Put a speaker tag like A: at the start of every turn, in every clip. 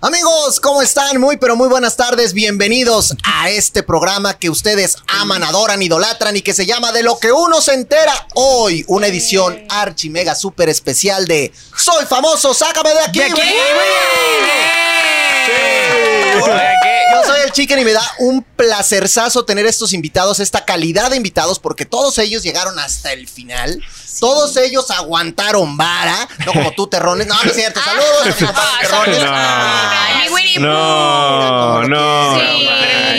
A: amigos, ¿cómo están? Muy, pero muy buenas tardes. Bienvenidos a este programa que ustedes aman, adoran, idolatran y que se llama De lo que uno se entera hoy. Una edición archi mega super especial de Soy famoso, sácame de aquí. güey. Yo soy el chicken y me da un placerzazo tener estos invitados, esta calidad de invitados, porque todos ellos llegaron hasta el final. Todos ellos aguantaron vara, no como tú, terrones. No, no es cierto. Saludos, a mi compadre
B: Ah,
A: terrones.
B: saludos.
A: Ah,
B: Ay, mi Winnie
C: No,
A: Mira cómo lo
C: no.
B: quiere.
C: no,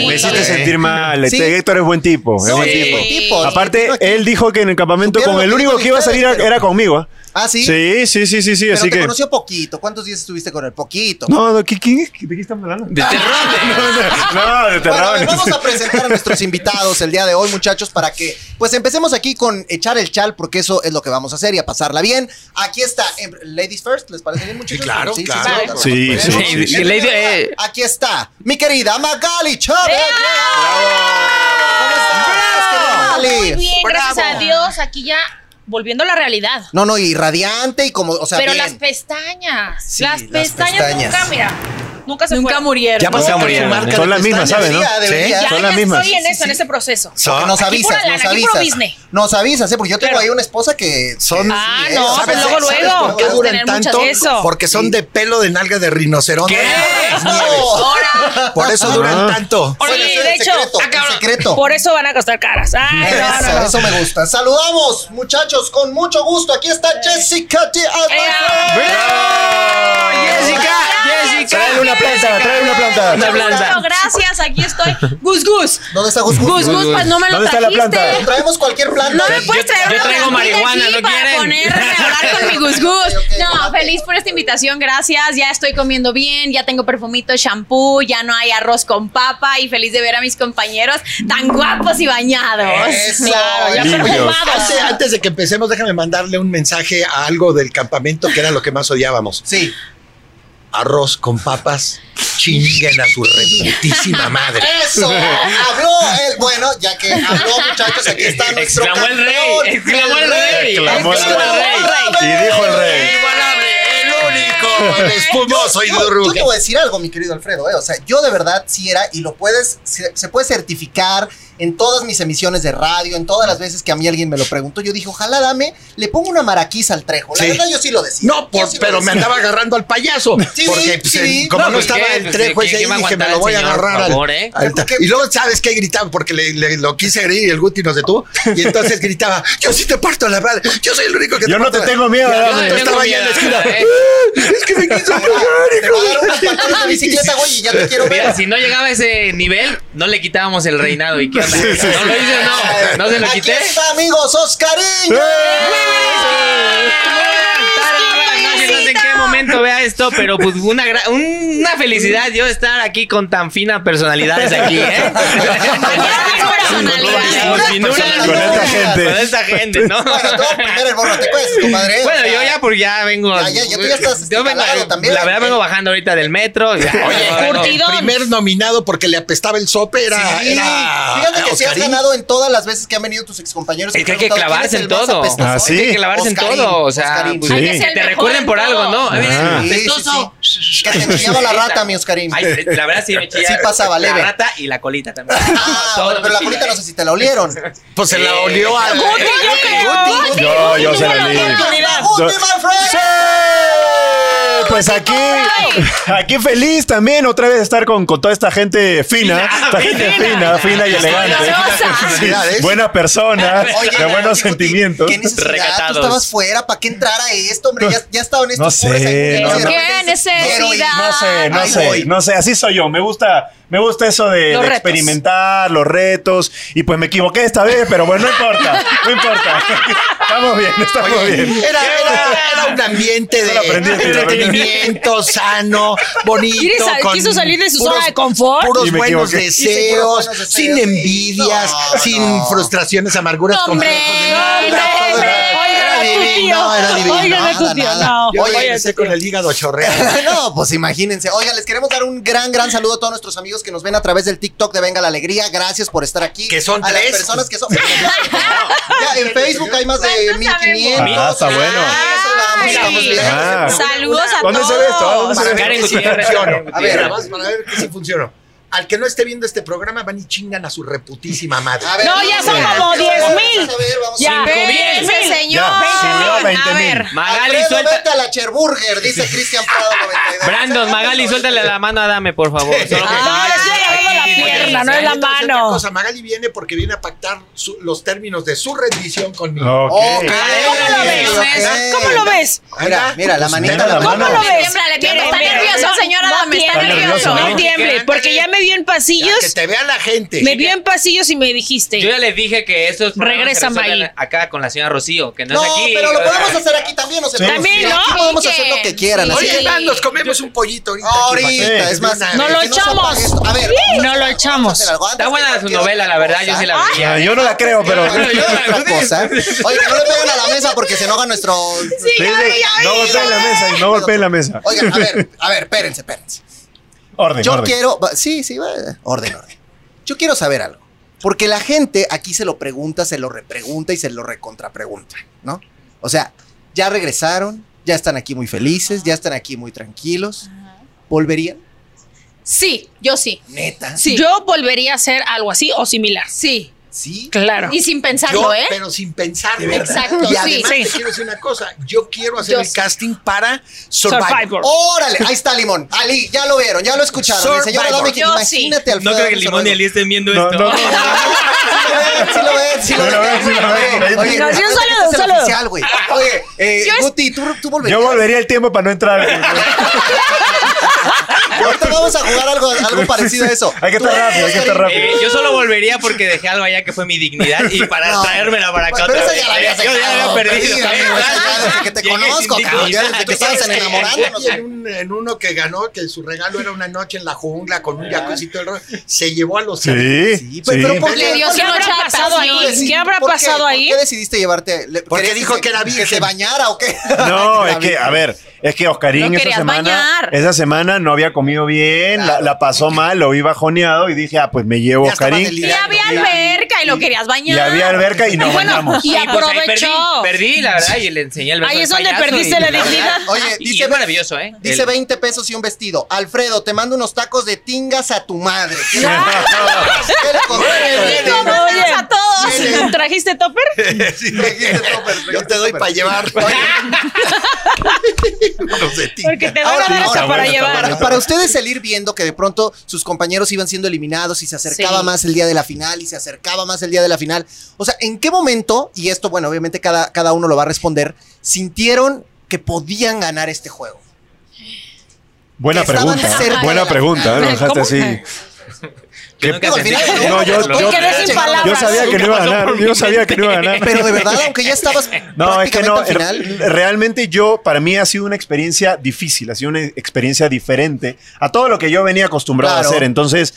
B: Sí.
C: Me hiciste
B: Sí.
C: sentir mal.
A: Sí.
C: Este Héctor es buen tipo. es
A: No,
C: buen
A: es
C: tipo.
A: buen tipo.
C: Aparte, él dijo que en el campamento
A: Supieron
C: con
A: lo
C: el
A: que
C: único
A: dijo de
C: que iba a salir
A: ustedes, pero-
C: era conmigo. ¿ah?
A: Ah, sí.
C: Sí, sí, sí, sí, sí.
A: Pero
C: Así
A: te
C: que.
A: conoció poquito. ¿Cuántos días estuviste con él? Poquito.
C: No, no, ¿qué- quién es? ¿de qué están hablando?
B: De terrones.
C: No, de
A: Bueno, a ver,
C: terror.
A: vamos a presentar a nuestros invitados el día de hoy, muchachos, para que pues empecemos aquí con echar el chal, porque eso es lo que vamos a hacer y a pasarla bien. Aquí está, em, Ladies First, ¿les parece bien, muchachos?
D: Sí, claro, claro.
C: Sí,
A: por
C: sí,
A: supuesto.
C: sí, sí.
A: En primer
B: Lady-
A: lugar,
B: eh.
A: Aquí está, mi querida Magali Chávez. ¿Cómo estás, querida Magali?
E: Muy bien, gracias a Dios, aquí ya volviendo a la realidad.
A: No, no, y radiante y como, o sea,
E: Pero
A: bien.
E: las pestañas,
A: Sí,
E: las,
A: las
E: pestañas,
A: pestañas.
E: nunca, mira, nunca se
F: Nunca
E: fueron.
F: murieron.
D: Ya pasé a morir.
B: Son
D: Marca de
C: las mismas,
D: pestañas.
C: ¿sabes, no?
A: Debería, debería.
E: Ya,
C: Son
E: ya
C: las mismas.
E: estoy en eso, en ese proceso.
A: Porque
B: Ah.
A: nos
E: Aquí pura
A: avisas,
E: lana,
A: nos
E: aquí puro
A: avisas.
E: business.
A: Nos avisas, ¿eh? Porque yo tengo
E: Claro.
A: ahí una esposa que
D: Son-
E: Ah,
A: Sí,
E: no,
A: ¿sabes?
E: pues luego,
A: ¿Sabes
E: luego.
A: por qué
E: Vas a
D: duran
E: tener
D: tanto?
E: muchas- Eso.
D: Porque son de pelo de nalgas de rinoceronte.
A: No.
D: Por eso duran
C: Ah.
D: tanto.
E: Oye,
A: Bueno, eso
E: de
A: es el
E: hecho, ah,
A: secreto, el secreto.
E: Por eso van a costar caras. Ay,
A: Eso,
E: no, no, no.
A: eso me gusta. Saludamos, muchachos, con mucho gusto. Aquí
E: Eh.
A: está Jessica T. Ah, Alvarez.
B: Jessica, Jessica.
C: Trae una planta, trae una
B: Una
C: planta.
B: planta.
F: No, gracias, aquí estoy. Gus Gus.
A: ¿Dónde está Gus
F: Gus Gus, pues no me lo
C: ¿Dónde está la
F: trajiste.
C: planta?
A: Traemos cualquier planta.
F: No me
E: pues,
F: puedes traer
B: yo
F: una
B: traigo
F: plantita
B: marihuana,
F: aquí
B: ¿no
F: para
B: quieren?
F: ponerme a hablar con mi Gus Gus. No, feliz por esta invitación, gracias. Ya estoy comiendo bien, ya tengo perfumito, shampoo, ya no hay arroz con papa y feliz de ver a mis compañeros tan guapos y bañados.
A: Eso,
E: Claro, ya
A: eso.
C: Limpios.
D: Antes, antes de que empecemos, déjame mandarle un mensaje a algo del campamento que era lo que más odiábamos.
A: Sí.
D: Arroz con papas, chinguen a su reputísima madre.
A: Eso. Habló el. Bueno, ya que habló, muchachos, aquí está nuestro.
B: Exclamó el rey,
A: campeón,
B: exclamó el rey.
C: Exclamó el
B: rey.
C: Y dijo el rey.
D: único, el espumoso y
A: Yo, yo te
D: duro.
A: voy a decir algo, mi querido Alfredo, eh, o sea, yo de verdad sí era y lo puedes, se, se puede certificar en todas mis emisiones de radio, en todas
B: Mm.
A: las veces que a mí alguien me lo preguntó, yo dije, ojalá dame, le pongo una maraquiza al trejo. La
D: Sí.
A: verdad yo sí lo decía.
D: No,
A: Yo
D: por-
A: sí lo
D: pero me
A: decía.
D: andaba agarrando al payaso.
A: Sí,
D: porque pues,
A: sí.
D: el- como
B: No,
D: no,
B: pues,
D: estaba
B: ¿qué?
D: el trejo
B: Pues,
D: ese
B: ¿qué-
D: ahí,
B: qué va a
D: dije, me
B: aguantar
D: lo
B: el
D: voy a
B: señor,
D: agarrar
B: por
D: al-
B: favor, eh?
D: al.
A: Porque-
D: Y luego, ¿sabes qué gritaba? Porque le, le- lo quise herir y el Guti nos detuvo. Y entonces gritaba: Yo sí te parto la madre. Yo soy el único que
C: Yo no
D: parto
C: te
D: la-
C: tengo miedo,
D: Y al
C: ¿verdad?
D: rato
C: Yo no te
B: tengo
D: estaba ahí en la
B: miedo,
D: esquina.
B: ¿eh?
D: "Ah, Es que me quiso pegar,
A: Te va a dar
D: hijo".
A: unos patadas de bicicleta, güey, y ya te quiero ver.
B: Mira, si no llegaba a ese nivel, no le quitábamos el reinado. ¿Y qué onda?
C: Sí, sí,
B: No lo hice, no. No se lo
A: Aquí
B: quité.
A: está, amigos,
C: ¡Eh!
A: Oscariño.
B: Buenas tardes, buenas noches, No sé en qué momento vea esto, pero pues una, gra- una felicidad yo estar aquí con tan fina personalidades aquí, ¿eh? Con finuras,
C: Con esta gente.
B: Con esta gente, ¿no?
A: Bueno, tú primero el borro, ¿te cuesta, compadre?
B: Bueno, yo ya pues, porque ya vengo.
A: Ya, ya, ya tú ya estás
B: Yo vengo-
A: instalado también.
B: La verdad vengo bajando ahorita del metro. Oye,
E: curtido.
D: El primer nominado porque le apestaba el sope era.
A: Sí.
D: era
A: Fíjate que si has
D: Oscarín.
A: ganado en todas las veces que han venido tus excompañeros.
B: Es que hay que
A: preguntado, ¿quién
B: clavarse
A: es
B: en
A: el más
B: todo.
A: apestoso?
C: Ah, sí.
B: Hay que clavarse en
A: Oscarín,
B: todo. O sea,
A: Oscarín.
B: pues,
C: Hay que
B: que
F: ser el
B: te
F: mejor
B: recuerden
F: en
B: por algo,
F: todo.
B: ¿no? A ver,
C: Ah.
A: Sí, sí,
B: apestoso.
A: sí. Que te enseñaba la rata, mi Oscarín.
B: Ay, la verdad sí me chilla.
A: Sí pasaba leve.
B: La rata y la colita también.
A: Ah,
B: Todo
A: bueno, pero la
B: me
A: colita
B: chilla.
A: no sé si te la olieron. ¡Guti,
D: Pues se la olió a.
E: Guti, yo creo. Guti,
C: Yo, yo
E: Guti
C: se
E: tuvo
C: la
E: la
C: leí.
E: oportunidad.
C: Yo-
A: my friend!
C: ¡Sí! Pues aquí, aquí feliz también otra vez estar con, con toda esta gente fina,
B: Fina,
C: esta gente
B: fina.
C: fina, fina y elegante,
D: Felicidades.
C: buena persona,
A: Oye,
C: de buenos
A: Guti,
C: sentimientos.
A: ¿Qué necesidad?
B: Recatados.
A: Tú estabas fuera, ¿para qué entrar a esto, hombre? Ya, ya estaban estos
C: No sé,
A: pobres ahí,
C: no,
A: de
C: no.
A: repente
F: Qué
A: dices,
F: necesidad.
A: quiero ir.
C: No sé, no
A: Ahí voy.
C: sé, no sé, así soy yo. Me gusta, me gusta eso de,
F: Los
C: de
F: retos.
C: experimentar, los retos. Y pues me equivoqué esta vez, pero bueno, no importa, no importa. Estamos bien, estamos bien.
D: Era, era, era un ambiente de
C: Solo aprendí, solo aprendí.
D: entretenimiento sano, bonito.
F: Quiere sa-
E: ah,
D: con
F: quiso salir de su
D: puros-
F: zona de confort.
D: Puros
C: Y me
D: buenos
C: equivoqué.
A: Y sí, puros
D: deseos,
A: buenos deseos,
D: sin
A: sí.
D: envidias,
A: No,
D: sin
A: no.
D: frustraciones, amarguras.
F: Hombre,
D: complejos de nada,
F: hombre,
D: todo era-
F: oigan
D: era
F: a tu
D: divino,
F: tío.
D: era divino.
F: Oigan a
A: nada,
F: tu tío,
A: nada.
F: no.
D: Yo
A: Oigan,
D: regresé con el hígado chorreado.
A: No, pues imagínense. Oiga, les queremos dar un gran, gran saludo a todos nuestros amigos que nos ven a través del TikTok de Venga la Alegría. Gracias por estar aquí.
D: Que son
A: a
D: tres.
A: las personas que son. Ya, en Facebook hay más de
F: ¿Cuántos
A: 1500.
C: sabemos? Ah, está bueno.
A: Eso,
F: Ay,
D: estamos bien.
C: Ah.
F: Saludos a
C: ¿Dónde
F: todos.
C: se ve esto? ¿Dónde se ve esto?
B: Karen
D: que sí
B: Gutiérrez.
D: funcionó. A ver,
B: Gutiérrez.
D: nada más para ver que sí funcionó. Al que no esté viendo este programa, van y chingan a su reputísima madre.
A: A ver,
E: No,
A: vamos
E: ya
A: a
E: son
A: ver.
E: como
A: Vamos
E: 10,000.
A: a ver, vamos a
E: Ya.
A: ver.
F: Ese
E: Veinte mil.
F: señor.
C: Ya, subió a veinte
F: a
C: mil.
F: ver.
B: Magali,
A: Alfredo, vete
B: suelta.
A: a la Cherburger, dice Cristian Prado 92.
B: Brandon, Magali, suéltale la mano a Dame, por favor. Solo por
E: Ah,
B: favor.
E: le estoy agarrando la
B: Ay,
E: pierna,
B: sí,
E: no es la
D: Entonces, otra
E: mano.
D: cosa, Magali viene porque viene a pactar su- los términos de su rendición conmigo.
C: Ok.
A: Ok.
E: ¿Cómo lo ves?
A: Ok.
E: ¿Cómo lo ves?
A: Mira, mira, la manita.
C: Mira la
A: la
C: mano.
A: mano.
E: ¿Cómo lo
F: Le
E: ves?
F: tiembla, le tiembla.
E: Mira,
F: Está
E: mira,
F: nervioso,
E: mira.
F: señora
E: No
F: Dame, está
E: tiemble,
C: nervioso,
E: No
C: ¿no?
E: tiemble, porque ya me vio
D: Ya,
E: en
D: que
E: pasillos.
D: te vea la gente.
E: Me vio en pasillos y me dijiste.
B: Yo ya les dije que eso es
E: Regresa, Maggie.
B: acá con la señora Rocío, que no,
A: No,
B: es aquí.
A: pero lo podemos hacer aquí también, o sea,
E: También,
A: mira,
E: ¿no?
A: Aquí podemos hacer lo que quieran. así
D: Oye,
A: que-
D: Hernán, nos comemos un pollito ahorita.
A: Ahorita,
D: aquí,
C: Sí.
A: es más,
D: No
A: que
E: lo
A: se
E: echamos.
A: apague esto. A ver,
E: Sí, no lo
A: vamos a
E: echamos.
A: hacer algo antes
B: Está
A: que
B: buena su
A: cualquier
B: novela,
A: otra
B: la verdad, yo
A: cosa.
B: sí la veía.
C: Ya, yo no la creo, pero.
A: Bueno, yo otra cosa. Oye, que no le peguen a la mesa porque se enoja nuestro.
C: Dice, no golpeen la mesa, no golpeen la mesa.
A: Oigan, a ver, a ver, espérense, espérense.
C: Orden,
A: Yo
C: orden.
A: quiero. va- Sí, sí, va, orden, orden. Yo quiero saber algo. Porque la gente aquí se lo pregunta, se lo repregunta y se lo recontrapregunta, ¿no? O sea, ya regresaron, ya están aquí muy felices, ya están aquí muy tranquilos. ¿Volverían?
F: Sí, yo sí.
A: Neta.
F: Sí.
E: Yo volvería a hacer algo así o similar.
F: Sí.
A: Sí.
E: Claro.
F: Y sin pensarlo,
D: Yo,
F: ¿eh?
D: pero sin pensar.
F: Exacto,
D: Y
F: sí.
D: además
E: Sí.
D: te quiero decir una cosa. Yo quiero hacer
F: Yo
D: el
F: sí.
D: casting para Survivor.
E: Survivor.
A: Órale, ahí está Limón. Ali, ya lo vieron, ya lo escucharon. El señor
D: Survivor.
A: Adame, que
F: Yo
A: imagínate al
B: No creo que Limón y Ali estén viendo
C: No,
B: esto.
C: no, no.
A: Sí lo ven, sí lo
C: Sí lo
A: ven,
C: ven, sí lo ven.
A: Oye,
E: No, sí,
A: este
E: un saludo,
A: es el
E: un saludo.
A: oficial, güey. Oye, eh, Guti, ¿tú, tú volverías.
C: Yo volvería el tiempo para no entrar.
A: Ahorita vamos a jugar algo, algo parecido a eso.
C: Hay que
A: Tú
C: estar rápido, hay que estar
A: Karim.
C: rápido.
B: Eh, yo solo volvería porque dejé algo allá que fue mi dignidad y para
A: No.
B: traérmela para acá.
A: Pero esa
B: otra vez.
A: ya la habías
B: Yo ya la
A: sacado,
B: había perdido.
A: perdida,
B: ¿eh?
A: amigo, ya desde que te
B: Llegué sin
A: conozco, cabrón, ya desde que
B: dignidad.
A: estabas enamorándonos.
D: Y en, un- en uno que ganó, que su regalo era una noche en la jungla con un jacuzzi y todo el rollo, se llevó a los
C: Sí, sí.
A: Sí, pero, pero ¿por
F: Le
A: qué?
F: dio
A: ¿Por
E: ¿Qué
A: qué
E: habrá
F: Noche de
E: pasado
F: pasión.
E: ahí?
A: decidiste-
E: ¿Qué habrá
A: por
E: pasado
A: por
E: ahí?
A: qué decidiste llevarte? Le-
D: Porque
A: ¿querías
D: dijo
A: se-
D: que era
A: ¿Que se
D: virgen.
A: bañara o qué?
C: No,
A: Que
C: es
A: la
C: que,
A: virgen.
C: a ver, es que Oscarín
F: No
C: esa
F: querías
C: semana,
F: bañar.
C: esa semana no había comido bien, la,
A: Claro.
C: la pasó mal, lo vi bajoneado y dije, ah, pues me llevo
A: Ya estaba
C: Oscarín.
F: Y
A: delirando.
F: había
A: Ya.
F: alberca y lo querías
C: Y
F: bañar.
C: había alberca y nos bañamos.
E: Y
B: Sí, pues ahí perdí,
E: aprovechó.
B: Perdí, la verdad, y le enseñé el beso
E: Ahí
B: del
E: es donde
B: payaso
E: perdiste
B: y
E: la
B: verdad,
E: dignidad.
A: Oye,
B: y
A: dice-
B: es maravilloso, ¿eh?
A: Dice
B: El-
A: 20 pesos y un vestido. Alfredo, te mando unos tacos de tingas a tu madre. El correo.
E: Oye,
F: mandanos a todos.
E: ¿sí? ¿Trajiste topper?
D: Yo te doy para llevar. No sé, tío.
E: Porque te van a dar hasta
C: ahora,
E: para
C: ahora,
E: llevar.
A: Para, para ustedes el ir viendo que de pronto sus compañeros iban siendo eliminados y se acercaba
E: Sí.
A: más el día de la final y se acercaba más el día de la final. O sea, ¿en qué momento, y esto, bueno, obviamente cada, cada uno lo va a responder, sintieron que podían ganar este juego?
C: Buena
A: que estaban
C: pregunta,
A: cerca de
C: buena
A: la-
C: pregunta, ¿eh? lo
E: ¿Cómo?
C: dejaste así.
B: Yo
C: ¿Qué-
B: nunca
A: Digo, al
B: sentí
A: final
B: que-
A: ganó.
C: No, yo,
E: Hoy
C: yo,
E: quedé sin
C: yo
E: palabras.
C: sabía que no iba a ganar, yo sabía que no iba a ganar.
A: Pero de verdad, aunque ya estabas
C: No, es que
A: prácticamente
C: no,
A: al final.
C: re- realmente yo, para mí ha sido una experiencia difícil, ha sido una experiencia diferente a todo lo que yo venía acostumbrado
A: Claro.
C: a hacer. Entonces,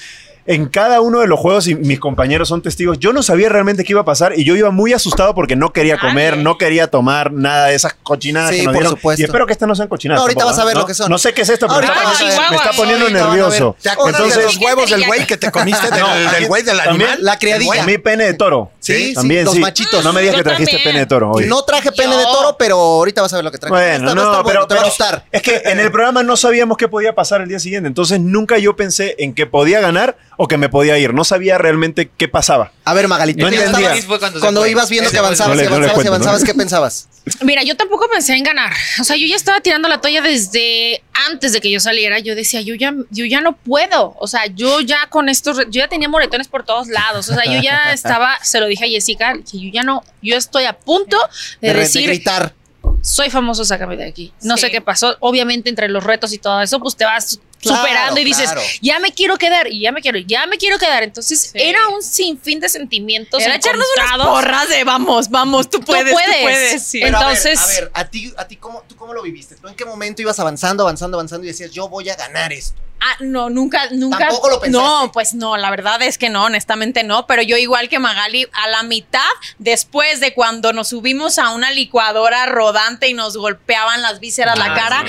C: en cada uno de los juegos, y mis compañeros son testigos, yo no sabía realmente qué iba a pasar y yo iba muy asustado porque no quería comer, no quería tomar nada de esas cochinadas
A: Sí,
C: que nos
A: por
C: dieron.
A: supuesto.
C: Y espero que estas no sean cochinadas.
A: No, ahorita
C: tampoco, ¿eh?
A: vas a ver
C: ¿no?
A: lo que son.
C: No sé qué es esto, pero
A: Ahorita
C: está
E: vas a
C: poniendo-
E: ver.
C: me está poniendo
A: Ahorita van a ver.
C: nervioso.
D: ¿Te acuerdas de los
A: Entonces-
D: huevos del güey que te comiste del,
C: No,
D: del güey del
C: también
D: animal?
A: la criadilla.
C: Mi pene de toro.
A: Sí, sí,
C: también
A: los
C: sí.
A: machitos.
C: No me digas
E: Yo
C: que trajiste
E: también.
C: pene de toro hoy.
A: No traje pene de toro, pero ahorita vas a ver lo que traje. Va a estar-
C: Bueno,
A: va a
C: no,
A: estar bueno,
C: pero,
A: te va a
C: pero
A: gustar.
C: es que en el programa no sabíamos qué podía pasar el día siguiente, entonces nunca yo pensé en que podía ganar o que me podía ir, no sabía realmente qué pasaba.
A: A ver, Magalito,
C: No entendía.
B: Fue cuando
A: Cuando,
B: se fue.
A: ibas viendo
B: Ese
A: que
B: fue-
A: avanzabas,
C: No
A: y
C: le- no le
A: avanzabas, y
C: cuento, ¿no?
A: avanzabas, ¿qué pensabas?
G: Mira, yo tampoco pensé en ganar. O sea, yo ya estaba tirando la toalla desde antes de que yo saliera. Yo decía, yo ya, yo ya no puedo. O sea, yo ya con estos, re- yo ya tenía moretones por todos lados. O sea, yo ya estaba, se lo dije a Jessica, que yo ya no, yo estoy a punto de
A: De, re- de
G: decir,
A: gritar.
G: soy famoso, sácame de aquí. No
F: Sí.
G: sé qué pasó. Obviamente, entre los retos y todo eso, pues te vas
A: Claro,
G: superando y dices,
A: claro.
G: ya me quiero quedar, y ya me quiero, y ya me quiero quedar. Entonces,
F: Sí.
G: era un sinfín de sentimientos.
F: Era echarnos unas
G: encontrados.
F: porras de vamos, vamos, tú puedes, tú puedes.
G: puedes.
F: sí.
A: Pero a ver,
G: Entonces-
A: a ver, a, ti, a ti cómo, ¿tú cómo lo viviste? ¿Tú en qué momento ibas avanzando, avanzando, avanzando y decías, yo voy a ganar esto?
F: Ah, no, nunca, nunca.
A: Tampoco lo pensaste.
F: No, pues no, la verdad es que no, honestamente no. Pero yo, igual que Magali, a la mitad, después de cuando nos subimos a una licuadora rodante y nos golpeaban las vísceras la
B: Ah,
F: cara,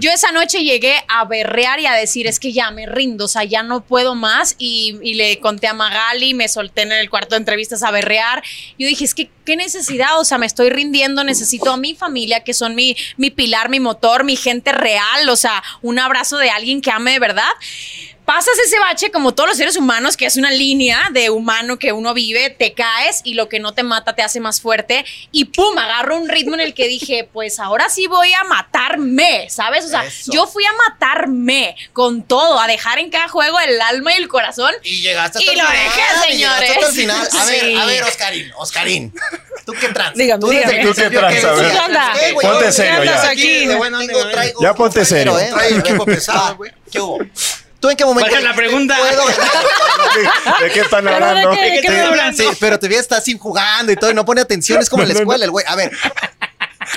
F: yo esa noche llegué a berrear y a decir, es que ya me rindo, o sea, ya no puedo más. Y, y le conté a Magali, me solté en el cuarto de entrevistas a berrear. Yo dije, es que ¿Qué necesidad? O sea, me estoy rindiendo, necesito a mi familia, que son mi, mi pilar, mi motor, mi gente real, o sea, un abrazo de alguien que ame de verdad. Pasas ese bache como todos los seres humanos, que es una línea de humano que uno vive, te caes y lo que no te mata te hace más fuerte y pum, agarro un ritmo en el que dije, pues ahora sí voy a matarme, ¿sabes? O sea,
A: Eso.
F: yo fui a matarme con todo, a dejar en cada juego el alma y el corazón
A: Y llegaste hasta
F: Y
A: el
F: lo
A: final.
F: dejé,
A: y llegaste hasta el
F: Ah, señores.
A: final. A ver,
F: Sí.
A: a ver, Oscarín, Oscarín. ¿Tú qué trans?
E: Dígame,
A: ¿Tú desde
E: dígame.
A: el
C: ¿Tú qué
A: principio
C: trans? A ver.
A: decías?
E: ¿Qué onda?
A: "Eh, güey,
C: Ponte
A: yo
C: serio
A: andas
C: ya.
A: aquí, de buena onda, traigo
C: Ya ponte
A: un
C: serio.
A: compañero,
D: Traigo
A: ¿eh?
D: equipo
A: Va,
D: pesado, güey.
A: ¿Qué hubo? ¿Tú en qué momento?
B: Baja la
A: dijiste,
B: pregunta.
A: "Puedo ganar"?
C: ¿De qué están
E: Pero, ¿de
C: hablando?
E: qué- de qué
C: Sí.
E: están hablando?
A: Sí, pero te vi estar así jugando y todo, y no pone atención, es como en la
C: No, no, no.
A: escuela el güey. A ver,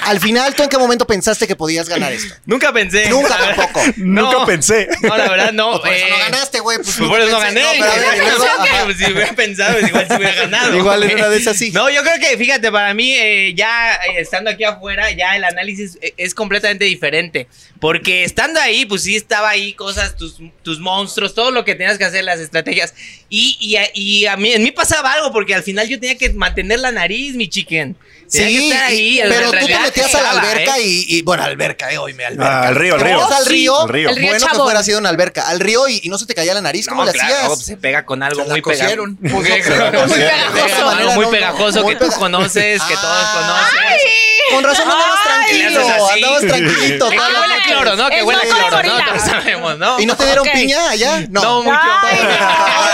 A: al final, ¿tú en qué momento pensaste que podías ganar esto?
B: Nunca pensé.
A: Nunca
B: La verdad-
A: tampoco. Pues
B: No.
C: Nunca pensé.
B: No, la verdad no.
A: Por eso no
B: eh,
A: ganaste, güey. Pues,
B: Pues por eso no
A: pensé-
B: gané.
A: pero a ver, y luego,
B: Ajá.
A: ajá.
B: Pues si hubiera pensado, pues igual si hubiera ganado.
A: Igual en una de esas sí.
B: No, yo creo que, fíjate, para mí, eh, ya eh, estando aquí afuera, ya el análisis eh, es completamente diferente. Porque estando ahí, pues sí estaba ahí cosas, tus, tus monstruos, todo lo que tenías que hacer, las estrategias. Y, y, a- y a mí, en mí pasaba algo, porque al final yo tenía que mantener la nariz, mi chicken. Tenía que
A: Sí,
B: estar ahí.
A: y-
B: en
A: pero tú te
B: realidad
A: metías a la
B: estaba,
A: alberca
B: ¿eh?
A: y, y- bueno, alberca, eh, hoy me alberca.
C: Ah, al río, al
A: Te
C: río.
A: metías al río,
C: Al río.
A: el río bueno que fuera sido una alberca, al río y, y no se te caía la nariz, ¿cómo
B: pues,
A: le
B: No, claro,
A: hacías?
B: pues, se pega con algo
D: Se la
B: muy pegajoso.
D: cosieron.
B: Muy
D: Se la
B: pegajoso.
A: cosieron.
B: Algo
A: De esa manera,
B: muy
A: no, no.
B: pegajoso
A: Muy
B: que tú
A: pega-
B: conoces, que todos
A: Ah.
B: conoces.
A: Con razón andabas
B: Ay,
A: tranquilo,
B: le haces así.
A: andabas tranquilito.
B: Que
A: tal.
B: huele a cloro, ¿no? Que
E: Es
B: huele a
E: moco de
B: cloro, ¿no?
E: gorila.
B: Todos sabemos, ¿no?
A: ¿Y no te dieron
E: Ok.
A: piña allá? No.
B: No, mucho.
A: Ay, no,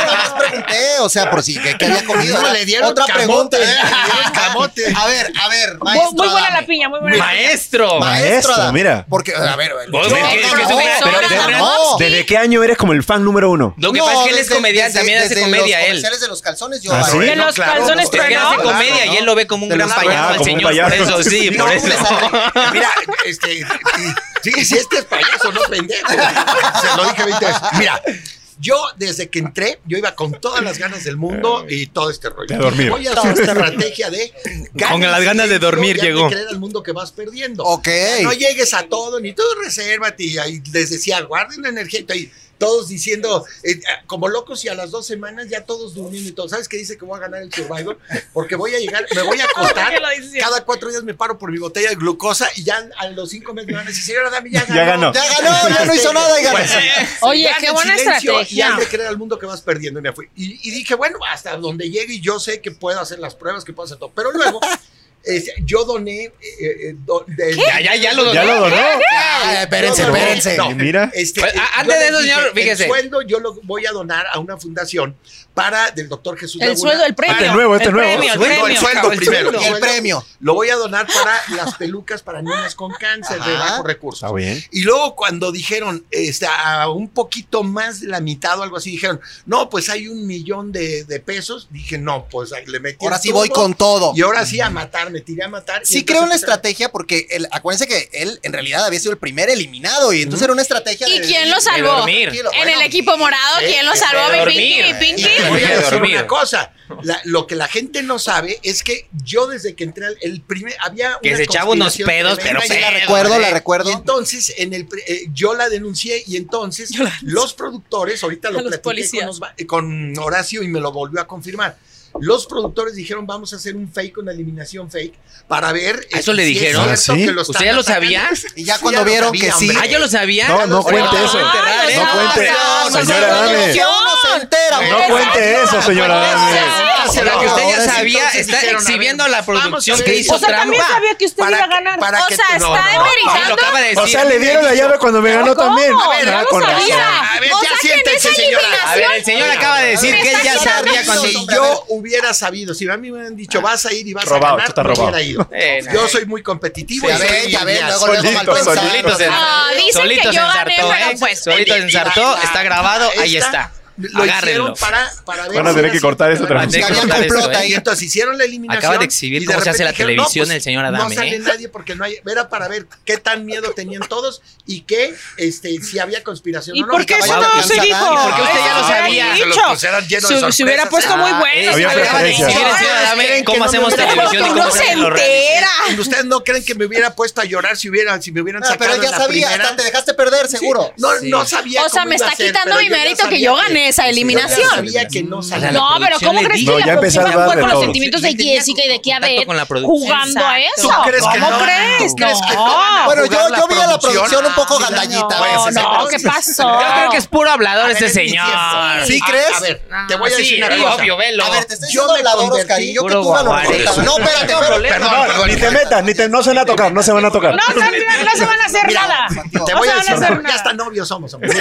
A: nomás pregunté, o sea, por si que, que había comido.
D: No, le dieron
A: otra
D: camote, eh.
A: pregunta.
D: le dieron camote.
A: A ver, a ver,
E: Muy-
A: maestro.
E: muy buena
A: Adame.
E: la piña, muy buena. la piña.
B: Maestro.
A: Maestro,
C: Maestro,
A: Adame.
C: mira.
A: Porque, a ver, el-
B: Vos,
A: No,
B: ¿qué- qué-
A: no,
B: qué-
A: no,
B: qué-
A: pero-
B: pero-
A: pero-
B: pero-
A: no.
C: ¿Desde qué año eres como el fan número uno?
B: Lo que
A: No,
B: pasa es que él es
A: desde-
B: comediante, también
A: desde-
B: hace
A: desde los
B: comedia él.
A: comerciales de los calzones yo.
C: ¿Ah,
A: bailo.
C: sí?
E: De los
D: claro,
E: calzones
D: no, pero
B: Es que hace
E: truenados.
B: comedia y él lo ve como un
A: De
B: gran
A: los
B: payaso
C: payasos,
B: al
C: Ah, como un
B: señor. Por
C: payaso.
B: eso, sí,
A: No,
B: por
A: les
B: eso.
D: Mira, este. Sí, si este es payaso, no pendejo. Se lo dije 20 veces. Mira. Yo, desde que entré, yo iba con todas las ganas del mundo y todo este rollo.
C: De dormir.
D: Voy a hacer estrategia de...
B: Con las ganas de dormir
D: ya te
B: llegó.
D: creer al mundo que vas perdiendo.
A: Ok.
D: No llegues a todo, ni tú resérvate. Y ahí les decía, guarden la energía. Y ahí todos diciendo, eh, como locos, y a las dos semanas ya todos durmiendo y todo. ¿Sabes qué dice que voy a ganar el Survivor? Porque voy a llegar, me voy a acostar.
E: ¿Qué lo dices?
D: Cada cuatro días me paro por mi botella de glucosa y ya a los cinco meses me van a decir, señora Dami, ya ganó.
C: Ya ganó.
A: Ya ganó, ya no hizo nada y ganó.
E: Oye,
D: Gana
E: qué
D: en
E: buena
D: silencio Y
E: estrategia.
D: hazle creer al mundo que vas perdiendo. Y me fui. Y, y dije, bueno, hasta donde llegue y yo sé que puedo hacer las pruebas, que puedo hacer todo. Pero luego, este, yo doné. eh, eh, do- de-
B: Ya, ya, ya lo
C: ¿Ya lo donó?
A: Ah, espérense,
D: No, no,
A: espérense.
D: no.
C: Mira.
D: Este,
B: Pues, a-
D: yo
B: antes de
D: les
B: eso,
D: dije,
B: señor, fíjese.
D: El sueldo yo lo voy a donar a una fundación para del doctor Jesús
E: El
D: Laguna.
E: sueldo, el premio.
C: Este nuevo, este
E: el
C: nuevo.
E: Premio, el
D: Sueldo,
E: premio.
D: el sueldo
B: El
D: primero.
B: sueldo.
A: Y el premio.
D: Lo voy a donar para las pelucas para niños con cáncer de
A: Ajá.
D: bajos recursos.
C: Está bien.
D: Y luego cuando dijeron este, a un poquito más de la mitad o algo así, dijeron, no, pues hay un millón de, de pesos. Dije, no, pues ahí le metí.
A: Ahora
D: el
A: sí voy
D: turbo
A: con todo.
D: Y ahora sí a matar, me tiré a matar. y
A: Sí
D: entonces- pues,
A: creo una estrategia porque él, acuérdense que él en realidad había sido el primer eliminado y entonces era una estrategia
F: ¿Y
A: de-
F: quién lo
B: De
F: salvó?
B: dormir.
A: Tranquilo,
F: En
A: bueno.
F: el equipo morado, ¿quién lo
D: Eh,
F: salvó?
B: de
F: Mi Pinky,
B: dormir.
F: mi Pinky.
D: Y voy a decir
B: Dormir.
D: una cosa. la- lo que la gente no sabe es que yo desde que entré al el primer había
B: Que
D: una
B: se echaba unos
D: conspiración
B: pedos, pero
D: tremenda y
A: Sí, la
B: pedos,
A: recuerdo, la
B: eh.
A: recuerdo.
D: Y entonces en el pre- eh, yo la denuncié y entonces los productores, ahorita lo
E: A los
D: platiqué
E: policías.
D: con, Osva- eh, con Horacio y me lo volvió a confirmar. Los productores dijeron, "Vamos a hacer un fake una eliminación fake para ver
B: ¿Eso
D: eh,
B: le
D: si es
B: dijeron?
D: cierto
C: ¿Ah, sí?
D: que lo
B: ¿Usted
D: están
B: ya lo
D: atacando".
B: sabía?
A: Y ya
D: Sí,
A: cuando
D: ya lo
A: vieron
D: sabía,
A: que sí.
D: hombre.
B: Ah, yo lo sabía.
C: No, no cuente
B: No,
C: eso.
B: no, enterrar, ¿eh?
C: No cuente.
A: Ah, No,
C: Señora Dame.
A: no se entera,
D: No
A: hombre.
C: cuente eso, señora
B: O sea, que usted ya
A: Ahora sí,
B: sabía,
D: entonces
B: está
D: dijeron, a ver,
B: exhibiendo la
D: vamos a
B: producción
D: ver.
B: que hizo
E: O sea, también
B: trampa.
E: sabía que usted
D: Para
E: iba a
D: que-
E: ganar.
D: para
F: O
D: que
F: sea,
D: tú- no,
F: está
D: no, no.
B: Eh, Sí, lo
F: emeritando.
B: acaba de decir.
C: O sea, le dieron la llave cuando me ganó también.
F: A ver,
C: Ah,
F: no lo
C: con
F: sabía.
C: razón.
D: A ver,
F: O
D: ya
F: sea, que en
D: siéntese,
F: esa
D: señora.
B: A ver, el señor acaba de decir
F: Me
B: que él
F: está
B: ya
F: quitando
B: sabía
F: el
B: cuando... Ah.
D: Si yo hubiera sabido, si a mí me hubieran dicho, vas a ir y vas
C: Robado,
D: a
C: esto está
D: ganar, me
C: robado.
D: hubiera ido.
B: Eh, no.
D: Yo soy muy competitivo.
A: Ya
D: y soy
A: ven, ya ven,
D: lineal.
A: luego, luego
C: Solito,
A: mal pensado.
C: solito se-
F: Ah, dicen
B: solito
F: que
B: se
F: yo gané,
B: ensartó,
F: pero
B: ¿eh?
F: pues,
B: solito se ensartó,
D: Esta-
B: está grabado, ahí
D: esta
B: está.
D: Lo hicieron
B: Agárrenlo.
D: para, para ver
C: Van a
D: si
C: tener
D: era
C: que
D: así.
C: cortar esta
D: Van a
A: Sí,
D: tener
B: Hay
A: había
B: que
A: un
B: cortar esto,
A: complot
B: ¿eh?
A: ahí.
D: Y entonces hicieron la eliminación.
B: Acaba de exhibir
D: y
B: cómo se hace la
D: repente pues,
B: televisión el señor Adame,
D: No sale
B: ¿eh?
D: nadie porque no hay. Era para ver qué tan miedo tenían todos y qué, este, si había conspiración
E: ¿Y
D: o no.
E: por qué
A: no Ah,
E: eso
A: caballo
E: no
A: de
E: se
A: Adán.
E: dijo?
A: ¿Y por qué
B: usted ya lo
E: Eso se hubiera
B: sabía?
D: Se
E: dicho.
D: lo pusieron lleno de
E: Se- Se hubiera
D: sorpresas,
E: puesto
D: ¿eh?
E: muy
B: Ah,
E: bueno.
B: eso
E: se
C: Había
B: Acaba
E: hubiera
B: de
E: dicho.
C: preferencia.
B: exhibir el señor Adame
D: ¿Creen que
B: cómo
D: no
B: hacemos
D: me hubiera
B: televisión y
D: puesto?
B: cómo
E: No
B: se
E: se
B: hacen los reales.
E: entera.
D: Ustedes no creen que me hubiera puesto a llorar si hubieran, si me hubieran
A: Ah,
D: sacado
A: pero él
D: en
A: ya
D: la
A: sabía,
D: primera.
A: hasta te dejaste perder, seguro.
D: No,
B: Sí.
D: no sabía.
F: O sea,
D: cómo
F: me
D: iba
F: está
D: a ser,
F: quitando
D: pero
F: mi
D: yo ya
F: mérito que
D: sabía
F: yo gané, esa
D: Yo ya
F: eliminación.
D: sabía que no salía.
B: la
G: No, pero
B: producción
G: ¿cómo
B: le
G: crees que
B: dijo-
C: No, ya
G: la
C: empezó a
G: producción
C: hablar
G: fue
C: de
G: con los
C: todo.
G: sentimientos de
B: Yo tenía
G: Jessica y de
B: contacto
G: Kiavet
B: con la producción.
G: jugando a
F: Exacto.
G: eso?
D: ¿Tú crees que
G: ¿Cómo
D: no?
G: crees?
D: ¿Tú crees que no van
E: Ah,
D: a
G: no.
A: Bueno, yo,
D: jugar
A: yo vi a la producción un poco
E: pues,
D: Ah,
A: gandallita.
D: no,
A: güey,
D: no,
G: No, ¿qué pasó?
B: Yo creo que es puro hablador
D: A ver,
B: este
D: es mi
B: señor.
D: tiempo.
A: ¿Sí crees?
D: A ver, te voy a decir una
B: sí,
D: cosa.
B: obvio, velo.
A: A ver, te estoy
D: Yo
A: diciendo
D: me
A: la Doros,
D: convertí-
A: cariño, que
B: puro
A: tú no lo
B: guaguare.
A: representabas. No, espérate,
B: Perdón,
A: espérate.
D: perdón, perdón.
C: Ni te metas, ni te, no se van a tocar, no se van a tocar.
G: No, no, no, no se van a hacer
D: Mira,
G: nada.
D: Te
G: No
D: voy
G: se
D: a
G: van a
D: decir,
G: hacer
D: ya
G: nada.
D: hasta novios somos, hombre.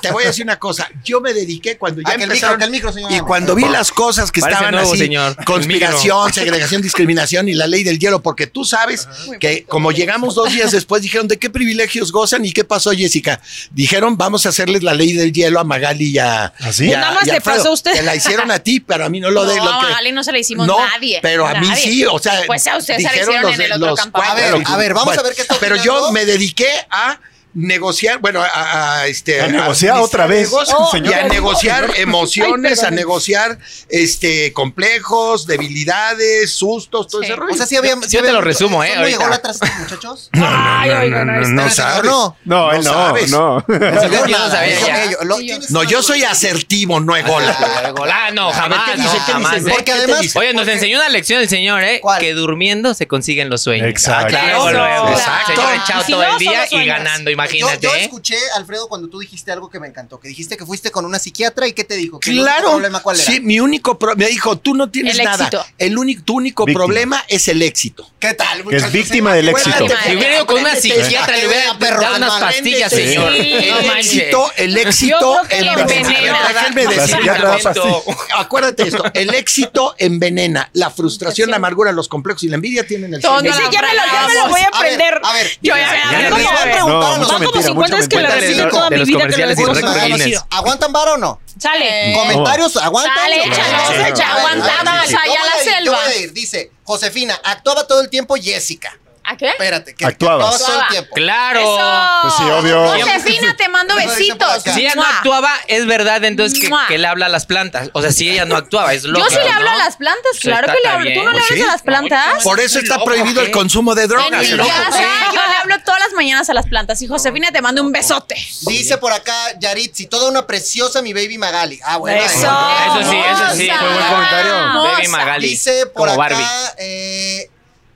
D: Te voy a decir una cosa. Yo me dediqué cuando ya
A: Ah, que el micro,
D: empezaron-
A: que el micro, señor.
D: Y cuando vi las cosas que
B: eh, Parece
D: estaban
B: nuevo,
D: así,
B: señor.
D: conspiración, segregación, discriminación y la ley del hielo, porque tú sabes que como llegamos dos días después, dijeron, ¿de qué privilegios gozan y qué pasó, Jessica? Dijeron, vamos a hacerles la ley del hielo a Magali y a...
C: ¿Ah, sí?
D: y a-
G: Pues Nada más
D: y a
G: le
D: Alfredo.
G: pasó a usted.
D: Te la hicieron a ti, pero a mí no lo de lo
F: No, a
D: que...
F: Magali no se la hicimos nadie,
D: Pero a mí
F: nadie.
D: sí, o sea...
F: Pues a usted se la
D: dijeron
F: hicieron en el otro campamento.
A: A ver,
D: cuatro.
A: a ver, vamos a ver qué está
D: Pero
A: opinando.
D: yo me dediqué a negociar, bueno, a, a, este...
C: A negociar
D: mis
C: otra vez,
D: negocios,
C: señor.
D: Y a negociar emociones, a negociar este complejos, debilidades, sustos, todo ese rollo.
A: O sea, sí había.
B: Yo-
A: sí
B: yo te
A: había-
B: lo resumo, ¿eh?
A: ¿No llegó
B: ahorita.
A: la atrás, muchachos?
G: Ay, oigan, ahí está.
D: no
A: Espérate,
D: sabes.
A: No,
C: No,
D: No
C: él no,
D: sabes.
C: no.
A: El señor
B: Yo no
A: nada,
B: sabía
A: eso
B: ya.
A: que yo- lo-
G: Sí, yo-
A: tienes
D: no,
A: una
D: yo soy
A: solución.
D: asertivo, no egola.
B: Golano,
D: A ver,
B: jamás.
D: ¿qué dice?
B: no,
D: ¿Qué
B: jamás,
D: dice?
B: ¿eh?
A: Porque
D: ¿Qué te
A: además-
D: dice?
B: Oye, nos enseñó una lección el señor, ¿eh?
A: ¿Cuál?
B: Que durmiendo se consiguen los sueños.
C: Exacto. Ah, claro,
B: Luego, luego.
D: exacto.
B: Señor echado
G: Si
B: todo
G: no,
B: el
G: son
B: día
G: los
B: y
G: sueños.
B: ganando, imagínate.
A: Yo, yo
B: ¿eh?
A: escuché, Alfredo, cuando tú dijiste algo que me encantó, que dijiste que fuiste con una psiquiatra y ¿qué te dijo? Que el único
D: Claro.
A: problema cuál era?
D: Sí, mi único pro- me dijo, tú no tienes
G: El
D: nada.
G: éxito.
D: El único tu único
C: Víctima.
D: problema es el éxito.
A: ¿Qué tal?
C: Que
A: muchachos?
C: es víctima del éxito.
A: Acuérdate,
B: Si hubiera ido con una
A: Apréndete,
B: psiquiatra, le hubiera
A: ya que vea,
B: dado unas
A: apréndete.
B: pastillas,
A: Sí.
B: señor.
G: Sí.
B: No
D: el
B: manches.
D: éxito, el éxito
G: Yo creo que lo envenena.
D: A ver, déjenme
B: La
D: decir-
C: psiquiatra da
B: Medicamento.
D: Acuérdate esto, el éxito envenena, la frustración, la amargura, los complejos y la envidia tienen el
G: Todo
D: sentido.
G: Ese ya me lo, ya me lo
A: Vamos,
G: voy a
A: ver,
G: aprender.
A: A ver,
G: Yo ya
B: Ya
G: me
B: le
G: lo voy
A: les
G: a
A: voy a
G: aprender.
A: preguntar
C: No,
A: a los
G: Van
A: hombres.
C: mucha
G: como
C: mentira,
G: 50
C: mucha
G: es que la
A: mentira.
G: recibo
A: Cuéntale
G: toda
B: de
G: mi
B: los
G: vida que la
B: comerciales y
G: recibo.
B: recordines.
G: Nada conocido.
A: ¿Aguantan vara o no?
G: Sale.
A: Comentarios, aguantan.
G: Dale,
A: Sí,
G: échalos,
A: sí,
G: echa,
A: sí.
G: aguantadas,
A: Yo voy
G: allá
A: a
G: la
A: ir, yo
G: selva.
A: voy a ir. Dice, Josefina, actuaba todo el tiempo Jessica.
F: ¿A qué?
A: Espérate, que
C: Actuabas.
A: actuaba todo el tiempo.
B: Claro.
C: Pues sí, obvio.
F: Josefina, te mando
A: Eso dicen por
F: besitos.
A: acá.
B: Si ella no
F: Mua.
B: actuaba, es verdad entonces que,
F: Mua.
B: que le habla a las plantas. O sea, si ella no actuaba, es
F: Yo
B: lógico.
F: sí le hablo
B: ¿no?
F: a las plantas,
B: Sí,
F: claro
B: está-
F: que le
B: está
F: hablo. ¿Tú
B: bien.
F: no le
B: Pues
F: hablas
D: sí.
F: a las plantas?
D: Por eso está prohibido el consumo de
F: En
D: drogas.
F: mi
D: loco.
F: casa, yo le hablo todas las mañanas a las plantas. Y Josefina, te mando un besote.
A: Dice por acá Yaritzi, toda una preciosa mi baby Magali. Ah, bueno.
B: Eso sí, eso sí.
F: Hermosa.
C: Fue buen comentario.
B: Baby
F: Hermosa.
B: Magali.
A: Dice por
B: como
A: acá
B: Barbie.
A: eh,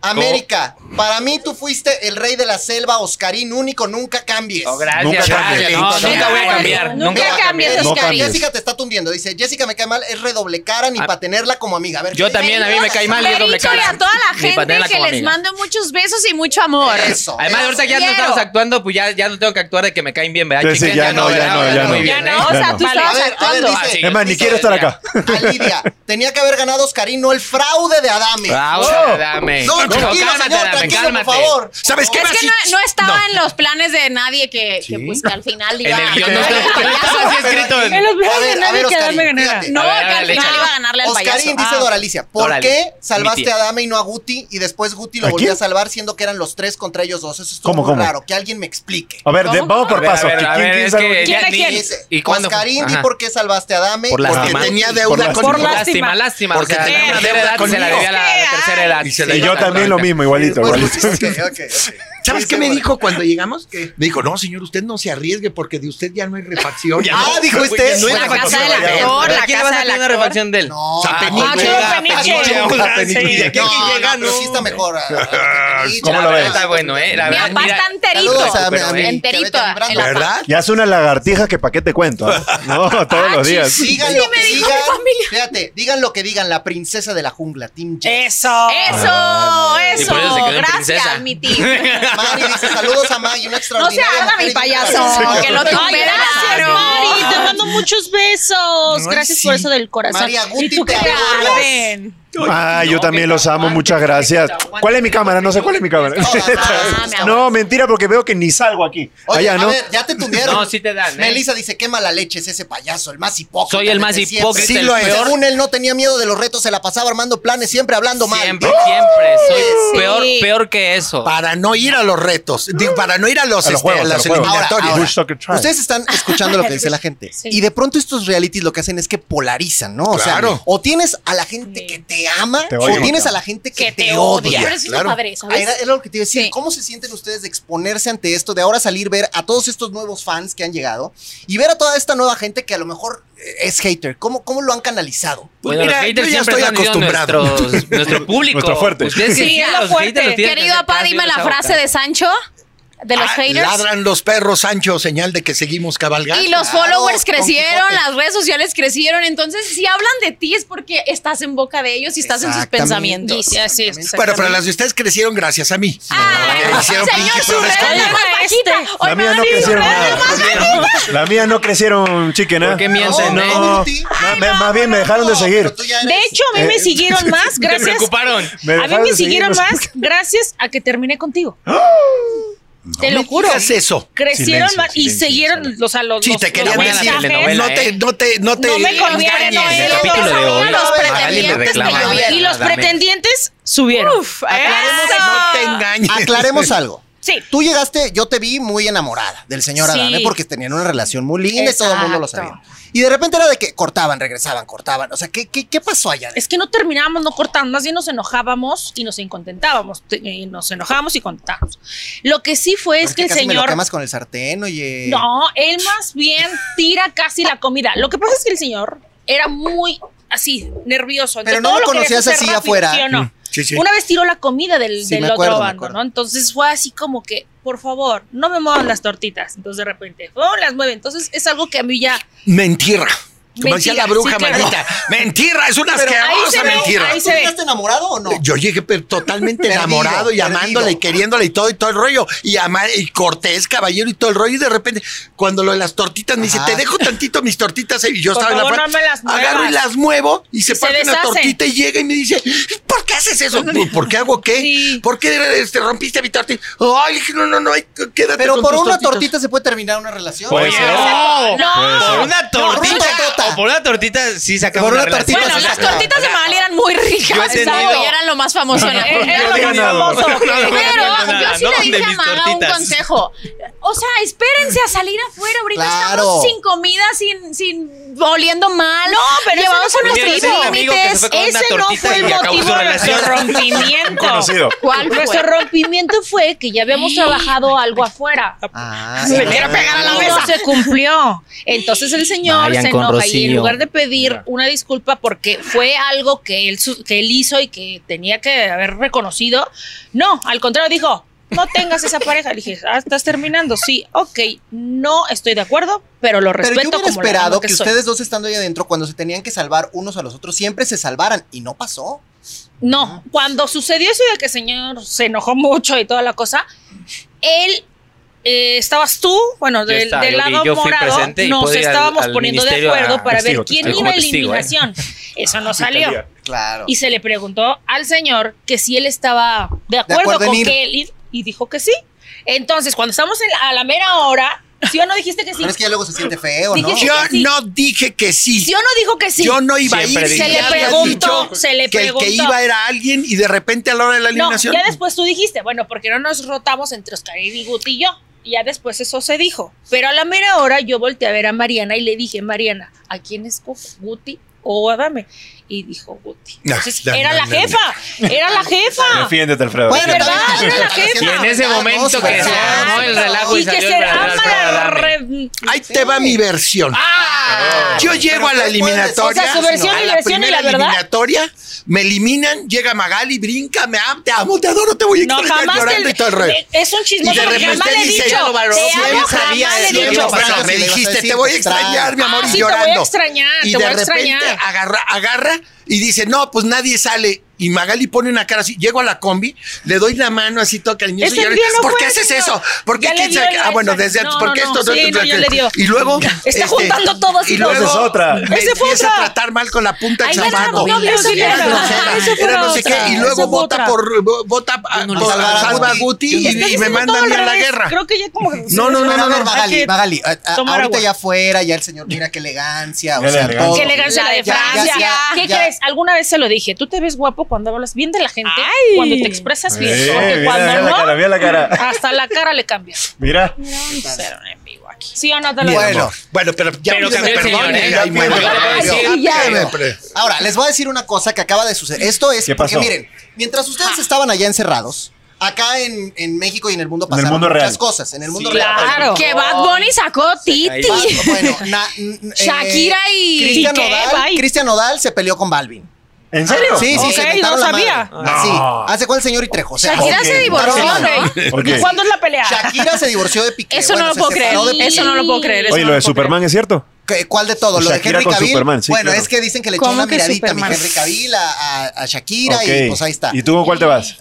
A: América, para mí tú fuiste el rey de la selva, Oscarín único, nunca cambies.
B: No, gracias,
C: Nunca
B: gracias.
C: cambies,
B: Oh, No,
A: nunca
B: nunca voy a
A: cambies.
B: cambiar.
G: Nunca
B: Nunca voy a
G: cambies,
B: cambies.
C: No
A: Jessica,
C: cambies.
A: Jessica te está tundiendo. Dice, Jessica me cae mal, es redoble cara ni
B: Ah.
A: para tenerla como amiga. A ver,
B: Yo
A: ¿qué
B: también, a
A: dice?
B: mí me cae mal y
F: Le
B: es
F: he
B: doble
F: dicho
B: cara.
F: a toda la
B: Ni para
F: gente
B: tenerla
F: que
B: como
F: les
B: amiga.
F: mando muchos besos y mucho amor.
A: Eso.
B: Además, ahorita ya no
F: Quiero.
B: estamos actuando, pues ya, ya no tengo que actuar de que me caen bien, ¿verdad?
C: Sí, sí,
B: chicas?
C: ya no,
B: ¿verdad?
C: ya no,
B: Ahora
C: ya
B: muy
C: no.
B: bien,
G: Ya
B: ¿eh?
G: no, o
C: Ya
G: sea,
C: no.
G: tú
A: A
G: estabas
A: ver, a ver,
G: actuando.
B: Ah,
A: dice.
C: Es más, ni
A: dice
C: quiero estar
A: Olivia,
C: acá.
A: A Lidia, tenía que haber ganado Oscarín, no el fraude de Adame.
B: Ah, o sea, dame.
A: No, tranquilo,
B: cálmate,
A: señor,
B: dame,
A: tranquilo,
B: cálmate.
A: por favor.
D: ¿Sabes qué?
F: Es que
D: Basi-
F: no, no estaba
D: No.
F: en los planes de nadie que, que, pues, que al final iba
B: En el guión no está-
F: ganarle al
B: no estaba
F: payaso.
B: así escrito.
G: En los
A: A ver,
G: planes de
A: a ver,
G: nadie que
A: Oscarín,
G: darme ganada.
A: fíjate.
F: No,
B: A ver,
F: que al
B: dale,
F: final
B: échale.
F: iba a ganarle al payaso.
A: Oscarín dice
B: Ah.
A: Doralicia, ¿por
B: Órale,
A: qué
B: mi
A: salvaste
B: tía.
A: a Dame y no a Guti y después Guti lo
C: ¿A
A: volvió a
C: quién?
A: salvar siendo que eran los tres contra ellos dos? Eso es
C: ¿Cómo,
A: muy
C: cómo?
A: raro, que alguien me explique.
C: A ver, de- vamos
B: A
C: por
B: ver,
C: paso.
B: a ver, a
C: ¿Quién-
B: ver,
C: quién
B: es
C: sabe?
B: que
G: ¿Quién
B: ya
G: a
B: ni-
G: quién?
A: Dice,
B: ¿Y cuándo? fue?
A: Oscarín, di
B: Ajá.
A: por qué salvaste a Dame.
B: Por
A: porque
B: lástima.
A: tenía
D: tenía
A: de...
D: deuda
C: Por
D: con
G: Por
D: mi mamá.
G: lástima.
B: Lástima, lástima.
D: Porque
B: o sea,
D: tenía
B: la
D: una
B: tercera
D: deuda
B: edad se la
D: conmigo.
B: debía a la, a la tercera edad.
D: Y se la
C: Y yo también lo mismo, igualito,
A: Bueno,
C: igualito.
A: ok, ok, ok.
D: ¿Sabes
A: Sí,
D: qué me
A: seguro.
D: dijo cuando llegamos? Me dijo, no, señor, usted no se arriesgue porque de usted ya no hay refacción. Ya
A: Ah,
D: no.
A: dijo usted.
D: No hay
A: La
F: La casa
D: refacción.
F: del
D: a ver.
F: actor, la
B: ¿Quién le vas a
F: casa del
B: pedir una
F: actor.
B: refacción de él?
A: No,
D: San
A: ah,
D: Peniche.
G: Ah,
A: no,
G: solo Peniche.
A: no,
D: Hola,
A: no,
D: Peniche.
A: sí,
D: Aquí
A: no,
B: llega,
A: no, pero
B: no.
A: sí está mejor. ah, Peniche.
C: ¿Cómo
B: La
C: lo
B: verdad
C: ves?
B: Está bueno, ¿eh? La
F: Mira,
B: verdad,
F: papá
B: mira.
F: está enterito.
A: Saludos a mi
B: Pero, ¿eh?
A: amigo.
F: Enterito. en la
D: ¿Verdad?
C: Y hace unas lagartijas que pa' qué te cuento. ¿eh? No, todos los días.
A: Digan lo que digan. Fíjate, digan lo que digan, la princesa de la jungla, Team J.
G: Eso.
F: Eso,
B: Y
F: eso.
B: por eso se quedó en princesa.
F: Gracias, mi tío.
A: Mari dice, saludos a May, una
F: No se
A: extraordinaria
F: arda
A: mujer
F: mi
A: y una
F: payaso.
A: extraordinaria-
F: Que lo
G: Ay,
F: tumbera.
G: gracias, Mari. Te mando muchos besos. Gracias por eso del corazón.
A: María Guti,
G: y tú
A: te
G: que
A: adoro.
G: arden.
C: Ah, yo
B: no,
C: también
B: que
C: los
B: te
C: amo,
B: aguante,
C: muchas
B: que te
C: gracias.
B: aguante.
C: ¿Cuál es mi cámara? No sé cuál es mi cámara.
A: Ah, me
C: No, mentira, porque veo que ni salgo aquí.
A: Oye,
C: Allá,
A: a
C: ¿no?
A: ver, ya te tundieron.
B: No, sí te dan, ¿eh?
A: Melissa dice, qué mala leche es ese payaso, el más hipócrita.
B: Soy el más
A: desde siempre".
B: hipócrita,
A: Sí
B: el
A: lo es.
B: peor.
A: Según él, no tenía miedo de los retos, se la pasaba armando planes, siempre hablando mal.
B: Siempre, siempre. Soy
F: Sí.
B: peor, peor que eso.
D: Para no ir a los retos. Digo, para no ir a los,
C: A los
D: este,
C: juegos,
D: a
C: a
D: las
C: los juegos.
D: eliminatorias.
C: Bush Tucker Trial.
A: Ustedes están escuchando lo que dice la gente. Y de pronto estos realities lo que hacen es que polarizan, ¿no? O sea,
D: Claro.
A: o tienes a la gente que te te ama
C: Te
A: o
C: odia.
A: tienes a la gente que,
E: Que
A: te,
E: te
A: odia.
E: Pero eso es
D: claro.
E: lo padre,
A: Ah, Era,
E: ¿sabes?
A: era lo que te iba a decir.
E: Sí.
A: ¿Cómo se sienten ustedes de exponerse ante esto, de ahora salir, ver a todos estos nuevos fans que han llegado y ver a toda esta nueva gente que a lo mejor eh, es hater? ¿Cómo, cómo lo han canalizado?
D: Pues,
B: Bueno, los haters
D: yo ya
B: siempre
D: estoy
B: han sido
D: acostumbrado.
B: nuestros- nuestro público.
C: Nuestro fuerte.
B: Ustedes que
E: Sí,
B: sí,
E: es
B: a
E: lo
B: los
E: fuerte.
B: haters los tienen que
F: Querido
B: hacer
F: papá,
B: caso,
F: dime la
B: abrirles
F: frase
B: boca.
F: de Sancho, de los
D: Ah,
F: haters.
D: Ladran los perros, Sancho, señal de que seguimos cabalgando.
F: Y los
A: Claro,
F: followers
A: Don
F: crecieron,
A: Quijote.
F: las redes sociales crecieron. Entonces, si hablan de ti es porque estás en boca de ellos y estás en sus
A: Exactamente.
F: pensamientos.
G: Sí, así es.
A: Exactamente.
D: Bueno, pero las de ustedes crecieron gracias a mí.
F: Ah,
D: Hicieron
F: señor,
D: pinches
F: su red
D: flores
F: es la
D: conmigo.
F: más bajita.
C: La
F: Hoy me
C: mía
F: van
C: no
F: a decir,
C: crecieron
F: "Red es
C: nada.
F: la más
C: La mía no crecieron, chicken, ¿eh?
B: ¿Por qué mienten,
C: No,
B: eh?
C: no,
F: Ay,
C: me-
F: no,
C: más bien me dejaron de
A: No,
C: seguir.
A: pero tú ya
E: De
A: eres-
E: hecho, a mí
D: Eh,
E: me siguieron más
B: Te
E: gracias.
B: preocuparon.
C: Me
E: A mí
C: dejaron
E: me
C: de seguir,
E: siguieron
C: no sé.
E: más gracias a que terminé contigo. Te
D: ¡Ah! No
E: lo
D: me
E: juro.
D: digas eso.
E: Crecieron
C: Silencio,
E: más y
C: silencio,
E: siguieron
C: silencio.
E: los a los.
D: Sí,
E: los-
D: te
E: los
D: querían
B: buena
D: decir.
E: mensajes.
B: telenovela,
D: No te,
B: ¿eh?
D: no te, no te.
E: No me conviene,
D: engañes.
E: no eh,
B: En el
E: Pero
B: capítulo de
E: también
B: hoy,
F: los
B: Magali le
F: pretendientes
B: reclama.
F: me
B: a
F: llovieron.
E: Y los
B: Adame.
E: pretendientes subieron.
F: Uf,
D: Aclaremos,
F: eso.
D: No te engañes.
A: Aclaremos algo.
E: Sí.
A: Tú llegaste, yo te vi muy enamorada del señor
E: Sí.
A: Adame porque tenían una relación muy linda y todo el mundo lo
G: Exacto.
A: sabía. Y de repente era de que cortaban, regresaban, cortaban. O sea, ¿qué, qué, qué pasó allá?
E: Es que no terminábamos, no cortábamos, más bien nos enojábamos y nos incontentábamos, te- y nos enojábamos y contábamos. Lo que sí fue es
A: Porque
E: que el
A: casi me lo
E: señor
A: quemas eh. con el sartén, oye.
E: No, él más bien tira casi la comida. Lo que pasa es que el señor era muy así, nervioso.
A: Pero
E: Entonces,
A: no
E: todo
A: lo
E: quería
A: conocías
E: hacer
A: así
E: rápido,
A: afuera.
E: ¿sí o no?
D: Mm, Sí, sí.
E: Una vez tiró la comida del,
A: Sí,
E: del
A: me
E: otro
A: acuerdo, me
E: bando,
A: acuerdo.
E: ¿no? Entonces fue así como que, por favor, no me muevan las tortitas. Entonces de repente, no las mueve. Entonces es algo que a mí ya.
D: Mentira. Como decía
E: Mentira,
D: la bruja
E: sí, claro.
D: maldita. Mentira, es una
A: Pero ahí
D: asquerosa
E: se ve,
D: mentira.
E: ahí
A: ¿Tú llegaste enamorado o no?
D: Yo llegué pero totalmente
A: Perdido,
D: enamorado y
A: perdido.
D: amándole y queriéndole y todo y todo el rollo. Y, ama- y cortés, caballero y todo el rollo. Y de repente, cuando lo de las tortitas me dice,
A: Ajá.
D: te dejo tantito mis tortitas ahí. Y yo
E: Por
D: estaba en
E: favor,
D: la puerta,
E: no me las muevas.
D: Agarro y las muevo y se
E: se
D: parte una
E: deshacen.
D: tortita y llega y me dice, ¿por qué haces eso? Pues, ¿Por qué hago qué?
E: Sí.
D: ¿Por qué este, rompiste mi tortita? Ay, dije, no, no, no, ay, quédate
A: Pero
D: con
A: por
D: tus Pues, eh.
A: una
D: tortitas".
A: tortita se puede terminar una relación.
C: Puede ser.
B: No,
C: Puede ser.
B: por una
A: Por
B: tortita.
A: una tortota.
B: o por una tortita sí sacamos
A: Por una
B: relación.
A: tortita
F: Bueno,
A: sí
F: las
A: sacamos.
F: tortitas de Magali eran muy
B: Yo he
F: ricas.
B: tenido-
F: Exacto, y eran lo más famoso. en la
E: Eh, eh,
F: época.
E: era lo más famoso.
F: Pero yo sí
B: No,
F: le
B: de
F: dije a
B: mis
F: Maga
B: tortitas.
F: un consejo. O sea, espérense a salir afuera. Ahorita
A: Claro.
F: estamos sin comida, sin, sin oliendo mal. No,
E: pero ese
F: llevamos
E: no fue
B: Tuvieron
F: nuestros
E: motivo.
B: ese amigo que se
F: límites.
B: fue con una
E: Ese no
B: tortita
E: fue el
B: y acabó su
E: motivo de nuestro
B: relación.
E: rompimiento.
C: Conocido.
F: ¿Cuál fue?
E: Nuestro rompimiento fue que ya habíamos trabajado algo afuera.
A: Ah,
E: Me
A: sí.
E: quiero pegar a la
F: No
E: mesa. se cumplió. Entonces el señor
B: Vayan
E: se
B: con
E: enoja y en
B: Rocío.
E: lugar de pedir una disculpa porque fue algo que él, su- que él hizo y que tenía que haber reconocido, no, al contrario dijo, no tengas esa pareja. Le dije, ah, estás terminando. Sí, ok, no estoy de acuerdo, pero lo
A: Pero yo
E: respeto
A: hubiera
E: como la
A: esperado
E: dama
A: que,
E: que soy.
A: ustedes dos estando ahí adentro, cuando se tenían que salvar unos a los otros, siempre se salvaran. Y no pasó.
D: Ah.
E: No, cuando sucedió eso de que el señor se enojó mucho y toda la cosa, él eh, estabas tú, bueno,
B: Yo
E: del,
B: estaba,
E: del
B: yo vi,
E: lado
B: yo fui
E: morado,
B: presente y
E: nos
B: pude ir al-
E: estábamos
B: al
E: poniendo de
B: ministerio
E: acuerdo
B: a-
E: para
C: testigo,
E: ver quién
C: testigo.
E: iba a
B: Como testigo, ¿eh?
E: eliminación. Eso no salió.
A: Claro.
E: Y se le preguntó al señor que si él estaba de acuerdo,
A: acuerdo en
E: con
A: ir.
E: que él ir, y dijo que sí. Entonces, cuando estamos en la- a la mera hora, si o no dijiste que sí,
A: Pero es que ya luego se siente feo, ¿no?
E: Dije,
D: Yo
E: Sí.
D: no dije que sí.
E: si o no dijo que sí.
D: Yo no iba
B: Siempre
D: a ir.
B: dije.
D: y
E: Se le
D: ya había
E: preguntó,
D: dicho
E: se le
D: que el que
E: preguntó.
D: iba era alguien y de repente a la hora de la
E: No,
D: eliminación.
E: ya después tú dijiste, bueno, porque no nos rotamos entre Oscar y Guti y yo. Y Ya después eso se dijo. Pero a la mera hora yo volteé a ver a Mariana y le dije, Mariana, ¿a quién escojo? ¿Guti o Adame? Y dijo Guti.
D: No,
E: Entonces,
D: no,
E: era
D: no,
E: la
D: no,
E: jefa, era la jefa.
C: Defiéndete, Alfredo.
E: Bueno,
A: también
E: ¿verdad?
A: está bien,
E: Era la
A: está bien,
E: jefa.
B: Y en ese
A: está bien,
B: momento
A: vamos,
B: que se
A: ¿verdad?
B: armó el relajo y,
E: y que
B: salió
E: se
B: el verdadero
E: ama la
B: Adame.
E: re-
D: Ahí te va mi versión.
E: Ah,
D: Yo llego a la
A: ¿qué puedes
D: eliminatoria.
A: decir? O sea, su
E: versión
D: a
E: y
D: la
E: versión y la
D: primera
E: verdad.
D: eliminatoria, me eliminan, llega Magali, brinca, me am, te amo, te adoro, te voy a
E: No,
D: extrañar
E: jamás
D: llorando
E: te-
D: y todo el rollo.
E: eh, Es un
D: Y
E: chismoso
D: de
E: porque jamás
D: repente
E: le he
D: dice,
E: dicho.
D: ya lo valoró,
E: Te
D: si
E: amo,
D: él
A: sabía,
E: jamás
A: si
E: le
A: él
E: he
A: lo
E: dicho.
A: valoró,
D: Bueno,
A: que
D: me
A: le ibas a
D: dijiste,
A: decir,
D: te voy a
A: te
D: extrañar,
A: extraño.
D: mi amor,
E: Ah,
D: y
E: sí, te voy a
D: llorando.
E: extrañar,
D: y
E: te
D: de
E: voy a
D: repente
E: extrañar.
D: agarra, agarra y dice, no, pues nadie sale. Y Magali pone una cara así, llego a la combi, le doy la mano así todo cariñoso
E: Ese
D: y lloro,
E: día no
D: ¿por
E: fue
D: qué haces
E: señor.
D: eso? ¿Por qué
E: Ya le
D: quién
E: dio
D: sabe qué?
E: el
D: Ah, bueno,
E: iPhone.
D: desde
E: No,
D: porque
E: no, no,
D: esto no,
E: sí,
D: no,
E: no, ya
D: no,
E: le dio.
D: Y luego
E: Está juntando todos
D: Este, y
E: los-
D: luego
C: Esa es otra.
D: Me
E: Esa fue
D: empieza
E: otra.
D: a tratar mal con la punta del
E: Ahí era
D: zapato.
E: no, Dios, sí,
D: Era
E: era.
D: grosera,
E: Esa fue
D: era no sé
E: otra.
D: qué y
E: Esa fue
D: luego vota
E: otra.
D: por vota a-
B: Yo no le
D: por
A: salvaba a
D: salva a
A: Guti. Yo
D: Guti
A: no
D: y
A: le
D: y me
E: Hicimos todo
D: mandan a
E: al
D: la
E: revés.
D: guerra.
E: Creo que ya como que-
D: No, no, no,
A: Pero
D: no,
A: a ver,
D: no.
A: Magali, Magali, a- a-
E: tomar
A: ahorita
E: agua.
A: ya afuera, ya el señor, mira qué elegancia, o
C: Mira la
A: sea,
C: elegancia.
A: todo.
E: Qué elegancia la de
A: Ya, ya,
E: Francia.
A: ya,
E: ¿Qué
A: ya.
E: crees? Alguna vez se lo dije. Tú te ves guapo cuando hablas bien de la gente, cuando te expresas bien.
C: Eh,
E: porque
C: mira,
E: cuando
C: mira la
E: no,
C: cara, mira la cara.
E: hasta la cara le cambia.
C: Mira.
E: Cero en vivo.
B: aquí.
E: Sí o no te lo digo.
A: Bueno,
D: Bueno, pero ya
B: Pero
D: me
B: cambió el señor,
D: perdone,
B: ¿eh?
D: ya me-
B: Yo le voy a
D: Ay,
B: decir-
A: Ya
D: ya me
A: veo.
D: pre-
A: Ahora, les voy a decir una cosa que acaba de suceder. Esto es
C: ¿Qué
A: porque,
C: pasó?
A: miren, mientras ustedes estaban allá encerrados, acá en, en México y en el mundo
C: En el
A: pasaron
C: mundo
A: muchas
C: real.
A: cosas. En el mundo real.
E: Claro.
F: Que Bad Bunny sacó Titi.
A: Ah, Bueno, na- n- eh,
F: Shakira y-
A: Cristian
E: ¿Y qué?
A: Nodal,
E: Bye.
A: Cristian Nodal se peleó con Balvin.
C: ¿En serio?
A: Sí, sí,
E: Ok,
A: se
E: no
A: mentaron la
E: sabía.
A: madre. Sí. ¿Hace cuál señor y Trejo? O sea,
F: Shakira se
C: Ok.
F: divorció,
A: No, no,
F: ¿no?
C: Ok.
E: ¿Cuándo es la pelea?
A: Shakira se divorció de Piqué.
E: Eso
A: Bueno,
E: no lo
A: se
E: puedo creer.
A: separó de Piqué.
E: Eso no lo puedo creer. eso
C: Oye,
E: no
C: lo de
E: puedo creer.
C: Superman es cierto.
A: ¿Qué- ¿Cuál de todo? ¿Lo de
C: Shakira
A: Henry
C: con
A: Cavill?
C: Superman, sí,
A: bueno,
C: claro.
A: es que dicen que le echó
E: ¿Cómo
A: una
E: que
A: miradita
E: Superman?
A: a mi Henry Cavill, a, a- a Shakira y
C: Ok.
A: pues ahí está.
C: ¿Y tú con cuál te vas?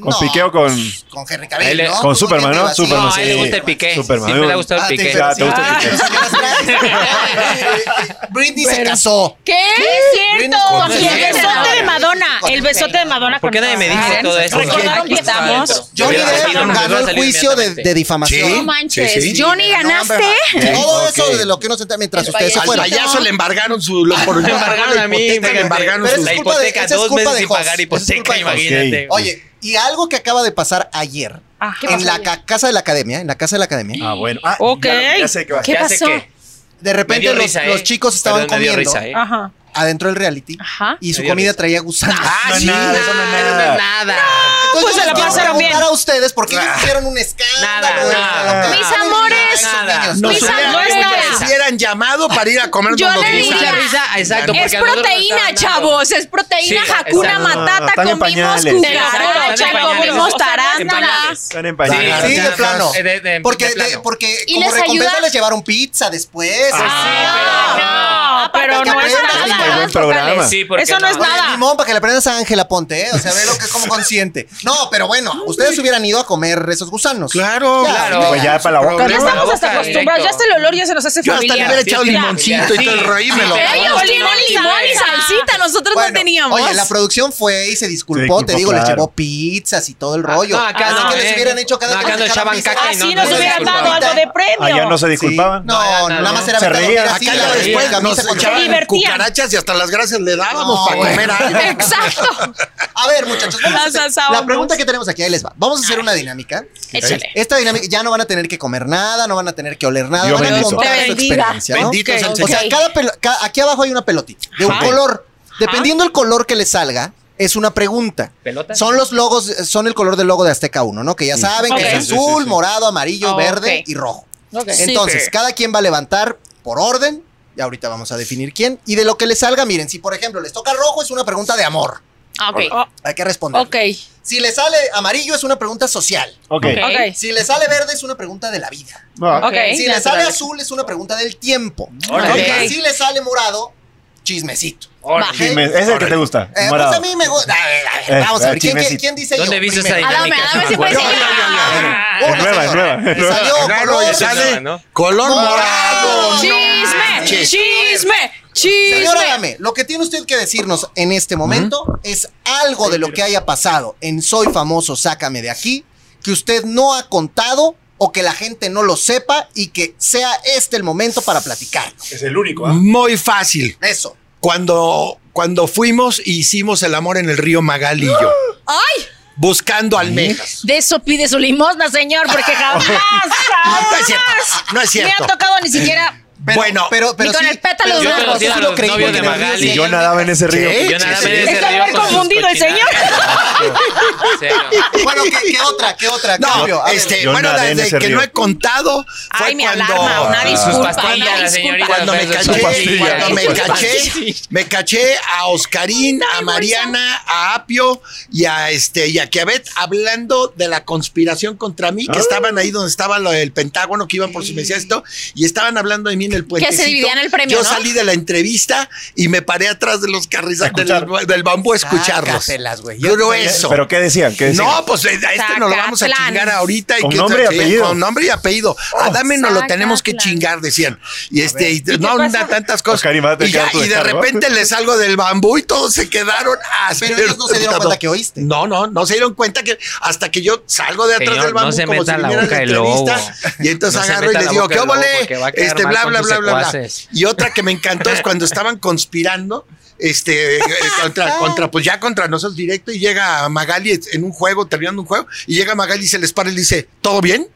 C: ¿Con
A: No,
C: Piqué o con...?
A: Con Henry
B: Ahí
A: Cavill,
B: le-
A: ¿no?
C: Con
A: Pues,
C: Superman,
A: ¿quién te
C: ¿no?
A: va? Sí.
C: Superman,
B: No, a él le
C: sí.
B: gusta el piqué.
C: Superman.
B: Siempre le ha gustado el
A: Ah, te-
B: piqué.
A: pero
C: Ya,
A: sí,
C: te gusta
A: ah,
C: el piqué.
A: pero sí, las traes. Britney se casó.
E: ¿Qué?
A: es
E: cierto.
A: cierto.
E: Y el besote de Madonna.
A: Con-
E: El besote de Madonna.
B: ¿Por qué
E: con-
B: nadie me dice
E: Ah,
B: todo eso?
E: Recordaron que estamos.
A: Johnny
B: Hubiera
A: Depp
B: salido, nos
A: ganó
B: hubiera
A: el
B: salido
A: juicio de,
B: inmediatamente.
A: de difamación.
D: Sí.
F: No manches.
D: Sí, sí.
F: Johnny,
A: Ganó Amber
F: ganaste.
A: Heard. Todo
D: eh, Ok.
A: eso de lo que uno se entera mientras ustedes se
D: Al
A: fueron.
D: payaso le embargaron su... Lo, por,
B: Me embargaron a mí,
D: me embargaron
A: Pero
D: sus-
A: es
B: la
A: culpa de-
B: hipoteca,
A: esa es
B: dos
A: culpa
B: meses
A: de
B: sin
A: Jos.
B: pagar
A: Esa es culpa
B: hipoteca,
A: de Jos.
B: imagínate.
C: Ok.
A: Oye, y algo que acaba de pasar ayer
E: Ah, ¿qué
A: en
E: pasó
A: la
E: ayer?
A: ca- casa de la academia, en la casa de la academia,
C: Ah, bueno. Ah,
E: Ok.
C: Ya, ya sé qué vas.
F: ¿Qué
B: Ya sé
F: pasó?
B: que-
A: de
B: me
A: repente
B: dio
A: los,
B: risa, ¿eh?
A: los chicos estaban
B: Perdón, me dio
A: comiendo
B: risa, ¿eh?
E: Ajá.
A: adentro del reality
F: Ajá.
A: y su
B: Me dio
A: comida
B: risa.
A: traía gusanos.
C: No
B: Ah,
C: es
B: sí,
C: nada, eso no es nada.
B: no es nada.
A: Entonces,
E: pues
A: yo
E: se la
A: les quiero
E: pasaron bien.
A: preguntar a ustedes porque ellos hicieron un escándalo.
B: Nada,
A: en
B: nada.
A: la casa.
F: Mis amores,
A: Esos niños,
D: Nos
F: Mis
A: ¿no?
D: hubieran-
E: amores,
D: nos
E: nada.
D: hubieran llamado para ir a comer
F: Yo le
B: Mucha
F: Mira.
B: risa, exacto.
F: Es
B: porque a nosotros nos estaban
F: proteína,
B: dando.
F: chavos, es proteína,
B: Sí,
F: jacuna
B: exacto.
C: Ah,
F: matata,
C: están en
F: comimos
C: pañales.
B: Exacto,
F: cucaracha,
B: están en
F: comimos
B: pañales.
F: tarántula.
C: Están en
B: Sí,
C: pañales.
A: Sí, de
B: ajá.
A: plano.
B: Eh, de- de-
A: Porque,
B: de
A: de-
B: plano. Ah,
A: porque
F: ¿Y
A: como
F: les
A: recompensa
F: ayuda?
A: les llevaron pizza después.
E: Ah, No, pero
A: Aparte
E: no
A: que
E: es
A: aprendas
E: nada.
A: de
C: buen programa.
B: Sí, porque
E: Eso no es
A: Oye,
E: nada.
A: limón para que le aprendas a Ángela Ponte, ¿eh? O sea, ve lo que es como consciente. No, pero bueno, ustedes hubieran ido a comer esos gusanos.
D: Claro,
A: Ya,
B: claro.
C: Pues ya para la boca,
E: Ya
C: ¿no?
E: estamos
B: boca,
E: hasta acostumbrados. Ya
B: directo.
E: hasta el olor ya se nos hace
D: Yo hasta le
E: familiar.
D: hubiera echado
B: Sí, sí,
D: limoncito y
B: sí.
D: todo el rollo y me lo...
B: Sí.
F: Pero ellos tienen limón y salsita, nosotros no
E: Pues
A: Bueno,
F: teníamos.
A: Oye, la producción fue y se disculpó,
C: Se disculpó,
A: te digo, les
C: claro.
A: llevó pizzas y todo el rollo.
B: Ah, no, acá
A: Así
B: no,
A: que les
B: ¿eh?
A: hubieran hecho cada
B: No, acá
A: cosa
B: no
A: que cada
B: echaban
A: pizza.
B: caca y
E: Así
B: no
E: Ah, nos
B: se
E: hubieran
B: disculpaban.
E: dado algo de premio.
C: Allá Ah, no se disculpaban.
A: No,
B: No,
A: nada,
B: nada,
A: más
B: no.
A: era
C: Se
A: aventar
C: reían.
A: la
C: Acá
A: tira,
D: Acá
B: Sí,
D: ya
A: la
D: después
A: camisa
D: nos
A: con
E: Se
D: echaban
E: divertían.
D: cucarachas y hasta las gracias le dábamos
A: No,
D: para
A: bueno.
D: comer algo.
F: Exacto.
A: A ver, muchachos, vamos a
E: Las
A: hacer-
E: alzábamos.
A: la pregunta que tenemos aquí, ahí les va. Vamos a hacer una dinámica.
E: Échale.
A: Esta dinámica, ya no van a tener que comer nada, no van a tener que oler nada,
C: Dios
A: van a
C: bendito.
A: contar
F: Te
A: su
F: bendiga.
A: experiencia, ¿no?
D: Bendito es el
F: Ok,
A: O
D: Señor.
A: sea, cada pelo- ca- aquí abajo hay una pelotita de un
B: Ajá.
A: color. Dependiendo el color que le salga, es una pregunta.
B: ¿Pelotas?
A: Son los logos, son el color del logo de Azteca 1, ¿no? Que ya saben
E: Ok.
A: que es
C: Sí, sí,
A: azul,
C: sí.
A: morado, amarillo,
F: Ok.
A: verde y rojo. Entonces, cada quien va a levantar por orden. Y ahorita vamos a definir quién. Y de lo que le salga, miren, si por ejemplo les toca rojo, es una pregunta de amor.
F: Ah, Ok.
A: Hay que responder.
E: Ok.
A: Si le sale amarillo, es una pregunta social.
C: Ok.
E: Ok.
A: Si le sale verde, es una pregunta de la vida.
C: Ah,
E: Ok.
A: Si le sale azul, es una pregunta del tiempo.
B: Órale.
A: Y si le sale morado, chismecito. Va.
B: Órale.
C: chisme. Es el que te gusta.
A: Eh, pues
C: morado.
A: a mí me gusta. A ver, a ver,
C: Eh,
A: vamos a ver.
C: eh,
A: ¿Quién,
C: chismecito.
A: quién dice
B: ¿Dónde
A: yo
B: viste esa
A: primero? Ah,
F: A
B: dinámica?
F: ver, a ver si
B: No me
F: puede
B: acuerdo.
F: ser.
A: Una
C: Es nueva, es
A: señora.
C: nueva, es
A: Le
C: nueva.
A: Salió
D: Claro,
A: color,
D: y sale
B: ¿no?
D: color
A: morado.
D: morado.
E: Chisme.
D: manches.
E: Chisme.
A: Señora
E: Chisme.
A: Dame, lo que tiene usted que decirnos en este momento es algo de lo que haya pasado en Soy Famoso, Sácame de Aquí, que usted no ha contado o que la gente no lo sepa y que sea este el momento para platicar.
C: Es el único, ¿ah?
D: Muy fácil.
A: Eso.
D: Cuando, cuando fuimos e hicimos el amor en el río Magali y yo.
F: ¡Ay!
D: Buscando almejas.
G: De eso pide su limosna, señor, porque jamás.
D: No es cierto. No es
E: Ah, Me ha
D: cierto.
E: tocado ni siquiera.
D: bueno,
A: pero, pero
G: Ni con
A: sí,
G: el pétalo
A: pero
G: de
A: sí,
G: un
A: pero
G: árbol.
A: sí
B: Yo conocí a
A: lo
B: los
A: creí
B: novios
A: porque
B: de
A: en el río
B: Magali.
A: sí
C: Y
A: hay
C: yo
A: almejas.
C: nadaba en ese río.
D: ¿Qué?
B: Yo nada
D: Sí,
B: más
D: sí.
B: en ese
E: Está
B: río
E: bien
B: con sus
E: confundido el señor.
B: cochinadas. En serio.
A: Bueno, ¿qué, qué otra? ¿Qué otra?
D: no,
A: Cambio, a ver.
D: este,
C: Yo
D: bueno,
C: nadé
D: la
C: en
D: de
C: ese
D: que
C: río.
D: no he contado fue
E: Ay, me
D: cuando,
E: alarma. Una
B: Sus
E: disculpa.
B: pastillas,
E: una
B: la
E: disculpa.
B: señorita.
D: cuando me
B: Sus
D: caché,
B: pastillas.
D: cuando me
B: Sus
D: caché,
B: pastillas.
D: me caché a Oscarín, a Mariana, a Apio y a este y a Kiabet hablando de la conspiración contra mí, que estaban ahí donde estaba lo del Pentágono, que iban por su mesía esto, y estaban hablando de mí en el puente.
F: dividían el premio,
D: Yo
F: ¿no?
D: salí de la entrevista y me paré atrás de los carrizas del, del bambú a escucharlos.
A: Sácatelas, güey. Yo-
D: Grueso.
C: ¿Pero qué decían? ¿Qué decían?
D: No, pues eh, a este nos lo vamos a
F: Sacatlán.
D: chingar ahorita. Y
C: Con
D: que-
C: nombre y
D: sí,
C: apellido.
D: Con nombre y apellido. A Dame nos lo tenemos que
F: Sacatlán.
D: chingar, decían. Y este, y no, na- tantas cosas.
C: Oscar, y vas a tener
D: y,
C: que
D: ya,
C: dar tu
D: y de
C: descargo.
D: repente le salgo del bambú y todos se quedaron así.
A: Pero ellos no se dieron cuenta que oíste.
D: No, no, no se dieron cuenta que hasta que yo salgo de atrás
B: Señor,
D: del bambú.
B: no se
D: como
B: meta
D: si
B: la
D: viniera
B: boca del
D: entrevista,
B: lobo.
D: Y entonces
B: No se
D: agarro y
B: meta
D: les
B: la
D: digo,
B: boca
D: ¿qué
B: del lobo,
D: ole?
B: porque va a quedar
D: Este,
B: mal
D: bla,
B: con
D: bla,
B: sus
D: bla, bla, bla.
B: secuaces.
D: Y otra que me encantó es cuando estaban conspirando. Este, eh, contra, contra, pues ya contra nosotros directo y llega Magali en un juego, terminando un juego, y llega Magali y se les para y le dice, ¿todo bien?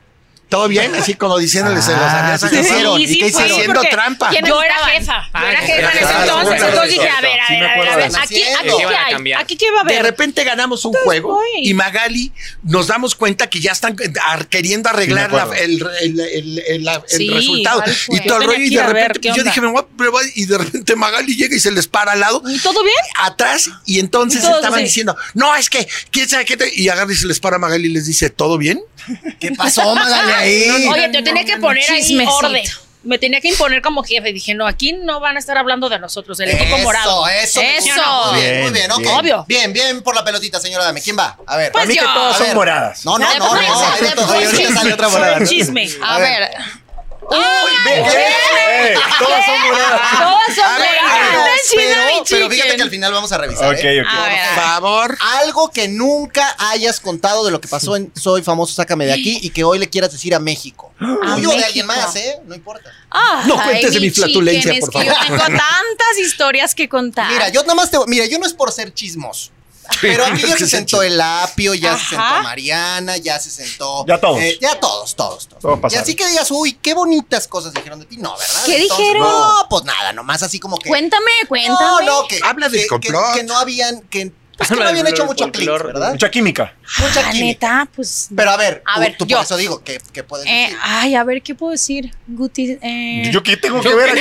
D: Todo bien, así como diciéndoles se los
B: Ah,
D: había
A: sí, ¿Qué hicieron? ¿Y qué hicieron?
D: Haciendo
E: porque
D: trampa.
E: ¿quién
G: Yo era
E: estaban?
G: jefa.
E: Yo era
B: Ah,
E: jefa en ese
B: claro,
E: entonces.
D: claro,
E: Entonces dije,
D: cierto.
E: a ver, a
C: Sí me
E: ver, a ver, a
C: acuerdo.
E: ver. Aquí, aquí,
B: Sí,
E: ¿qué
B: van a
E: hay?
B: cambiar.
E: Aquí, ¿qué va a
D: De
E: haber?
D: repente ganamos un juego
E: voy.
D: y Magali nos damos cuenta que ya están ar- queriendo arreglar
C: Sí, me
D: la-
C: acuerdo.
D: el, el- el- el- la- el
E: Sí,
D: resultado.
E: ¿cuál fue?
D: Y todo el
E: Yo
D: rollo,
E: tenía que
D: y
E: ir
D: de
E: a ver,
D: repente,
E: ¿qué
D: yo
E: onda?
D: dije, me voy a probar, y de repente Magali llega y se les para al lado,
E: ¿Y todo bien?
D: atrás, y entonces
E: Y todos
D: estaban
E: así.
D: diciendo, no, es que, quién sabe qué, te-". y agarra y se les para a Magali y les dice, ¿todo bien?
A: ¿Qué pasó, Magali, ahí?
G: Oye, te tenía que poner ahí
F: Chismecito.
G: orden. Me tenía que imponer como jefe. Dije, no, aquí no van a estar hablando de nosotros, el equipo morado.
A: Eso, eso. me
G: Eso.
A: gusta. Muy bien, muy bien,
C: Bien,
A: ok.
C: bien.
G: Obvio. Pues
A: Bien, bien por la pelotita, señora Dame. ¿Quién va? A ver.
C: Para mí que todas
A: A
C: son
A: ver.
C: moradas.
A: No, no,
E: Ah,
G: Dame,
A: no, no.
G: pues,
A: ahorita-
G: dame, pues,
A: Ahorita sale otra morada.
E: Soy chisme. Ah,
F: A ver.
C: Ve, eh, Todas son moradas.
F: Todos son
A: A ver, pero-
F: morados.
A: pero, pero fíjate que al final vamos a revisar.
C: Ok,
A: ¿eh?
F: A
C: ok.
F: ver,
E: Ah.
F: a
D: Por
F: ver.
D: favor.
A: Algo que nunca hayas contado de lo que pasó en Soy Famoso, Sácame de Aquí y que hoy le quieras decir a México. Tuyo o de alguien
F: México.
A: más, ¿eh? No importa.
F: Ay,
D: No cuentes de mi
F: chiquen,
D: flatulencia,
F: es
D: por
F: que
D: favor.
F: Yo tengo tantas historias que contar.
A: Mira, yo nada más te. Mira, yo no es por ser chismoso. Pero aquí ya se sentó el apio, ya se sentó Mariana, ya se sentó.
C: Ya todos.
A: eh, ya todos, todos, todos.
C: Todos
A: y
C: pasaron.
A: así que digas, uy, qué bonitas cosas dijeron de ti. No, ¿verdad?
F: ¿Qué dijeron?
A: No, pues nada, nomás así como que.
F: Cuéntame, cuéntame.
A: No, no, que.
D: Habla del
A: que-
D: complot.
A: Que, que no habían. Que, pues que
B: Habla
A: no habían
B: del
A: hecho mucho clic,
B: folclor.
A: ¿verdad?
C: Mucha química.
A: Mucha
F: Ah,
A: química.
F: neta, pues.
A: Pero a ver,
F: A
A: tú,
F: ver,
A: tú
F: yo.
A: por eso digo que, que puedes
F: eh,
A: decir.
F: ay, a ver, ¿qué puedo decir? Guti.
A: Mm.
F: Eh...
C: Yo qué tengo que ver aquí.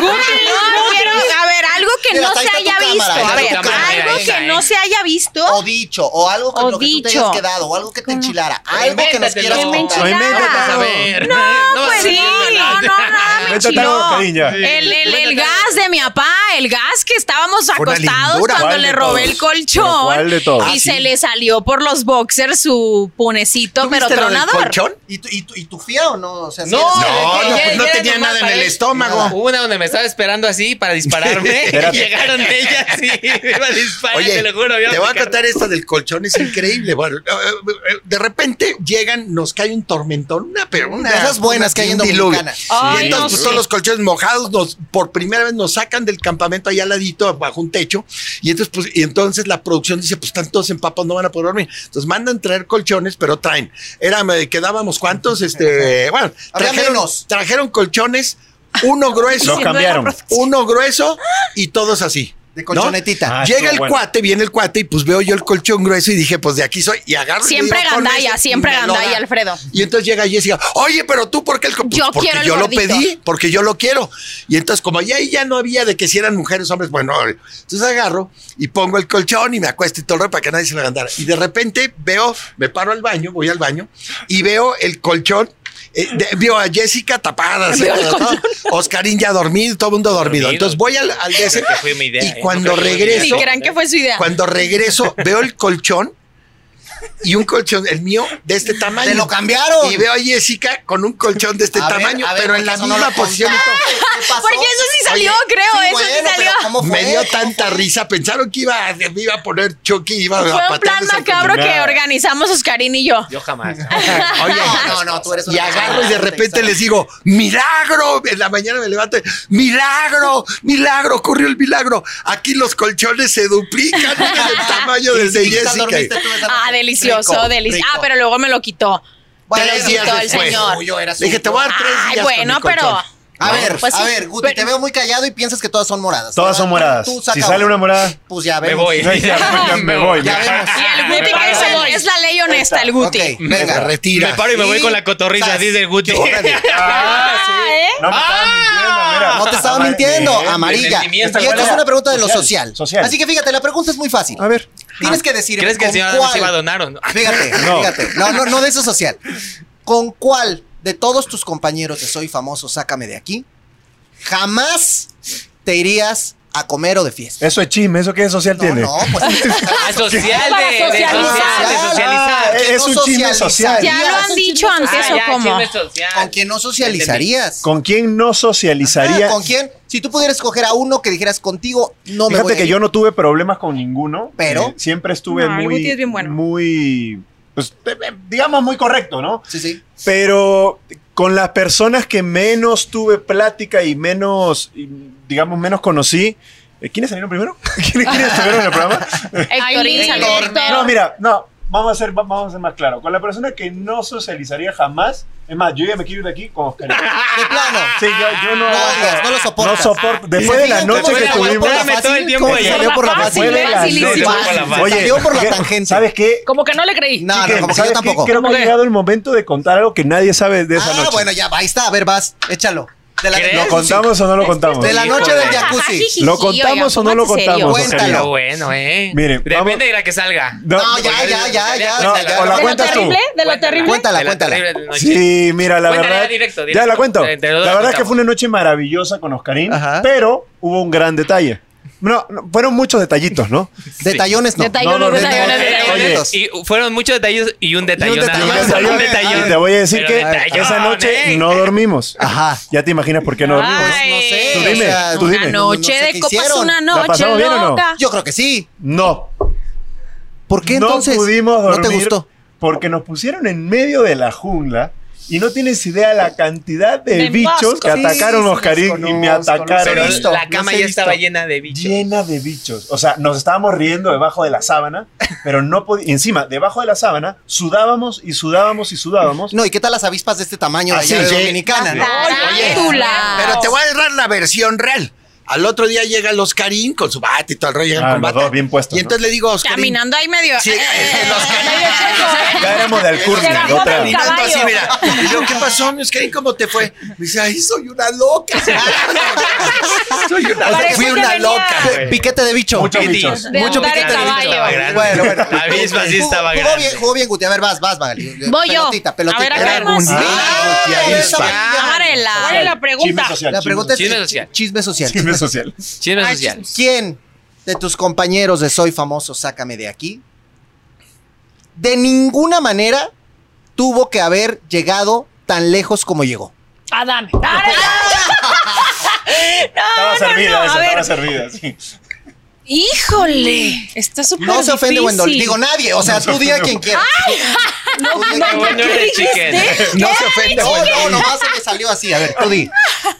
F: No, quiero- a ver, algo que
A: Mira,
F: no
A: ahí
F: se
A: está tu
F: haya
A: cámara,
F: visto.
A: ahí está
F: A
A: tu
F: ver,
B: cámara,
F: algo
B: venga,
F: que
B: eh.
F: no se haya visto.
A: O dicho, o algo con
F: O
A: lo que tú te
F: dicho.
A: hayas quedado, o algo que te enchilara, algo que nos
B: Invéntatelo.
A: quieras
F: Que me
A: contar.
F: enchilara.
B: Vas a
C: Claro.
B: ver. No,
F: Pues sí, no, no, nada, me
C: Métete algo,
F: enchiló.
C: cariño.
F: El, el, el
B: Cuéntate
F: gas de mi papá, el gas que estábamos
D: una
F: acostados
D: lindura.
F: cuando
C: ¿Cuál
F: le
C: de
F: robé
C: todos?
F: el
C: ¿Pero cuál
F: colchón
C: de todos?
F: y
C: Ah,
F: se
C: sí.
F: le salió por los boxers su punecito,
E: Ah,
D: ¿Tú
F: pero
D: viste lo del
F: tronador.
D: colchón?
A: ¿Y tu, y, tu, ¿Y tu fía o no? O sea, sí,
B: No,
D: No,
B: Ya-
D: no, pues
B: ya
D: no
B: era
D: tenía
B: normal
D: nada en
B: para
D: el
B: él.
D: estómago.
B: Hubo una donde me estaba esperando así para dispararme. y
C: Espérate.
B: llegaron ellas y me iba a disparar,
D: Oye,
B: te lo juro.
D: te voy a contar esta del colchón, es increíble. Bueno, eh, eh, eh, de repente llegan, nos cae un tormentón, una pero una.
A: De esas buenas que hay en
D: un diluvio.
A: Dominicana.
D: y
E: Ay,
D: entonces
E: no
D: pues,
E: sé.
D: todos los colchones mojados, nos, por primera vez nos sacan del campamento allá al ladito, bajo un techo. Y entonces, pues, y entonces la producción dice: Pues están todos empapados, no van a poder dormir. Entonces mandan traer colchones, pero traen. Era, me quedábamos cuántos, este, bueno,
A: Había
D: trajeron,
A: menos.
D: trajeron colchones, uno grueso,
C: Los cambiaron.
D: uno grueso y todos así.
A: De
D: ¿no?
A: colchonetita.
C: Ah,
D: Llega
C: estuvo
D: el
C: bueno.
D: cuate, viene el cuate y pues veo yo el colchón grueso y dije, pues de aquí soy. Y agarro. y
F: Siempre
D: le digo, ponme
F: gandalla,
D: ese,
F: siempre
D: y me lo
F: gandalla,
D: da.
F: Alfredo.
D: Y entonces llega Jessica, oye, pero tú, ¿por qué el co-?" Pues,
F: Yo
D: porque
F: quiero el
D: yo lo
F: gordito.
D: pedí, porque yo lo quiero. Y entonces, como ya ahí ya no había de que si eran mujeres, hombres, bueno, entonces agarro y pongo el colchón y me acuesto y todo el rollo para que nadie se lo agandara. Y de repente veo, me paro al baño, voy al baño y veo el colchón. eh, de- veo a Jessica tapada, así, todo, todo. Oscarín ya dormido, todo el mundo dormido.
B: Dormido.
D: Entonces voy al, al de ese,
B: Creo que fue mi idea,
D: y
B: ¿eh? No
D: cuando
B: creo que fue mi idea.
D: regreso,
F: Si crean que fue su idea.
D: cuando regreso, veo el colchón y un colchón, el mío, de este tamaño.
A: Te lo cambiaron.
D: Y veo a Jessica con un colchón de este
A: A ver,
D: tamaño,
A: a ver,
D: pero en
A: porque
D: la
A: eso no
D: misma
A: lo Ah,
D: posición. y todo.
A: contaste. ¿Qué pasó?
F: Ah, Porque eso sí salió, creo, eso sí
A: bueno, pero
F: salió.
A: ¿cómo fue?
D: Me dio
A: ¿Cómo
D: tanta
A: fue?
D: risa. Pensaron que iba, a- me iba a poner Chucky y iba a
F: Fue un plan
D: patearles el
F: macabro que
C: combinado.
F: organizamos Oscarín y yo.
B: Yo jamás.
D: colchón. Oye,
A: No, no, no, tú eres una
D: y agarro y de
A: persona
D: repente
A: interesante.
D: les digo, milagro, en la mañana me levanto, milagro, milagro, ocurrió el milagro. Aquí los colchones se duplican en el tamaño
A: ¿Y-
D: del de
A: y qué tal dormiste
D: Jessica.
A: tú esa noche?
F: Ah, delicioso,
A: Rico,
F: delicioso.
A: rico.
F: Ah, pero luego me lo quitó.
A: Bueno,
D: tres días
A: quitó el
D: después.
A: señor. Suyo, era
D: Le dije,
A: suyo.
D: te voy a dar tres
F: Ay,
D: días. con
F: bueno,
D: mi colchón.
F: pero.
D: Ah,
A: A ver,
F: Pues sí,
A: a ver, Guti,
F: pero-
A: te veo muy callado y piensas que todas son moradas.
C: Todas son
A: Tú-
C: moradas.
A: tú saca
C: Si sale una morada,
A: Pues ya
B: Me
A: vemos.
B: voy.
C: ya, ya me voy.
A: Ya vemos.
F: Y el Guti,
B: Me
F: que es,
B: paro.
F: el- es la ley honesta, el Guti.
A: Ok,
D: Me
A: venga.
D: retira.
B: Me paro y me voy con la cotorriza así del Guti.
F: Ah, ¿eh?
C: No me estaba mintiendo, mira.
A: Ah. No te estaba mintiendo,
C: Bien, bien.
A: amarilla.
B: bien, bien, bien,
A: Esta es
C: bien.
A: una pregunta de lo
C: Social,
A: social.
C: social.
A: Así que fíjate, la pregunta es muy fácil.
C: A ver.
A: Tienes que decir.
B: ¿Crees que el
A: con
B: señor
A: cuál-
B: se iba a donar o no?
A: Fíjate,
C: No.
A: fíjate. No, no, no de eso social. ¿Con cuál de todos tus compañeros de Soy Famoso, Sácame de aquí, jamás te irías a comer o de fiesta?
C: Eso es chisme, ¿eso qué social
A: No,
C: tiene?
A: no, pues.
B: Ah, social
F: Para
B: de, de social,
F: socializar.
B: de
C: Ah,
B: socializar.
A: que
C: es
A: no
C: un chisme
A: socializarías.
C: social.
F: Ya lo han dicho antes
B: Ah,
F: o
B: ya,
F: cómo.
B: chisme social.
A: ¿Con quién no socializarías?
C: ¿Con quién no socializaría?
A: Ah, ¿Con quién? Si tú pudieras escoger a uno que dijeras contigo, no me voy
C: Fíjate
A: a
C: que
A: ir.
C: yo no tuve problemas con ninguno.
A: Pero-
C: Eh, siempre estuve
E: No, el
C: muy.
E: Guti es bien bueno.
C: Muy. Pues, eh, eh, digamos, muy correcto, ¿no?
A: Sí, sí.
C: Pero con las personas que menos tuve plática y menos, y, digamos, menos conocí. eh, ¿Quiénes salieron primero? ¿Quiénes, quiénes estuvieron en el programa?
F: Héctor
G: Ay,
F: Insalón.
G: Héctor.
C: No, mira, no. vamos a ser, va- vamos a ser más claro. Con la persona que no socializaría jamás, es más, yo ya me quiero ir de aquí con Oscarito.
A: De plano.
C: Ah, Sí, yo, yo no,
A: No, digas, no lo soportas.
C: No soporto. Después de la
A: ¿Se fijan
C: noche
A: cómo
C: que
A: le salió por
C: tuvimos.
A: la
B: Espérame todo el
A: fácil?
B: tiempo
A: ¿Cómo le
B: allá.
A: salió por la
G: Fácil,
A: fácil?
G: era
A: Fácil,
G: silencio.
B: por la fácil.
A: Salió por la
C: ¿qué-
A: tangente.
C: ¿Sabes qué?
E: Como que no le creí.
A: No, no,
C: Chiquen,
A: como que
C: ¿sabes
A: yo
C: qué?
A: tampoco.
C: Creo que
E: ¿Cómo
C: ha
E: qué?
C: llegado el momento de contar algo que nadie sabe de esa
A: ah,
C: noche.
A: bueno, ya, ahí está. A ver, vas, échalo. De la,
B: ¿Crees?
C: ¿Lo contamos o no lo contamos?
A: de la noche del jacuzzi.
F: Jiji,
C: ¿Lo
F: oiga,
C: contamos o no lo
F: póngase
A: serio.
C: contamos? Ofelia?
A: Cuéntalo.
B: Pero bueno, ¿eh?
C: Miren,
B: Depende
C: vamos-
B: de la que salga.
A: No, ya, ya, ya, ya. ya,
C: No, o la
A: ya.
E: ¿De lo
C: cuentas tú.
F: ¿Eh?
E: terrible? ¿De lo terrible?
A: Cuéntala, cuéntala.
C: Sí, mira, la
B: Cuéntala ya
C: verdad.
B: directo,
C: Ya
B: directo.
C: la cuento.
B: Te- te lo
C: la verdad es
B: contamos.
C: que fue una noche maravillosa con Oscarín,
A: Ajá.
C: pero hubo un gran detalle. No, no, fueron muchos detallitos, ¿no?
A: Detallones no.
F: Detallones,
A: No, no,
F: detallones,
A: no,
B: Eh,
F: detallones.
A: detallitos.
B: Y fueron muchos detalles y un
A: Y un
B: detallón.
A: detallón.
B: nada más.
A: Detallón.
B: Un detallón.
C: Y te voy a decir
B: Pero
C: que
B: detallón,
C: esa noche
B: ¿eh?
C: no dormimos.
A: Ajá.
C: Ya te imaginas por qué no dormimos.
A: Pues no sé.
C: Tú dime,
A: o sea,
C: tú dime.
F: Una
A: no, no
F: noche
A: sé qué
F: de copas,
A: hicieron.
F: una
A: ¿La
F: noche
C: pasamos bien o no?
F: loca.
A: Yo creo que sí.
C: No.
A: ¿Por qué entonces?
C: No pudimos dormir.
A: ¿No te gustó?
C: Porque nos pusieron en medio de la jungla y no tienes idea la cantidad de
E: De
C: bichos
E: moscos.
C: que atacaron a
A: sí,
C: Oscarín
A: los
C: y me
A: conozco,
C: atacaron.
A: los
B: Pero
A: he visto.
B: la
A: los
B: cama
A: he
B: ya
A: visto.
B: estaba llena de bichos.
C: Llena de bichos. O sea, nos estábamos riendo debajo de la sábana, pero no podíamos. Encima, debajo de la sábana, sudábamos y sudábamos y sudábamos.
A: No, ¿y qué tal las avispas de este tamaño de
D: Así
A: allá de
D: sí.
A: Dominicana? ¿no?
F: Tarántula.
D: Pero te voy a narrar la versión real. Al otro día llega el Oscarín con su bate y todo el rollo, llegan
C: Ah, los
D: con bata.
C: dos bien puestos,
D: Y entonces le digo a Oscarín.
F: Caminando ahí medio.
D: Sí, el
E: Medio checo,
D: Oscarín.
E: ¿eh?
C: Ya éramos de Alcurnia,
E: Llegamos
C: otra.
E: del caballo.
D: Caminando así, mira. Y yo, ¿qué pasó, mi Oscarín? ¿Cómo te fue? Me dice, ay, soy una loca. soy una
E: Parece
D: loca. Fui
E: que
D: una
E: venía-
D: loca.
A: Pe- Piquete de bicho.
C: Muchos
B: Bichos.
C: bichos.
F: De
A: Mucho
F: andar
A: piquete
F: en
A: de bicho.
F: caballo.
A: Bueno, bueno.
B: La misma sí estaba
A: Jugó
B: grande.
A: bien, jugó bien, Guti. A ver, vas, vas, Magali.
G: Voy yo.
A: Pelotita, pelotita.
E: A ver, a
A: Ah,
E: ver, más.
D: día,
A: ah,
D: Guti, ahí
A: esa
D: está.
A: mañana.
E: ¿Cuál es la
C: Chisme
E: pregunta?
C: social.
A: La pregunta es
B: Chisme
A: eh,
B: social.
A: chisme social.
C: Chisme social.
B: Chisme social.
A: ¿Quién de tus compañeros de Soy Famoso, Sácame de aquí? De ninguna manera tuvo que haber llegado tan lejos como llegó.
E: Adame. Ah, Dale.
C: Estaba servida,
E: no,
C: esa,
E: a
C: estaba
E: ver.
C: servida. sí.
E: Híjole. Está súper
A: No se ofende,
E: difícil.
A: Wendol. Digo, nadie. O sea,
C: No se
A: tú di a
C: ofende.
A: quien quiera. Tú di a
B: Qué
A: quien
B: bueno
A: quiera.
B: eres, chicken.
D: No se ofenda,
A: No,
D: güey.
A: no, nomás se me salió así. A ver, tú di.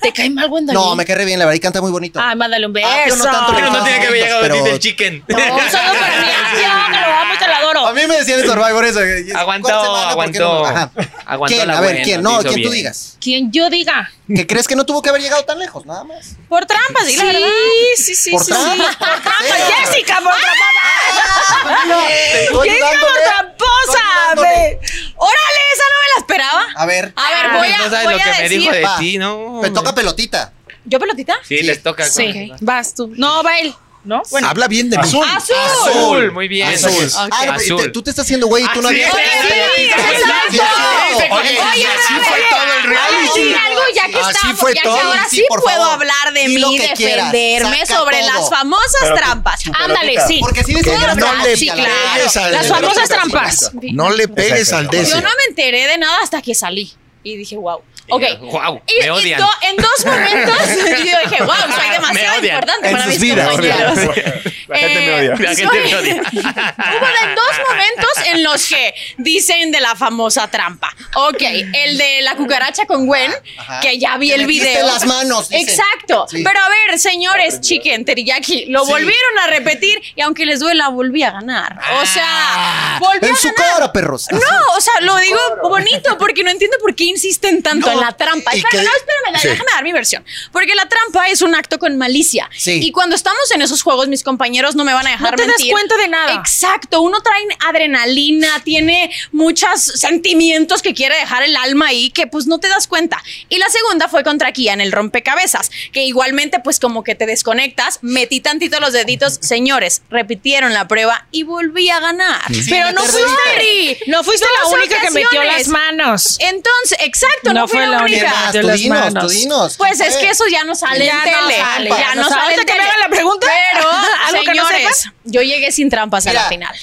G: ¿Te cae mal, Wendolín?
A: No, me quedé bien, la verdad, y canta muy bonito.
E: Ay, mándale un beso.
A: Ah, yo no tanto,
B: Pero no
A: Ah,
B: tiene que haber llegado
A: pero-
B: a ti del chicken.
E: Un saludo para mi tía, que lo amo y te lo
A: A
E: adoro.
A: mí me decían en Survivor eso. que-
B: Aguantó,
A: ¿cuál semana? ¿Por qué no?
B: aguantó.
A: Ajá.
B: Aguantó
A: ¿Quién?
B: la
A: A ver,
B: buena,
A: ¿quién?
B: lo
A: No,
B: hizo
A: ¿quién tú
B: bien.
A: digas?
E: Quien yo diga.
A: ¿Que crees que no tuvo que haber llegado tan lejos? Nada más.
E: Por trampas, sí, Sí, sí, sí.
A: Por
E: sí. Ah, pues,
A: trampas, por
E: Por trampas,
A: trampas.
E: Jessica, por
A: Te
E: trampas.
A: estoy
E: Jessica,
A: dándole.
E: por tramposa.
A: Estoy dándole.
E: ve.
F: Órale, esa no me la esperaba.
A: A ver.
F: A ver, voy a,
B: Ah, no sabes
F: voy
B: lo
F: a
B: que me
F: decir.
B: dijo de
A: Va.
B: ti, ¿no?
A: Me toca pelotita.
F: ¿Yo pelotita?
B: Sí, les toca.
E: Sí, vas tú. No, va él. ¿No? Bueno.
D: Habla bien de mí.
C: Azul.
F: Azul.
B: Azul, muy bien.
C: Azul.
B: Ok.
A: Ah, no, pero
B: Azul.
A: te- tú te estás haciendo güey y tú no
B: Ah, sí,
A: habías.
B: sí, sí, sí,
A: Sí,
B: sí, sí, sí.
A: Oye,
B: Oye,
F: y
B: así
F: ahora
B: fue
F: ve,
B: todo el
F: ahora
B: reality.
F: sí, algo ya que
D: Así
F: estamos,
D: fue
F: ya
D: todo.
F: que ahora
A: Sí,
F: sí,
A: por
F: puedo
A: favor.
F: hablar de
A: Di lo
F: mí,
A: que quieras,
F: defenderme
A: saca
F: sobre
A: todo.
F: las famosas
C: Pero tú-
F: trampas.
C: tú-
G: Ándale,
C: pelotita.
G: sí.
A: Porque sí decían
D: Que
A: que
D: no le
A: sí, claro.
D: pegues al
E: Las
D: de-
E: famosas trampas.
D: No le pegues al
C: Exacto.
B: Pues
D: de
F: Yo
D: ese.
F: no me enteré de nada hasta que salí y dije, wow. Ok.
B: Wow,
F: Y,
B: me
F: y
B: odian.
F: do- en dos momentos yo dije, wow, soy
B: Me
F: demasiado
B: odian.
F: importante
A: En
F: para
A: sus
F: mis
A: vidas.
F: compañeros.
C: La gente me
F: Eh,
C: odia.
B: La gente
F: soy-
B: me odia.
F: Hubo de dos momentos en los que dicen de la famosa trampa. Ok, el de la cucaracha con Gwen,
A: Ajá.
F: que ya vi
A: Te
F: el
A: metiste
F: video.
A: las manos, dicen.
F: Exacto.
A: Sí.
F: Pero a ver, señores, chicken, teriyaki, lo
A: Sí.
F: volvieron a repetir y aunque les duela, volví a ganar. O sea, volví
A: Ah. En
F: a
A: su
F: ganar.
A: cara, perros. Ah,
F: No, o sea, lo digo bonito porque no entiendo por qué insisten tanto
A: No,
F: en la trampa.
A: y
F: Espérame,
A: que-
F: no, espérame,
D: Sí.
F: déjame dar mi versión. Porque la trampa es un acto con malicia.
A: Sí.
F: Y cuando estamos en esos juegos, mis compañeros no me van a dejar
E: No te das
F: mentir.
E: cuenta de nada.
F: Exacto, uno trae adrenalina, tiene muchos sentimientos que quiere dejar el alma ahí que pues no te das cuenta. Y la segunda fue contra Kia en el rompecabezas, que igualmente pues como que te desconectas, metí tantito los deditos, señores, repitieron la prueba y volví a ganar.
E: Pero no
A: Meter
E: fuiste, no fuiste la
F: Dos
E: única que metió
F: ocasiones.
E: las manos.
F: Entonces, exacto, no, fui la
A: ¿Quién
F: única.
A: más?
E: de
A: Tú
E: las
A: dinos,
E: manos.
A: tú dinos.
F: Pues
A: ¿Quién
F: es
A: fue?
F: que eso ya no sale
E: Ya
F: en
E: no
F: tele.
E: sale,
F: ya, no sale
E: Ahorita
F: en
E: que me
F: tele.
E: hagan la pregunta,
F: Pero,
E: algo que no
F: señores, yo llegué sin trampas a la final.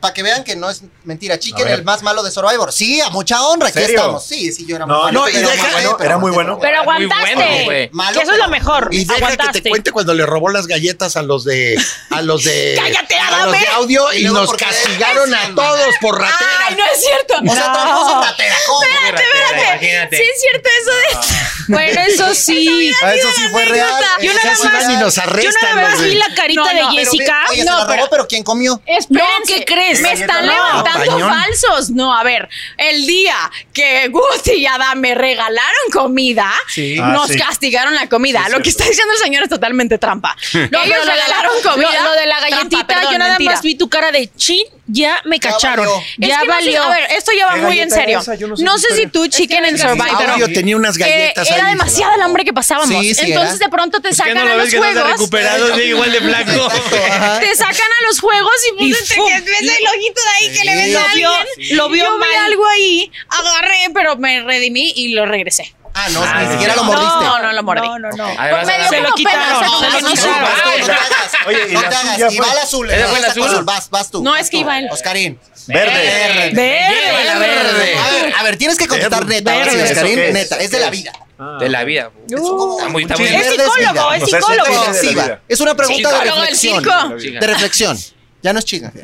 A: Para que vean que no es mentira, Chicken,
C: A ver.
A: el más malo de Survivor. Sí, a mucha honra, aquí
C: ¿Serio?
A: estamos. Sí, sí, yo era muy
C: No,
A: malo,
C: no, y
A: pero
D: deja-
A: malo,
C: bueno,
A: pero
C: era muy
A: malo,
C: bueno.
E: Pero
B: Muy
E: aguantaste.
B: bueno, güey.
A: Malo,
E: que eso es lo
A: pero-
E: mejor.
D: Y deja que te
E: aguantaste.
D: cuente cuando le robó las galletas a los de a los de
F: Cállate,
D: a los de
F: Adame.
D: audio y,
A: Y luego
D: nos
A: porque-
D: castigaron a todos por ratera.
F: Ay, no es cierto.
A: O sea,
F: No.
A: tramposo ratera. ¿cómo?
B: Espérate,
F: Espérate,
B: imagínate.
F: Sí, es cierto eso de.
E: Bueno, eso sí.
A: Ah, eso sí fue real.
E: Yo
A: Eso
E: nada
A: sí
E: más-
A: era-
E: ni
A: nos
E: Yo nada más vi la carita
F: No, no,
E: de
A: Pero ve-
E: Jessica.
A: Oye, se
E: no,
A: la robó, pero ¿quién comió?
F: Espérense.
E: No, ¿qué crees?
F: Me están levantando
C: Cañón.
F: falsos. No, a ver, el día que Gusti y Adam me regalaron comida,
B: Sí.
C: Ah,
F: nos
C: sí.
F: castigaron la comida.
C: Sí, es
F: lo que
C: cierto.
F: está diciendo el señor es totalmente trampa.
E: No,
F: Ellos
E: pero lo de la-
F: regalaron
E: lo-
F: comida.
E: Lo, de la
F: Trampa,
E: galletita,
F: perdón,
E: yo nada
F: mentira.
E: más vi tu cara de chin, ya me
A: Ya
E: cacharon.
A: valió.
F: Es
E: Ya
F: que no sé-
E: valió.
F: a ver, esto ya va
C: ¿Qué
F: muy en
C: galleta
F: serio.
C: es esa? Yo no
F: no
C: sé
F: sé,
C: qué
F: si
C: era.
F: tú, chicken en Survivor.
A: Audio tenía unas galletas
F: eh, era
A: ahí.
F: demasiada el hambre que pasábamos.
A: Sí, sí,
F: Entonces,
A: era.
F: de pronto te
B: ¿Por qué
F: sacan
B: no
F: a
B: lo
F: los
B: ves que no se ha
F: juegos.
B: recuperado? Sigue igual de blanco.
A: Ajá.
F: Te sacan a los juegos y,
E: Y
F: pues, te-
E: ¡fum!
F: te ves el ojito de ahí que le
A: Sí.
F: ves a
E: Lo vio-
F: alguien.
E: lo vio
F: Yo vi
E: mal.
F: algo ahí, agarré, pero me redimí y lo regresé.
A: Ah, no,
B: Ah,
A: ni
B: no.
A: siquiera lo
B: No,
A: mordiste.
F: No, no lo mordí.
E: No, no, no.
B: Además,
F: Pues me dio
E: Se lo
F: como pena,
E: quitaron.
F: o sea,
E: Se lo
A: No,
F: no,
E: quitaron.
A: vas tú, no te
B: Ay.
A: hagas.
C: Oye, y
A: No
C: la
A: te
C: suya
A: hagas. Y
C: fue-
A: va el azul.
B: Esa
A: eh,
B: fue la
A: esta
B: azul.
A: cosa. Vas, vas tú.
F: No,
A: vas
F: es que
A: tú.
F: iba él.
A: Oscarín.
C: Verde.
A: Verde.
B: Lleva la verde.
A: A ver, a ver, tienes que contestar
C: Verde.
A: neta. ahora sí,
C: Verde.
A: Oscarín,
C: ¿Eso qué es?
A: neta. Es de la vida.
B: De la vida. Está muy, está muy
A: Sí,
E: Es
A: Verde es
E: psicólogo,
A: vida.
E: es
C: O sea, es de
E: psicólogo.
C: la vida.
A: reflexiva. Es una pregunta de
F: Psicólogo del
A: reflexión.
F: circo.
B: Chica.
A: De reflexión. Ya no es chinga.
B: Ya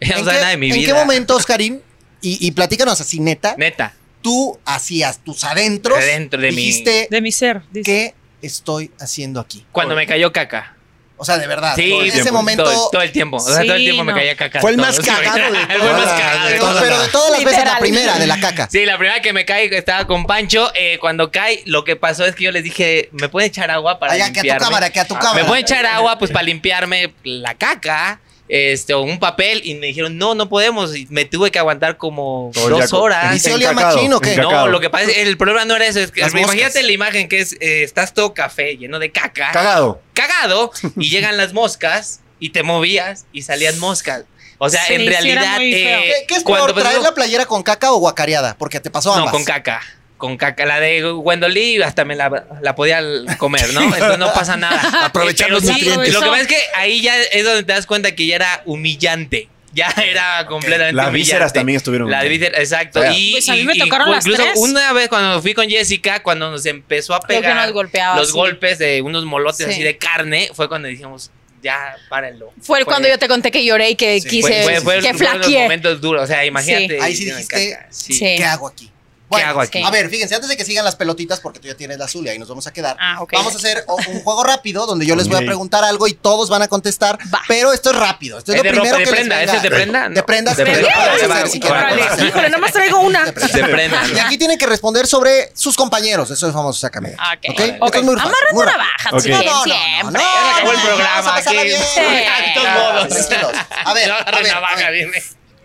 A: ¿En
B: no sabe
A: qué-
B: nada de mi
A: en
B: vida.
A: qué momento, Oscarín, y, y platícanos así, neta,
B: Neta.
A: tú hacías tus adentros.
B: Adentro de mí.
A: dijiste,
E: De mi ser. dice.
A: ¿qué estoy haciendo aquí?
B: Cuando me cayó caca.
A: O sea, de verdad.
B: Sí,
A: en ese
C: tiempo,
A: momento.
B: Todo, todo el tiempo. O sea,
E: Sí,
B: todo el tiempo me
E: no.
B: caía caca.
A: Fue el
B: Todo,
A: más
B: sí,
A: cagado de
B: Fue el más
A: todas,
B: cagado de
A: de
B: todas.
A: todas, Pero de todas las veces, la
F: Literal.
A: primera, de la caca.
B: Sí, la primera que me caí estaba con Pancho. eh, cuando cae, lo que pasó es que yo les dije, ¿me puede echar agua para
A: Allá, que a tu
B: limpiarme? Ah,
A: cámara, que a tu
B: me
A: cámara.
B: puede echar agua pues para limpiarme la caca. Este, o un papel, y me dijeron, no, no podemos. Y me tuve que aguantar como
C: Todo
B: dos
C: ya co-
B: horas.
A: ¿Y si olía
C: Encacado,
A: machín o qué?
C: encacado.
B: No, lo que pasa es el problema no era eso. Es que,
A: Las
B: imagínate
A: moscas.
B: la imagen que es, eh, estás todo café, lleno de caca,
C: Cagado.
B: cagado, y llegan las moscas, y te movías, y salían moscas. O sea,
E: Sí,
B: en
E: sí, era
B: realidad,
E: muy feo.
B: eh,
A: ¿Qué, qué es
B: cuando
A: peor,
B: pasó-
A: traer la playera con caca o guacareada? Porque te pasó ambas.
B: no, con caca. Con caca. La de Wendolí hasta me la, la podía l- comer, ¿no? Entonces no pasa nada.
A: Aprovechar
B: Pero
A: los
B: sí,
A: nutrientes.
B: Lo que pasa es que ahí ya es donde te das cuenta que ya era humillante. Ya era completamente
C: Las
B: humillante.
C: vísceras también estuvieron.
B: Las vísceras, exacto.
C: Feo.
B: Y,
E: Pues a mí me
B: y- y
E: tocaron las
B: incluso
E: tres.
B: una vez cuando fui con Jessica, cuando nos empezó a
F: Creo que
B: pegar
F: nos golpeaba,
B: los
F: sí.
B: golpes de unos molotes
F: Sí.
B: así de carne, fue cuando dijimos, ya, párenlo.
F: Fue cuando yo te conté que lloré y que quise
B: fue, fue-
F: que
B: fue uno de los
F: flaqueé.
B: momentos duros, o sea, imagínate.
A: Ahí sí
B: lleno de
A: dijiste,
B: caca, sí.
F: sí.
A: ¿Qué hago aquí? Bueno,
B: hago aquí?
A: A ver, fíjense, antes de que sigan las pelotitas, porque tú ya tienes la azul y ahí nos vamos a quedar.
E: Ah, ok.
A: Vamos a hacer o- un juego rápido donde yo les voy a
C: Ok.
A: preguntar algo y todos van a contestar.
F: Va.
A: Pero esto es rápido. Esto es, lo
B: Es de
A: primero
B: ropa, de
A: que les
B: prenda,
A: venga.
B: ¿eso es de prenda?
A: De
B: No.
A: prendas.
B: De
A: pero
B: prenda.
A: no puedes
B: Órale,
A: hacer
B: va,
A: si quieren,
B: órale.
A: no pasa nada.
E: Híjole, nada más traigo una.
A: De prenda.
B: De prenda.
A: Y aquí tienen que responder sobre sus compañeros. Eso es famoso, sácame.
F: Ah, ok.
A: Ok. Esto es muy fácil,
F: Amarra
A: muy
F: una
A: rápido.
E: Ah,
F: baja,
C: Ok.
F: chiquen,
A: No, no, no, no,
F: siempre.
B: Ya se acabó el
A: Ay, vamos a
B: programa aquí.
A: pasarla bien.
B: De todos
A: Sí.
B: modos.
A: Tranquilos. A ver,
B: No
A: a
B: agarren
A: ver,
B: la
A: a
B: baja,
A: ver.
B: dime.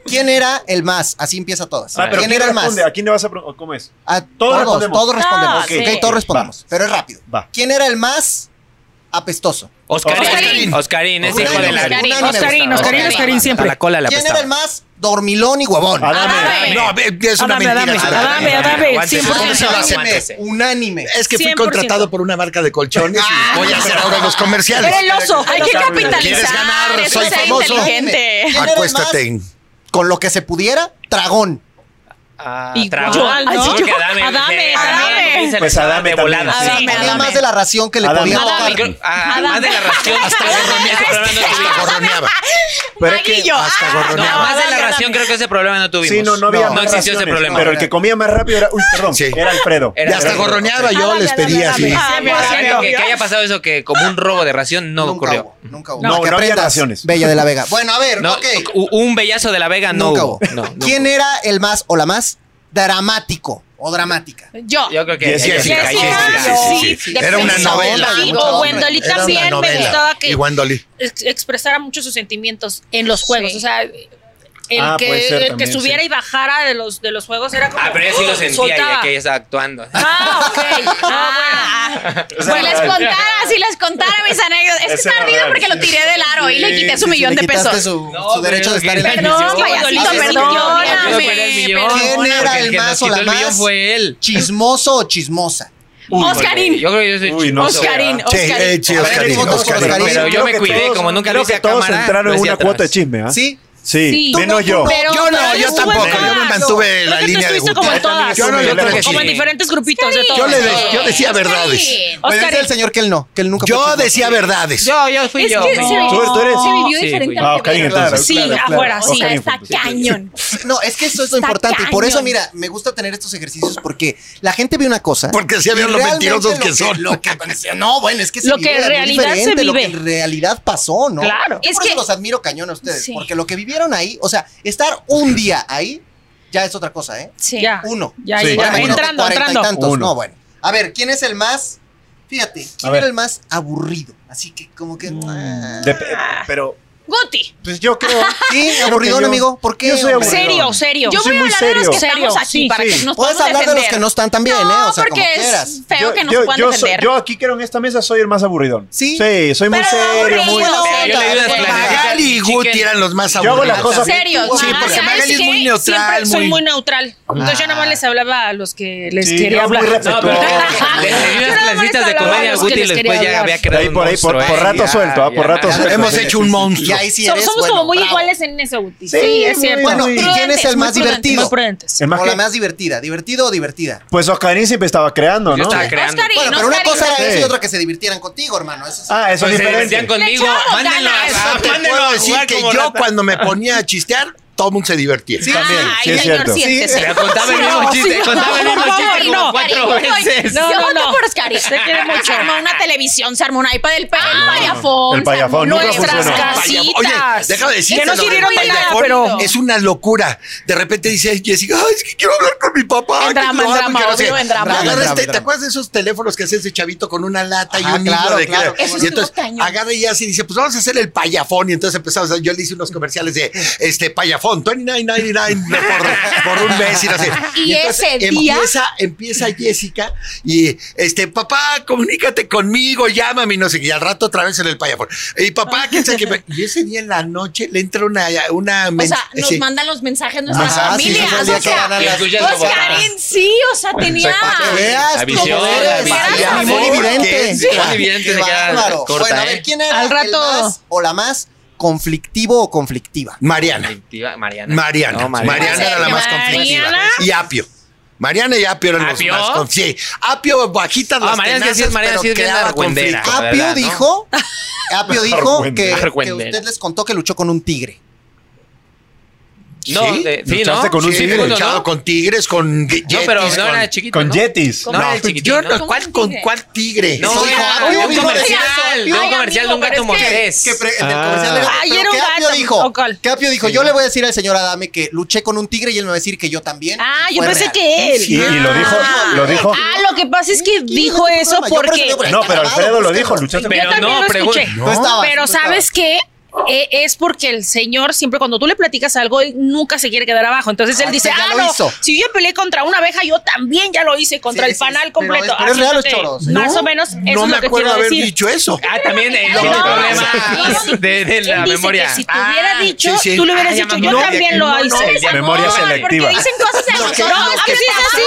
A: ¿Quién era el más? Así empieza todas.
C: Ah, pero
A: ¿Quién
C: ¿quién
A: era el más?
C: responde? ¿A quién le vas a preguntar? ¿Cómo es?
A: A
C: Todos
A: todos,
C: respondemos.
A: todos respondemos.
F: Ah,
A: ok,
F: sí.
A: ok, todos respondemos. Pero es rápido.
C: Va.
A: ¿Quién era el más apestoso?
B: Oscarín.
C: Oscarín.
B: Oscarín. ese hijo de
A: Unánime,
B: la...
F: Oscarín.
A: unánime,
E: Oscarín, Oscarín, Oscarín
B: Hasta
E: siempre.
B: la cola la
A: ¿Quién era
B: apestaba.
A: el más dormilón y huevón?
C: Ah, Adame.
F: Adame.
D: No, ve, es una
E: Adame,
D: mentira.
E: Adame,
D: señor.
E: Adame, Adame,
B: Aguántese,
E: 100%.
B: póngase la-
A: Aguánteme,
B: Aguántese.
A: unánime.
D: Es que fui
E: 100%.
D: contratado por una marca de colchones y voy a hacer ahora los comerciales.
E: Era el oso.
F: Hay que
D: ¿Quieres
F: capitalizar,
D: ganar?
F: es
D: Soy
F: ser
D: famoso.
F: inteligente.
A: ¿Quién era el más
D: Acuéstate.
A: Con lo que se pudiera, dragón.
B: Ah,
E: Igual,
B: Trabón.
E: ¿no?
B: Yo creo que
E: Adame,
B: Adame.
E: Adame.
C: Pues Adame
B: de
C: también.
B: volada. sí.
F: Adame,
A: Tenía
F: Adame.
A: más de la ración que le
C: Adame.
A: podía
B: Adame,
A: tocar.
B: creo- ah, Más de la ración.
F: Hasta
B: Ese problema no tuvimos.
D: Hasta gorroneaba.
C: Pero es que-
F: Maguillo,
D: hasta
F: ah,
B: No,
D: gorroneaba.
B: más de la
F: Adame,
B: ración creo que ese problema no tuvimos.
C: Sí, no, no había
B: No
C: más
B: existió ese
C: raciones,
B: problema.
C: Pero el que comía más rápido era. Uy, perdón.
D: Sí.
C: Era Alfredo.
B: Era-
D: Y hasta gorroneaba yo, les pedía así.
E: Ah,
B: Adame, Adame, Que que haya pasado eso que como un robo de ración no
A: nunca
B: ocurrió.
A: hubo. Nunca hubo.
C: No,
A: Para que
C: no había
A: aprendas,
C: raciones.
A: Bella de la Vega. Bueno, a ver,
B: No,
A: ok.
B: u- un bellazo de la Vega no
A: Nunca
B: hubo.
A: hubo.
B: No, no
A: ¿Quién
B: hubo.
A: era el más o la más dramático o dramática?
E: Yo.
B: Yo creo que
C: Yes, yes,
B: Jessica,
E: yes,
B: Jessica.
E: yes,
B: Sí,
E: yes.
B: sí.
E: sí, sí.
D: Era una
A: Sí,
D: novela.
A: sí,
D: mucho
A: o
D: hombre.
E: Wendolí
D: Era una
E: también me
D: novela.
E: gustaba que-
D: Y Wendolí.
E: ex- expresara mucho sus sentimientos en los juegos.
F: Sí.
E: O sea, el
C: Ah,
E: que,
C: puede ser
E: el
C: también,
E: que subiera
C: sí.
E: y bajara de los, de los juegos era como.
B: Ah, pero ella sí lo sentía
E: soltaba.
B: y que ella estaba actuando.
E: Ah, ok. Ah,
F: Ah,
C: O sea,
F: si les
C: real.
F: contara, si les contara mis anécdotas. Es que
C: Ese
F: está
C: era
F: ardido
C: real.
F: porque lo tiré del aro y le quité su
A: Sí, sí,
F: millón
A: Eh, le
F: de
A: quitaste
F: pesos.
A: Su,
B: No,
A: su derecho de
B: pero
A: estar en
B: es
A: la
B: que-
A: emisión.
F: Perdón, payasito,
A: A veces-
F: perdóname.
A: ¿Quién era
B: Porque
A: el
B: que nos
A: más o
B: quitó
A: la
B: el millón
A: más?
B: fue él.
A: ¿Chismoso o chismosa?
F: Oscarín.
B: Yo creo que yo soy
C: Uy, no sé,
F: Oscarín,
C: ah.
D: Sí, eh,
F: Oscarín.
D: sí,
A: A ver,
D: Oscarín,
A: fotos con
D: Oscarín.
A: Oscarín.
B: Pero yo
C: Creo
B: me
C: que
B: cuidé,
C: todos-
B: como nunca lo
C: creo
B: hice
C: que
B: a
C: todos
B: cámara,
C: entraron
B: lo
C: en
B: hice
C: una
B: atrás.
C: cuota de chisme, ¿ah?
A: ¿Sí?
C: Sí,
E: Sí. Tú
C: menos
E: no,
C: yo.
E: tú
G: Pero-
E: Yo
D: Pues Yo
E: pero
D: no, yo
E: estuvo
D: tampoco.
E: en
D: Yo me
E: todas.
D: mantuve
E: Creo
D: la
E: que tú
D: línea de
E: estuviste como en todas.
D: Yo no, yo creo que
E: Como en
D: sí.
E: diferentes grupitos de
D: Yo,
E: todas.
D: le de- yo decía verdades.
A: Pero
E: Oscar,
A: dice el señor que él no, que él nunca fue
D: Yo
A: chismoso.
D: decía verdades.
B: Yo, yo fui
F: Es
B: yo.
F: que
B: no.
F: se,
C: Tú- tú eres-
F: se vivió
B: Sí,
F: diferente.
B: fui yo.
F: al
C: Ah,
F: que
C: Oscarín,
F: ver.
C: entonces.
E: Sí, afuera,
F: O
E: sí.
F: sea,
C: Oscarín
F: está
C: fue.
F: cañón.
A: No, es que eso es lo
F: Está
A: importante. Y por eso,
F: cañón.
A: mira, me gusta tener estos ejercicios porque la gente ve una cosa.
D: Porque sí
A: y
D: habían los
A: realmente
D: mentirosos
A: lo
D: que son.
A: Lo que, no, bueno, es que se
E: Lo
A: vive
E: que en
A: muy
E: realidad se
A: diferente, Lo que
E: vive.
A: en realidad pasó, ¿no?
E: Claro.
A: Yo
F: Es
A: por eso
F: que-
A: los admiro cañón a ustedes.
F: Sí.
A: Porque lo que vivieron ahí, o sea, estar un día ahí, ya es otra cosa, ¿eh?
F: Sí.
E: Ya.
A: Uno.
E: Ya,
C: Sí.
E: ya, ya.
A: Ahora, uno de
E: Entrando,
A: cuarenta y
E: entrando.
A: tantos.
C: Uno.
A: No, bueno. A ver, ¿quién es el más? Fíjate,
C: A
A: ¿quién
C: ver. Mm.
A: era el más aburrido? Así que como que. ah.
C: De- pero
E: Guti.
C: pues yo creo.
A: Sí, aburridón,
C: yo-
A: amigo. ¿por qué?
C: yo soy
A: hombre?
C: aburrido.
E: Serio, serio.
F: Yo
C: soy
F: voy a
C: muy
F: hablar de los que
E: serio.
F: estamos
E: Serio,
F: aquí
E: sí,
F: para
E: sí.
F: que nos
A: Puedes
F: podamos
A: hablar
F: defender.
A: de los que no están también, ¿eh?
F: No,
A: O sea,
F: porque
A: como quieras.
F: es feo que nos
C: yo,
F: puedan
C: yo soy-
F: defender.
C: yo aquí creo en esta mesa soy el más aburridón.
A: Sí.
C: Sí, soy muy
F: Pero
C: serio,
F: aburrido,
C: muy.
F: o sea,
B: Pero yo le di unas
A: Bueno,
B: clases.
D: Magali y Guti eran los más
C: Yo hago
D: aburridos.
C: las cosas.
F: Serios,
A: Sí,
F: Magali.
D: porque Magali es
E: Pues ¿Sabes
D: muy
E: qué?
D: neutral.
E: Siempre soy muy
D: muy- Ah.
E: neutral. Entonces yo nada más les hablaba a los que les
C: Sí,
E: quería
C: yo muy
E: hablar.
B: No, pero
C: respetuoso.
B: le, le di
E: Yo
B: unas
E: nada más
B: clasecitas de
E: hablaba
B: comedia
E: a
B: a
E: los
B: Guti
E: que
B: y
E: les quería
B: después ya
E: hablar.
B: había creado
C: Ahí
B: un
C: por ahí, por-
B: monstruo,
C: por
B: ¿eh?
C: rato
B: Ya,
C: suelto, ¿ah? Por
B: ya.
C: rato suelto.
D: Hemos hecho un
A: Y
D: monstruo.
A: ahí sí
E: So-
A: eres.
E: somos
A: bueno,
E: como muy
A: bravo.
E: iguales en eso, Guti.
C: Sí,
E: Sí, es
C: muy-
E: cierto.
A: Bueno, ¿y
C: Muy
A: quién es el
E: Muy
A: más
E: prudentes,
A: divertido?
E: Muy prudentes.
C: El más
A: O la
C: que-
A: más divertida. ¿Divertido o divertida?
C: Pues Oscarín siempre estaba creando,
B: Yo
C: ¿no?
B: estaba creando.
F: Oscarín,
A: Bueno, pero una
F: Oscarín.
A: cosa era
C: Sí.
A: eso y otra que se divirtieran contigo, hermano. Eso sí.
C: Ah, eso
B: Pues
C: es
B: se divertían
C: diferente.
B: conmigo.
F: echamos
B: Mándenlo a,
F: ganas.
B: a-
D: Te
B: mándenlo
D: puedo
B: a
D: Ah, decir
B: jugar
D: que
B: como
D: yo
B: rata.
D: cuando me ponía a chistear, todo el mundo se divertía.
C: También,
F: Ay,
C: sí es
F: señor,
C: cierto.
F: siéntese.
B: Pero contaba el mismo chiste, contaba el mismo
E: Por favor,
B: chiste como
E: no.
B: cuatro
F: Oscarín,
B: veces.
F: yo
E: No, no,
F: voto
E: no.
F: por Oscarín.
E: Se quiere mucho.
F: Se armó una televisión, se armó un iPad, el, pa- el payafón.
C: el payafón,
F: se
C: nunca
F: armó
E: Nuestras
C: funcionó.
E: casitas.
D: Oye, deja de decirte.
E: Que no
D: lo del
E: sirvieron de nada,
D: payafón
E: pero-
D: Es una locura. De repente dice Jessica, ay, es que quiero hablar con mi papá.
F: En
D: que
F: drama,
D: lo
F: en
D: amo,
F: drama,
D: que no sé".
F: obvio, en drama.
D: Le agarra
A: En drama,
D: este-
A: en
D: ¿Te
A: drama.
D: acuerdas de esos teléfonos que hace ese chavito con una lata y
A: Ajá,
D: un hilo
A: claro,
D: de
A: claro.
D: que-
F: Eso
D: Y
F: estuvo
D: entonces
F: cañón.
D: agarra y hace y dice, pues vamos a hacer el payafón. Y entonces empezamos, a- yo le hice unos comerciales de este payafón, 29.99 por, por un mes y no sé.
F: Y
D: entonces
F: ese día-
D: Empieza, empieza Jessica y este, papá, comunícate conmigo, llámame y no sé qué. Y al rato otra vez en el payafón. Y papá, ¿quién sabe qué? me-?" Y ese día en la noche le entra una, una
F: O
D: men- eh,
F: sea, nos
D: sí.
F: mandan los mensajes
E: Ah,
C: pues, ah,
F: nuestras
A: Ajá, sí,
F: familias.
A: eso es el
F: o
A: día que
F: sea,
A: ganan las-
B: Escuchas como-
F: Oscarín, sí, o sea, tenía.
E: Ah.
A: Para que veas
B: La
A: tu
B: visión,
A: poder
B: la
A: de
B: visión.
A: salir
D: Sí.
A: muy evidente.
D: Sí.
B: Muy evidente,
A: Qué
B: se queda
A: bárbaro.
B: corta,
A: Bueno, a ver,
B: ¿eh?
A: ¿quién era
E: Al
A: el
E: rato-
A: más o la más conflictivo o conflictiva?
D: Mariana.
B: Conflictiva, Mariana.
D: Mariana.
B: No,
D: Mariana. era la más
E: Mariana.
D: conflictiva. Y Apio. Mariana y Apio eran
B: ¿Apio?
D: los más conflictivos. Sí, Apio bajita las
B: Ah, Mariana sí es-
D: tenazas,
B: Mariana
D: pero
B: sí es bien
D: creaba
B: argüendera.
D: conflicto.
B: La
A: Apio
B: verdad, ¿no?
A: dijo, Apio dijo que,
C: Argüendera.
A: que
B: Argüendera.
A: usted les contó que luchó con un tigre.
B: No,
D: ¿Sí?
B: de- sí,
C: Luchaste
B: ¿no?
C: con un
B: Sí,
D: Sí,
C: tigre.
B: ¿no?
D: luchado con tigres, con yetis,
B: No, pero no
D: con-
B: era chiquito.
C: Con
B: ¿no?
C: Yetis.
B: No, era el chiquitín,
D: Yo
B: ¿no?
D: no, ¿cuál, con cuál tigre?
B: No,
A: Eso dijo
B: era
A: Apio,
B: de un
A: dijo
B: comercial, de un
F: Ay,
B: comercial de un
F: amigo,
B: gato
F: pero es que-
B: montés.
A: Que pre- del
C: Ah.
A: comercial de gato,
E: Ay,
A: pero
E: era un
A: que Apio
E: gato,
A: dijo,
E: local.
A: que Apio dijo, yo le voy a decir al señor Adame que luché con un tigre y él me va a decir que yo también.
E: Ah, yo
A: Fue
E: pensé
A: real.
E: que él.
C: Y, y lo dijo, lo dijo.
E: Ah, lo que pasa es que dijo
A: es el
E: eso
A: programa? Yo por eso
E: porque.
A: digo,
C: No,
A: está
C: pero
A: grabado,
C: Alfredo lo
A: búsquenlo.
C: dijo, luchaste
E: Yo
B: Pero
E: también
B: no,
E: lo
B: pregun-
E: escuché.
A: Tú estabas,
E: Pero
A: tú estabas.
E: sabes qué? E- es porque el señor siempre cuando tú le platicas algo, él nunca se quiere quedar abajo. Entonces él
A: Ah,
E: dice,
A: ya
E: ah,
A: lo
E: no,
A: hizo".
E: si yo peleé contra una abeja, yo también ya lo hice contra
A: Sí,
E: el
A: sí,
E: panal
A: sí, pero
E: completo.
A: es- pero es
E: Así
A: real
E: que
A: los choros, ¿eh?
E: Más o menos eso
D: no
E: es
D: me
E: lo que
D: acuerdo
E: quiero
D: haber
E: decir.
D: dicho eso.
B: Ah, también el
E: No,
B: problema
E: sí.
B: de, de
E: Él
B: la
E: dice que
B: memoria.
E: si te hubiera
D: Ah,
E: dicho,
D: sí, sí.
E: tú le hubieras
B: Ah, ya
E: dicho,
B: me
E: yo
B: acordé.
E: también lo
B: No,
E: hice.
B: no, ya-
C: Memoria
F: Ay,
C: selectiva.
F: Porque dicen cosas de nosotros.
E: No, es que sí es así.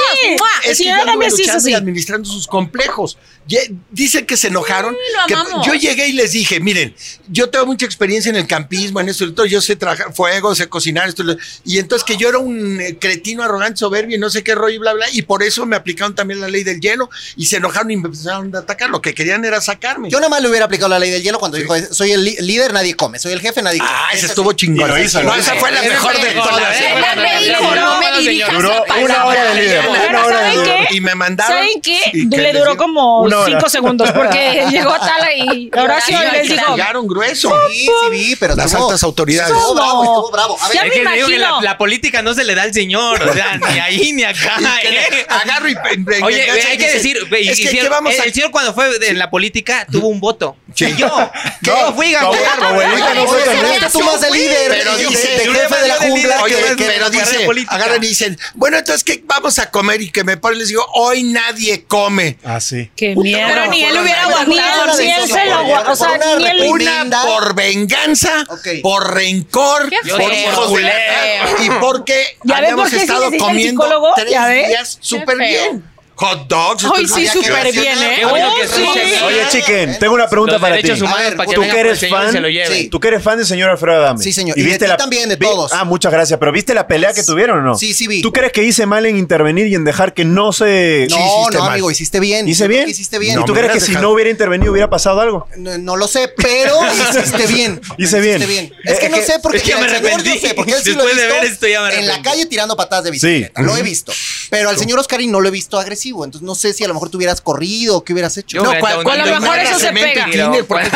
D: Es
E: Si
D: que
E: yo
D: yo anduve
E: también sí es
D: luchando y
E: así.
D: administrando sus complejos. Ye- Dicen que se enojaron.
F: lo
D: que
F: amamos.
D: yo llegué y les dije, miren, yo tengo mucha experiencia en el campismo, en esto y lo otro, yo sé trabajar fuego, sé cocinar, esto y, lo- y entonces que yo era un eh, cretino arrogante, soberbio y no sé qué rollo y bla, bla, y por eso me aplicaron también la ley del hielo y se enojaron y me empezaron a atacar. Lo que querían era sacarme.
A: Yo nada más le hubiera aplicado la ley del hielo cuando dijo, soy el li- líder, nadie come, soy el jefe, nadie come.
D: ah, ese
A: Eso
D: estuvo chingón.
C: Y lo hizo, lo
D: No,
C: hizo.
D: esa fue la
B: Ese
D: mejor
B: fue
D: de
B: mejor, la
D: todas.
B: verdad.
D: ¿eh?
F: Ya me dijo, no me dirijas
C: Duró
F: a
C: una hora de líder. Una hora de
E: ¿saben
C: líder.
E: qué?
D: Y me mandaron.
E: ¿Saben qué?
D: y que
E: Le
D: les
E: duró
D: dio-
E: como
C: una hora.
E: cinco segundos porque llegó Tala y Horacio
D: Sí,
E: y les dijo,
D: llegaron grueso.
A: Sí, sí, vi, pero
D: Las
A: estuvo-
D: altas autoridades.
A: Estuvo bravo, estuvo bravo. A ver,
E: Ya me
B: Es que digo que la,
E: imagino.
B: la política no se le da al señor, o sea, ni ahí ni acá. ¿eh?
D: Agarro y pe- pe-
B: Oye, eh,
D: engancho y
B: hay que
D: dice,
B: decir, ve,
D: es que
B: hicieron-
D: ¿qué vamos
B: el,
D: a
B: el señor cuando fue en la política tuvo un voto.
D: Sí.
B: Y Yo, que
C: No,
B: yo fui
C: tu
B: ganador.
C: abuela- tu abuelita no fue
A: Oye,
C: con
A: Ernesto,
C: él.
A: tú más de líder,
D: Pero
A: de-
D: dice,
A: de
B: yo le
A: jefe de la
B: mandé de
A: jungla.
B: líder,
A: que-
D: Oye,
A: que-
D: pero
B: carrera
D: dice,
B: política.
D: agarran y dicen, bueno, entonces, ¿qué vamos a comer? Y que me ponen, les digo, hoy nadie come.
C: Ah, sí.
E: qué
D: Puta,
E: miedo.
D: pero ni él hubiera
A: aguantado,
E: Ni él se lo aguantó. O sea, ni él
A: Una
D: Una
A: Linda.
D: por venganza,
A: Ok.
D: por rencor,
F: Qué
D: por
B: feo,
D: hijos de-
B: qué
D: y porque
E: Ya ve por
D: habíamos
E: qué sí
D: estado
E: necesita el
D: comiendo
E: psicólogo,
D: tres
E: ya ve.
D: días súper
F: feo.
D: bien. Hot dogs.
E: Ay, sí,
A: Había que
E: súper
A: hacer-
E: bien, ¿eh?
B: Qué bueno que
E: Oh,
B: escuches.
E: sí.
C: Oye, chiquen, tengo una pregunta
B: Los
C: para ti.
B: derechos humanos
A: A ver,
B: para que
A: tú
B: venga
C: que
B: por el
C: eres
B: señor y
C: fan,
B: se lo lleve.
A: sí.
C: Tú que eres fan del señor Alfredo Adame.
A: Sí, señor. Y de ti también, de
C: vi-
A: todos.
C: Ah, muchas gracias. Pero ¿viste la pelea que tuvieron o no?
A: Sí, sí vi.
C: ¿Tú crees que hice mal en intervenir y en dejar que no se...
A: No,
C: Sí, hiciste
A: no,
C: mal.
A: amigo, hiciste bien.
C: ¿Hice
A: Yo creo
C: bien?
A: que Hiciste bien.
C: ¿Y
D: No,
C: tú
D: me
C: crees que
D: hubieras
C: si
D: dejado.
C: no hubiera intervenido hubiera pasado algo?
A: No, no lo sé, pero hiciste bien.
C: Hice bien.
A: bien. Es que
C: Eh,
A: no
C: eh,
A: sé porque
B: es que
A: mira,
B: me
A: al señor yo
B: arrepentí.
A: sé, porque él sí lo he
B: Después de
A: visto
B: ver esto ya me
A: en la
B: arrepentí.
A: calle tirando patadas de bicicleta.
C: Sí.
A: Lo he visto. Pero al señor Oscarín no lo he visto agresivo, entonces no sé si a lo mejor te hubieras corrido o qué hubieras hecho.
B: Yo
E: No,
B: hubiera
E: ¿eh? cual-
B: estado
E: cual a lo
B: dando
E: mejor
B: un
E: eso se
B: cemento y
E: pega.
B: tiro.
D: Tiner, porque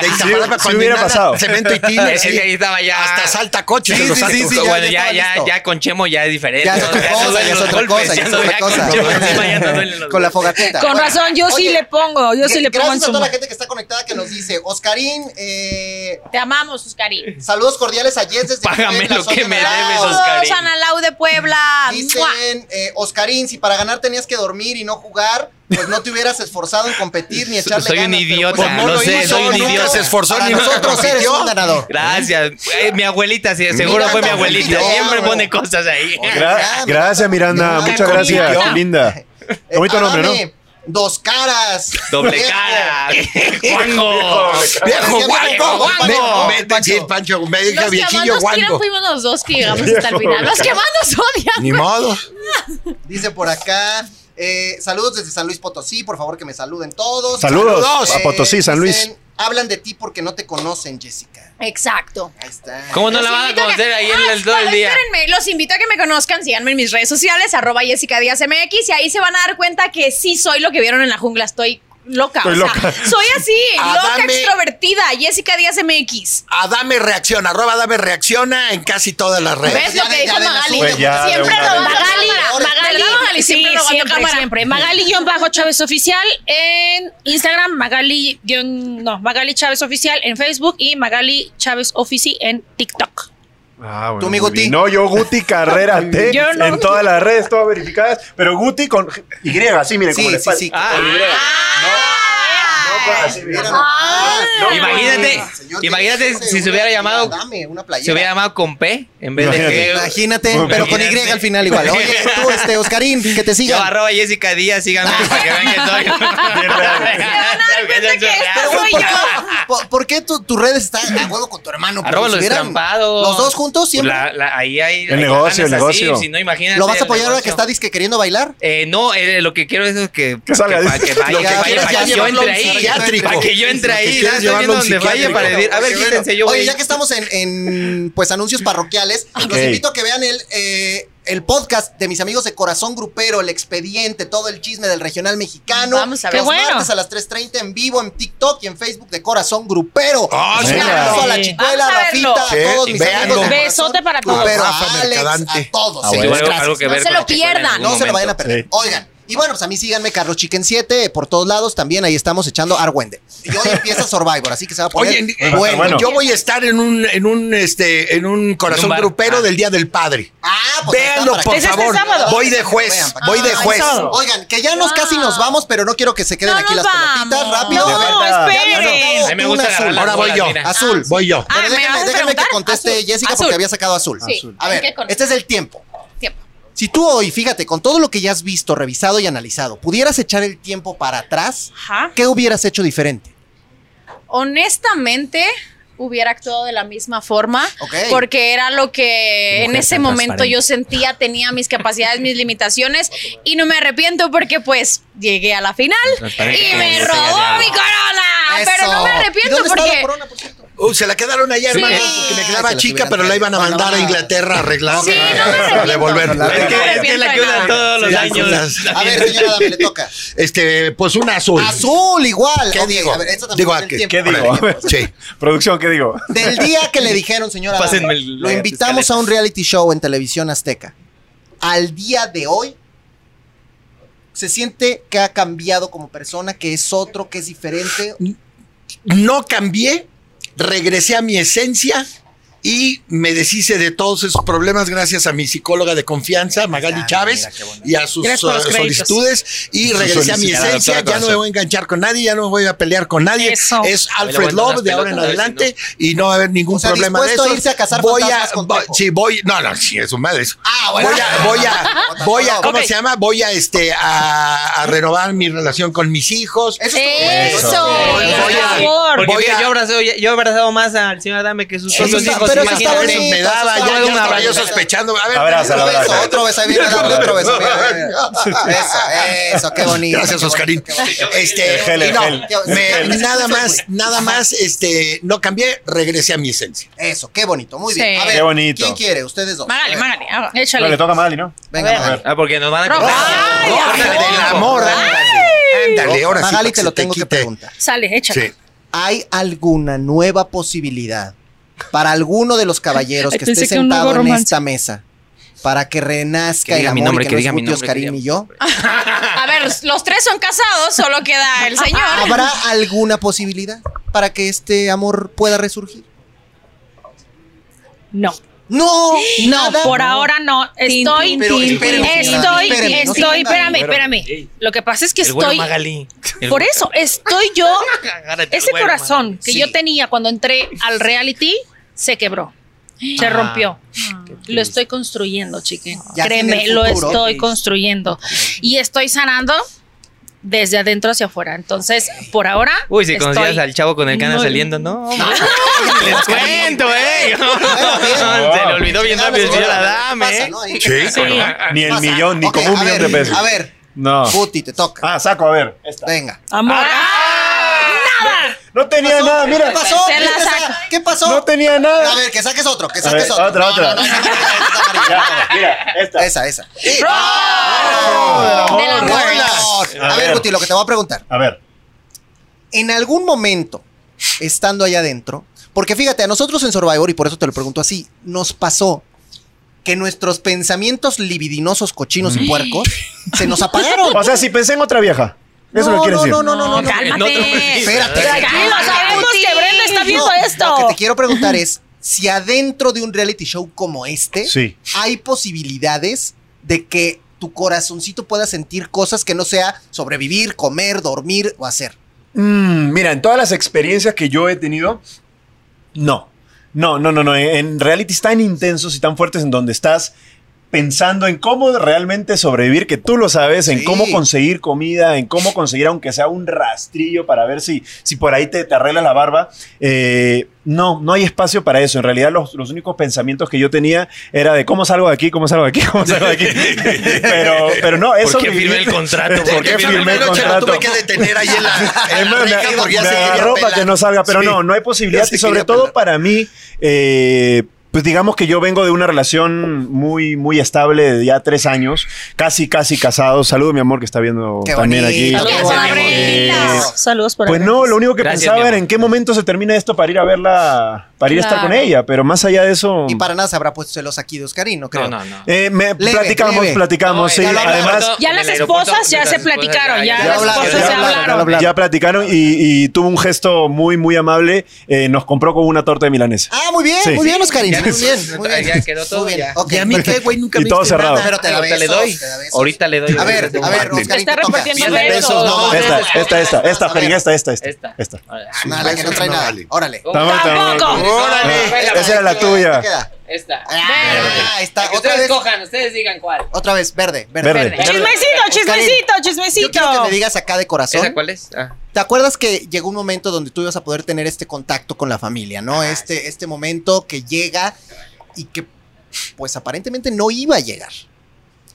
D: de Iztapalapa,
C: sí
D: cuando
C: hubiera
D: inhalan
C: pasado.
D: Cemento y tiner.
B: Es que ahí estaba ya-
D: Hasta salta coche.
A: Sí,
D: se lo
A: sí,
D: saca.
A: sí, sí, ya-
B: bueno,
A: ya
B: ya, ya,
A: estaba
B: ya,
A: listo.
B: con Chemo ya es diferente.
A: Ya es otra
B: no
A: cosa,
B: duelen
A: ya es
B: los
A: otra
B: golpes,
A: cosa, ya es
B: no-
A: otra
B: con
A: cosa.
B: Chemo encima ya no duelen los
A: Con la
B: golpes.
A: fogatita.
E: Con
A: Bueno,
E: razón, yo sí
A: oye,
E: le pongo, yo sí le pongo en
A: Gracias a
E: su
A: toda la gente que está conectada que nos dice, Oscarín, eh,
F: Te amamos, Oscarín.
A: saludos cordiales a Jess desde
B: Págame
A: la
B: lo
A: zona
B: que me
A: dorada.
B: debes,
F: Todos,
B: Oscarín.
F: Ana Lau de Puebla. ¡Mua!
A: Dicen, eh, Oscarín, si para ganar tenías que dormir y no jugar, pues no te hubieras esforzado en competir ni echarle
B: Soy un
A: ganas, pero
B: idiota,
A: pues no
B: lo
A: lo
B: sé,
A: hizo,
B: soy un
A: nunca
B: idiota.
A: se esforzó para
D: ni nunca
A: nosotros eres
D: compitió.
A: un ganador.
B: Gracias. Eh, mi abuelita, sí, seguro
A: Mira,
B: fue mi
A: tan
B: abuelita.
A: bonito.
B: Siempre pone cosas ahí.
C: Gra-
A: Ah, Ya,
C: gracias, Miranda.
A: ya.
C: Muchas gracias.
A: Ya. Eh,
C: Qué linda. Qué bonito nombre, ¿no?
A: Adame, Dos caras.
B: Doble
A: Viejo.
B: cara. Juanjo.
D: Viejo guango.
A: Guango.
D: Vete, vete,
A: Pancho.
D: Sí, Pancho, me
F: Los
D: diga
F: que más
D: viejillo
F: nos quieren
D: guango.
F: fuimos los dos que llegamos hasta el final. Los que más nos odian.
D: Ni modo.
A: Dice por acá. eh, saludos desde San Luis Potosí, por favor que me saluden todos. eh,
C: Saludos a Potosí, San Luis.
A: dicen, Hablan de ti porque no te conocen, Jessica.
F: Exacto.
A: Ahí está.
B: ¿Cómo no
F: Los
B: la van a
F: invito que-
B: conocer ahí
F: Ah,
B: en el, todo el
F: espera,
B: día?
F: Espérenme, los invito a que me conozcan, síganme en mis redes sociales, arroba Jessica Díaz MX, y ahí se van a dar cuenta que sí soy lo que vieron en la jungla, estoy loca.
C: Estoy
F: o sea,
C: loca.
F: soy así,
A: Ah,
F: loca,
D: Adame.
F: extrovertida, Jessica Díaz MX.
D: Adame reacciona, arroba Adame reacciona en casi todas las redes.
F: ¿Ves lo que dijo
A: Pues de las
F: Magali?
A: suyas,
C: Pues ya,
A: porque
C: de
F: Siempre
C: una
F: lo
A: vez.
F: Magali,
E: Magali,
F: Magali, Magali, siempre
E: sí,
F: robando
E: siempre,
F: cámara.
E: siempre. Magali-Chávez Oficial en Instagram, Magali, guión- no, Magali Chávez Oficial en Facebook y Magali Chávez Ofici en TikTok.
C: Ah, bueno,
A: Tú, mi
C: muy
A: Guti.
C: bien. No, yo Guti Carrera T
E: Yo no.
C: en todas las redes, todas verificadas. Pero Guti con Y, así, miren, como
A: Sí,
C: la
A: sí,
C: espalda.
A: sí.
B: Ah,
A: Ah,
C: No, así, miren.
A: mira, no. Ah,
C: No,
B: imagínate,
A: no, no, no. Señor,
B: imagínate
A: tiene que
B: si se
A: una-
B: hubiera llamado-
A: Dame una
B: Se hubiera
A: playera.
B: llamado con P en vez de
C: Imagínate.
B: que.
A: Imagínate,
C: Muy
A: pero con
B: bien.
A: Y al final igual. Oye, tú, este, Oscarín, que te
B: Yo,
A: sigan.
B: arroba Jessica Díaz, síganme para que vean que soy.
F: cuenta que
A: Pero, güey,
F: soy
A: ¿por
F: yo.
A: qué, por- por qué tu, tu red está a huevo con tu hermano? Porque
B: Arroba
A: si
B: los Pues
A: hubieran-
B: estampados.
A: Los dos juntos siempre.
B: La- la- ahí hay.
C: El
B: hay
C: negocio, el
B: campanas así,
C: negocio.
B: si no, imagínate
A: ¿Lo vas a
B: el
A: apoyar ahora que
B: negocio.
A: está disque queriendo bailar?
B: Eh, no, eh, lo que quiero es que,
C: Que salga,
B: para que
C: dice.
B: falle,
A: Lo que
B: para que
A: quieras ya
B: falle, yo
A: llevarlo a un
B: entre ahí,
A: psiquiátrico.
B: para que yo entre
D: Lo que
B: ahí,
D: quieras
B: ya estoy
D: llevarlo
B: viendo
D: a un
B: donde falle
D: psiquiátrico.
B: para decir, a ver,
A: Oye,
B: quítense yo,
A: Oye,
B: güey.
A: ya que estamos en, en, pues anuncios parroquiales, los
C: Ok.
A: invito a que vean el, eh, el podcast de mis amigos de Corazón Grupero, el expediente, todo el chisme del regional mexicano.
F: Vamos a ver.
A: Los
E: Qué bueno.
A: martes a las 3.30 en vivo en TikTok y en Facebook de Corazón Grupero.
D: Ah,
A: Un
C: sí,
A: abrazo
C: claro.
A: a la chicuela, a
F: Vamos a
A: Rafita, a
F: verlo.
D: Sí,
A: todos mis
D: véanlo.
A: amigos. de
E: Besote
A: Corazón
E: para todos.
A: Grupero,
D: A Rafa
A: a Alex,
D: Mercadante.
A: a todos.
C: Ah,
A: señores,
C: bueno.
A: gracias.
B: Algo que
F: No
B: ver
F: se
B: con
F: lo
B: la chicuela en
F: pierdan.
B: algún
A: No se lo vayan a
B: momento.
A: perder.
C: Sí.
A: Oigan, y bueno, pues a mí síganme, Carlos Chicken 7, por todos lados también, ahí estamos echando Argüende. Y hoy empieza Survivor, así que se va a poner
D: Oye, eh,
A: bueno.
C: bueno.
D: yo voy a estar en un, en un, este, en un corazón
B: bar.
D: grupero
B: Ah.
D: del Día del Padre.
A: Ah, pues ahí está,
D: Véanlo,
A: para
D: por
A: que-
E: Es este
D: favor.
E: sábado.
D: Voy de juez,
A: Vean, para que-
D: voy de
A: Ah,
D: juez.
A: es sábado. Oigan, que ya nos casi nos vamos, pero no quiero que se queden
F: No
A: aquí
F: nos
A: las pelotitas.
F: vamos.
A: Rápido.
E: No,
A: Roberta.
E: esperen.
B: A mí me
A: Tú
B: gusta
A: un azul.
B: agarrar las
D: Ahora voy
B: bolas,
D: yo.
B: mira.
A: Azul.
D: Voy yo.
A: Pero
F: Ah, ¿me
A: déjenme,
F: vas a
A: déjenme que
F: preguntar?
A: conteste
F: Azul.
A: Jessica
F: Azul.
A: porque había sacado azul.
F: Sí,
A: Azul. A ver,
F: hay que contestar.
A: este es el tiempo.
F: Tiempo.
A: Si tú hoy, fíjate, con todo lo que ya has visto, revisado y analizado, pudieras echar el tiempo para atrás,
E: Ajá.
A: ¿qué hubieras hecho diferente?
F: honestamente hubiera actuado de la misma forma
A: Ok.
F: porque era lo que en
B: mujer
F: ese
B: tan
F: momento
B: transparente.
F: yo sentía, tenía mis capacidades, mis limitaciones y no me arrepiento porque pues llegué a la final
B: transparente
F: y
B: como
F: me
B: Lucía
F: robó
B: Gallardo.
F: mi corona,
A: Eso.
F: pero no me
A: ¿Y
F: arrepiento
A: dónde está la
F: porque
A: corona, por cierto?
D: Uh, se la quedaron allá, hermano, porque me
A: Se
D: quedaba
A: la
D: chica,
A: tuvieron
D: pero la
A: que-
D: iban a
A: bueno,
D: mandar a
A: van a-
D: Inglaterra a arreglar.
F: Sí, no me
D: a
F: arrepiento.
D: devolver.
A: La-
B: Es que- es que es la que una todos los
D: Ya,
B: años.
D: ya.
A: A ver, señora Dame, le toca.
D: Este, pues un azul.
A: Azul igual.
D: ¿Qué
A: Ok,
D: digo?
A: a ver, esta también
D: Digo,
A: es
D: ¿a
A: del
D: qué-
A: tiempo.
C: ¿Qué digo?
A: A ver,
D: Sí.
C: Producción, ¿qué digo?
A: Del día que le dijeron, señora, Adame,
B: Pásenme el-
A: lo
B: la
A: invitamos
B: escaleta.
A: a un reality show en televisión azteca. Al día de hoy, se siente que ha cambiado como persona, que es otro, que es diferente.
D: No cambié, regresé a mi esencia Y me deshice de todos esos problemas gracias a mi psicóloga de confianza, Magali Chávez, y a sus
E: Gracias por los
D: eh,
E: créditos.
D: solicitudes. Y regresé a mi
H: solicitudes.
D: esencia. Ya no me voy a enganchar con nadie, ya no me voy a pelear con nadie.
E: Eso.
D: Es
B: Ahí le voy
D: Alfred
B: a dar
D: Love de
B: unas
D: ahora en
B: pelotas, a ver si
D: adelante y no va a haber ningún
A: O sea,
D: problema de
A: dispuesto a
D: eso.
A: irse a cazar
D: voy a,
A: fantasmas con
D: voy-
A: Tejo.
D: sí, voy, no, no, sí, es su madre. eso.
A: Ah, bueno.
D: Voy a, voy a, voy a, ¿cómo
E: Ok.
D: se llama? Voy a, este, a, a renovar mi relación con mis hijos.
A: Eso
F: Eso.
A: estuvo bueno.
E: Oye,
D: Voy a-
E: por favor.
B: Porque
D: voy
B: mira,
D: a-
B: yo, abrazo, yo, yo he abrazado más al señor Adame que
E: Eh,
B: sus
A: Eso
B: propios
A: está-
B: hijos.
A: pero eso está
B: imagínate.
A: bonito.
D: me daba,
A: eso
D: ya,
A: está
D: ya
A: bonito.
D: estaba yo sospechando. A ver,
C: Abraza,
A: Otro
C: abraza.
A: beso, otro beso, ahí viene Adame, otro beso. mira, mira, mira. Eso, eso, qué bonito.
D: Gracias,
A: qué bonito,
D: Oscarín.
A: qué bonito. Eh,
D: Este,
C: El gel, el
D: y no,
C: gel,
A: el
D: me-
A: gel.
D: nada más, nada más, este, no cambié, regresé a mi esencia.
A: Eso, qué bonito, muy bien.
E: Sí.
A: A ver,
C: Qué bonito.
A: ¿Quién quiere? Ustedes dos.
E: Mágale,
A: A ver,
E: mágale. haga.
C: No,
E: ah, Échale.
C: le toca a Mali, ¿no?
A: Venga,
C: A ver.
A: Magali.
B: Ah, porque nos van a
E: Ay, ¿eh?
D: Córtale
E: ay,
D: del amor, ándale, ahora sí. para
A: Magali,
D: que
A: te
D: se
A: lo tengo que
D: quite.
A: preguntar.
E: Sale, échale.
D: Sí.
A: ¿Hay alguna nueva posibilidad para alguno de los caballeros
E: Ay,
A: que
E: pensé
A: esté
E: que un nuevo
A: sentado en
E: romance.
A: esta mesa para que renazca
B: Que
A: el
B: diga mi
A: amor
B: nombre,
A: y
B: que
A: que, nos
B: diga mi
A: jute
B: nombre, que
A: Oscarín
B: diga
A: y yo?
F: A ver, los tres son casados, solo queda el
E: Ah.
F: señor.
A: ¿Habrá alguna posibilidad para que este amor pueda resurgir?
E: No.
A: No,
E: No,
A: nada.
E: por ahora no. Estoy.
A: Pero
E: estoy,
A: espérame,
E: estoy,
A: espérame, no se
E: estoy,
A: entienda.
E: espérame, espérame.
B: Ey.
E: Lo que pasa es que
B: El güero
E: estoy.
B: Magalí. El
E: Por
B: güero.
E: eso, estoy yo.
B: Agárrate al
E: Ese
B: güero,
E: corazón que
A: Sí.
E: yo tenía cuando entré al reality se quebró. Se
B: Ah.
E: rompió. Lo estoy construyendo, chiquen.
A: Ya
E: Créeme,
A: tiene el
E: lo
A: futuro.
E: estoy
A: Sí.
E: construyendo. Y estoy sanando desde adentro hacia afuera. Entonces, por ahora.
B: Uy, si
E: estoy-
B: conocías al chavo con el cana
E: No.
B: saliendo, no. Les cuento, eh.
A: bien.
B: Se le olvidó bien
A: Nada,
B: rápido el
A: seguro,
B: señor
A: pasa,
B: Adame. eh.
A: ¿no? Ahí.
D: Sí.
C: Ni el
A: Pasa.
C: millón, ni
A: Ok,
C: como
A: a
C: un millón de
A: ver,
C: pesos.
A: A ver,
C: No.
A: Guti, te toca.
C: Ah, saco, a ver. Esta.
A: Venga.
E: Amor.
C: Ah,
E: Ah,
C: No tenía nada, mira.
A: ¿Qué pasó?
E: Se la
A: ¿Qué
E: saca.
A: pasó? ¿Qué pasó?
C: No tenía nada.
A: A ver, que saques otro, que
C: A ver,
A: saques otro.
C: otra,
A: No, no,
C: otra.
A: no, esa amarilla, esa amarilla.
C: Ya, Mira, esta.
A: Esa, esa.
C: Del amor.
A: Bolas. A ver, Guti, lo que te voy a preguntar.
C: A ver.
A: En algún momento, estando allá adentro, porque fíjate, a nosotros en Survivor, y por eso te lo pregunto así, nos pasó que nuestros pensamientos libidinosos, cochinos y puercos se nos apagaron.
C: O sea, si pensé en otra vieja. Eso
A: no,
C: lo quieres
A: no,
C: decir.
A: no, no, no, no, no.
B: eh. En otro país.
A: Espérate.
E: Tranquilo, sabemos que Brenda está viendo
A: No,
E: esto.
A: Lo que te quiero preguntar es si adentro de un reality show como este
C: Sí.
A: hay posibilidades de que tu corazoncito pueda sentir cosas que no sea sobrevivir, comer, dormir o hacer.
C: Mm, mira, en todas las experiencias que yo he tenido, no. No, no, no, no. En- En realities tan intensos y tan fuertes en donde estás pensando en cómo realmente sobrevivir, que tú lo sabes, en
A: Sí.
C: cómo conseguir comida, en cómo conseguir aunque sea un rastrillo para ver si, si por ahí te, te arregla la barba. Eh, no, no hay espacio para eso. En realidad los, los únicos pensamientos que yo tenía era de cómo salgo de aquí, cómo salgo de aquí, cómo salgo de aquí. pero, pero no, eso...
B: ¿Por qué firmé el contrato?
C: ¿Por qué firmé el
D: Primero, Chelo,
C: contrato?
D: tuve que detener ahí en la, en la
C: Además,
D: reja porque ya
C: me
D: se quería
C: agarró para
D: pelar.
C: que no salga, pero
D: Sí.
C: no, no hay
D: Ya
C: posibilidad.
D: se
C: Y sobre
D: quería
C: todo
D: pelar.
C: para mí, eh, pues digamos que yo vengo de una relación muy, muy estable de ya tres años, casi, casi casado. Saludo, mi amor, que está viendo
A: Qué
C: también
A: bonito,
C: aquí.
A: qué
F: bonito.
C: Eh,
E: Saludos para
C: pues no, lo único que
B: Gracias, mi
C: pensaba era
B: amor.
C: en qué momento se termina esto para ir a verla, para ir a estar
E: Claro.
C: con ella, pero más allá de eso.
A: Y para nada se habrá puesto celos aquí de Oscarín, no creo.
B: Mm. No, no, no.
C: eh, me
A: Leve,
C: platicamos,
A: leve.
C: platicamos, sí.
A: ya lo hablamos,
C: Además,
E: Ya las esposas ya se platicaron, ya
A: las esposas se hablaron. Claro.
C: ya platicaron y, y tuvo un gesto muy, muy amable. Eh, nos compró con una torta de milanesa.
A: Ah, muy bien,
C: Sí.
A: muy bien, Oscarín.
B: Ya
A: muy
B: no-
A: bien, muy bien.
B: ya quedó todo
A: Muy bien,
B: ya.
A: ok.
D: Y a mí qué, güey, nunca
C: Y
D: me
C: todo
D: diste
C: cerrado.
D: nada.
A: Pero te da
B: Ahorita le
A: besos,
B: doy.
A: te da besos.
B: Ahorita le doy.
A: A ver, a ver,
B: Martín.
A: Oscarín,
E: Está
A: te toca.
E: repartiendo
A: Mil
E: besos.
A: besos, no,
B: No,
C: Esta,
A: besos.
C: esta, esta, esta,
A: A ver,
C: Ferín, esta, esta, esta.
B: Esta.
C: Esta.
A: nada, la que no trae
D: No,
A: nada.
D: vale.
A: Órale.
C: Estamos-
E: Tampoco.
C: estamos-
B: Órale. Ah,
C: Esa era la tuya.
A: ¿Qué queda?
B: Esta.
A: Ah, ahí está.
B: Que
A: Otra
B: ustedes
A: vez,
B: cojan, ustedes digan cuál.
A: otra vez, verde, verde.
C: Verde.
E: Chismecito, chismecito,
A: Yo quiero que
E: chismecito.
A: me digas acá de corazón.
B: ¿Esa cuál es? Ah.
A: ¿Te acuerdas que llegó un momento donde tú ibas a poder tener este contacto con la familia,
B: Ah,
A: ¿no? Este, este momento que llega y que, pues aparentemente no iba a llegar.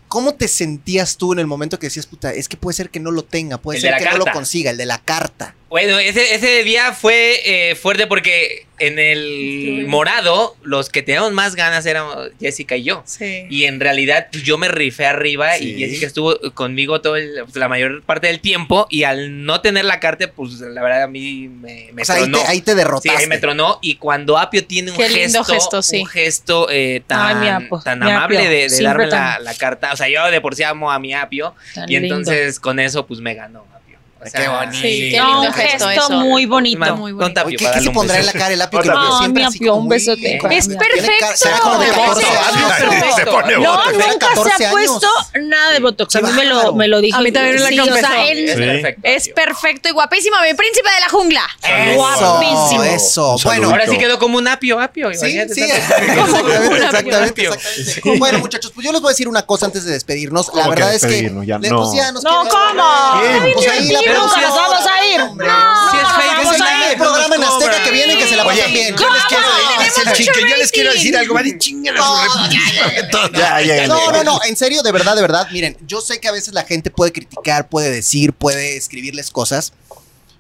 A: ¿Cómo te sentías tú en el momento que decías, puta, es que puede ser que no lo tenga, puede
B: El de
A: ser
B: la
A: que no lo
B: carta.
A: consiga, el de la carta?
B: Bueno, ese, ese día fue eh, fuerte porque en el morado los que teníamos más ganas éramos Jessica y yo. Y en realidad pues, yo me rifé arriba y Jessica estuvo conmigo todo el- la mayor parte del tiempo y al no tener la carta, pues la verdad a mí me, me
A: o sea, ahí
B: tronó.
A: te, ahí te
B: Sí,
A: derrotaste.
B: ahí me tronó. Y cuando Apio tiene un
E: Qué lindo
B: gesto,
E: gesto, sí.
B: un gesto eh, tan,
E: Ay, mi Apo,
B: tan
E: mi
B: amable
E: Apio,
B: de, de darme
E: siempre
B: la,
E: tan-
B: la carta. O sea, yo de por sí amo a mi Apio.
E: Tan
B: y
E: lindo.
B: entonces con eso, pues me ganó Apio. O O sea,
A: Qué bonito.
F: Sí, qué
E: No,
F: lindo
E: un
F: gesto
E: gesto
F: eso.
E: muy bonito.
B: Ma-
F: Muy
B: con
F: bonito.
B: Tapio,
A: Oye, ¿Qué,
B: para
A: qué
B: darle
A: se
B: un
A: pondrá en
B: beso.
A: la cara el apio? Que
C: Otra
A: lo veo
E: vez.
A: siempre
E: No,
A: así
E: mi apio, un
A: como muy-
E: besote.
A: Tiene
B: Es
A: cara- Será
E: perfecto.
A: como de Ah, 14 años.
B: Perfecto.
A: pero-
B: Se pone
E: No,
A: Botox. Tenía
E: nunca se
A: 14
E: ha puesto
A: años.
E: nada de Botox. A
A: Qué
E: mí me lo,
A: bárbaro.
E: me lo dijo.
F: A mí también me lo
E: Sí, o
F: confesó.
E: sea, él-
B: Es
C: Sí.
B: perfecto.
F: Es perfecto y guapísimo, mi príncipe de la jungla.
A: Eso,
E: Guapísimo.
A: Eso,
C: Un saludo.
A: bueno.
B: Ahora sí quedó como un apio, apio.
A: Sí,
B: imagínate,
A: sí,
B: tanto-
A: exactamente,
B: Como un
A: exactamente,
B: apio.
A: exactamente. Bueno, muchachos, pues yo les voy a decir una cosa antes de despedirnos. La
C: ¿Cómo que
A: verdad es que.
C: despedirnos? Ya
A: le-
C: no.
A: pues ya nos
E: No,
A: queda-
E: ¿cómo?
C: Bien.
A: Pues ahí la
E: Pero
A: próxima
E: si nos
A: hora,
E: vamos a ir.
A: hombre.
B: Si es fake,
A: Vamos a ir.
B: fake,
A: El programa en
B: nos
A: Azteca
B: cobran.
A: que viene que se la pasan bien.
D: yo les quiero,
F: Tenemos
D: es el
F: mucho
D: chique, yo les quiero
F: rating.
D: decir algo, van y chingan a su reputísima madre.
C: Ya, ya,
A: No, no, no, en serio, de verdad, de verdad. Miren, yo sé que a veces la gente puede criticar, puede decir, puede escribirles cosas,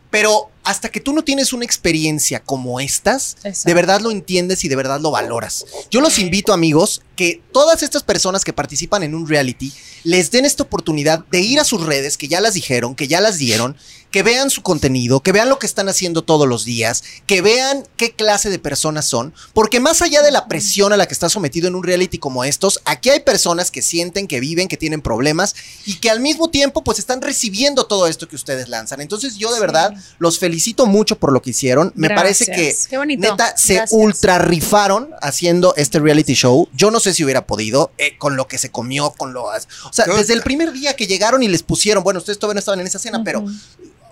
A: pero hasta que tú no tienes una experiencia como estas,
E: Exacto.
A: de verdad lo entiendes y de verdad lo valoras. Yo los invito, amigos, que todas estas personas que participan en un reality les den esta oportunidad de ir a sus redes, que ya las dijeron, que ya las dieron, que vean su contenido, que vean lo que están haciendo todos los días, que vean qué clase de personas son, porque más allá de la presión a la que está sometido en un reality como estos, aquí hay personas que sienten, que viven, que tienen problemas y que al mismo tiempo pues están recibiendo todo esto que ustedes lanzan. Entonces yo de verdad los felicito mucho por lo que hicieron. Me parece que
F: Qué bonito.
A: Neta, se
F: Gracias.
A: ultra rifaron haciendo este reality show. Yo no sé si hubiera podido eh, con lo que se comió, con lo. O sea,
D: Yo-
A: desde el primer día que llegaron y les pusieron, bueno, ustedes todavía no estaban en esa cena, pero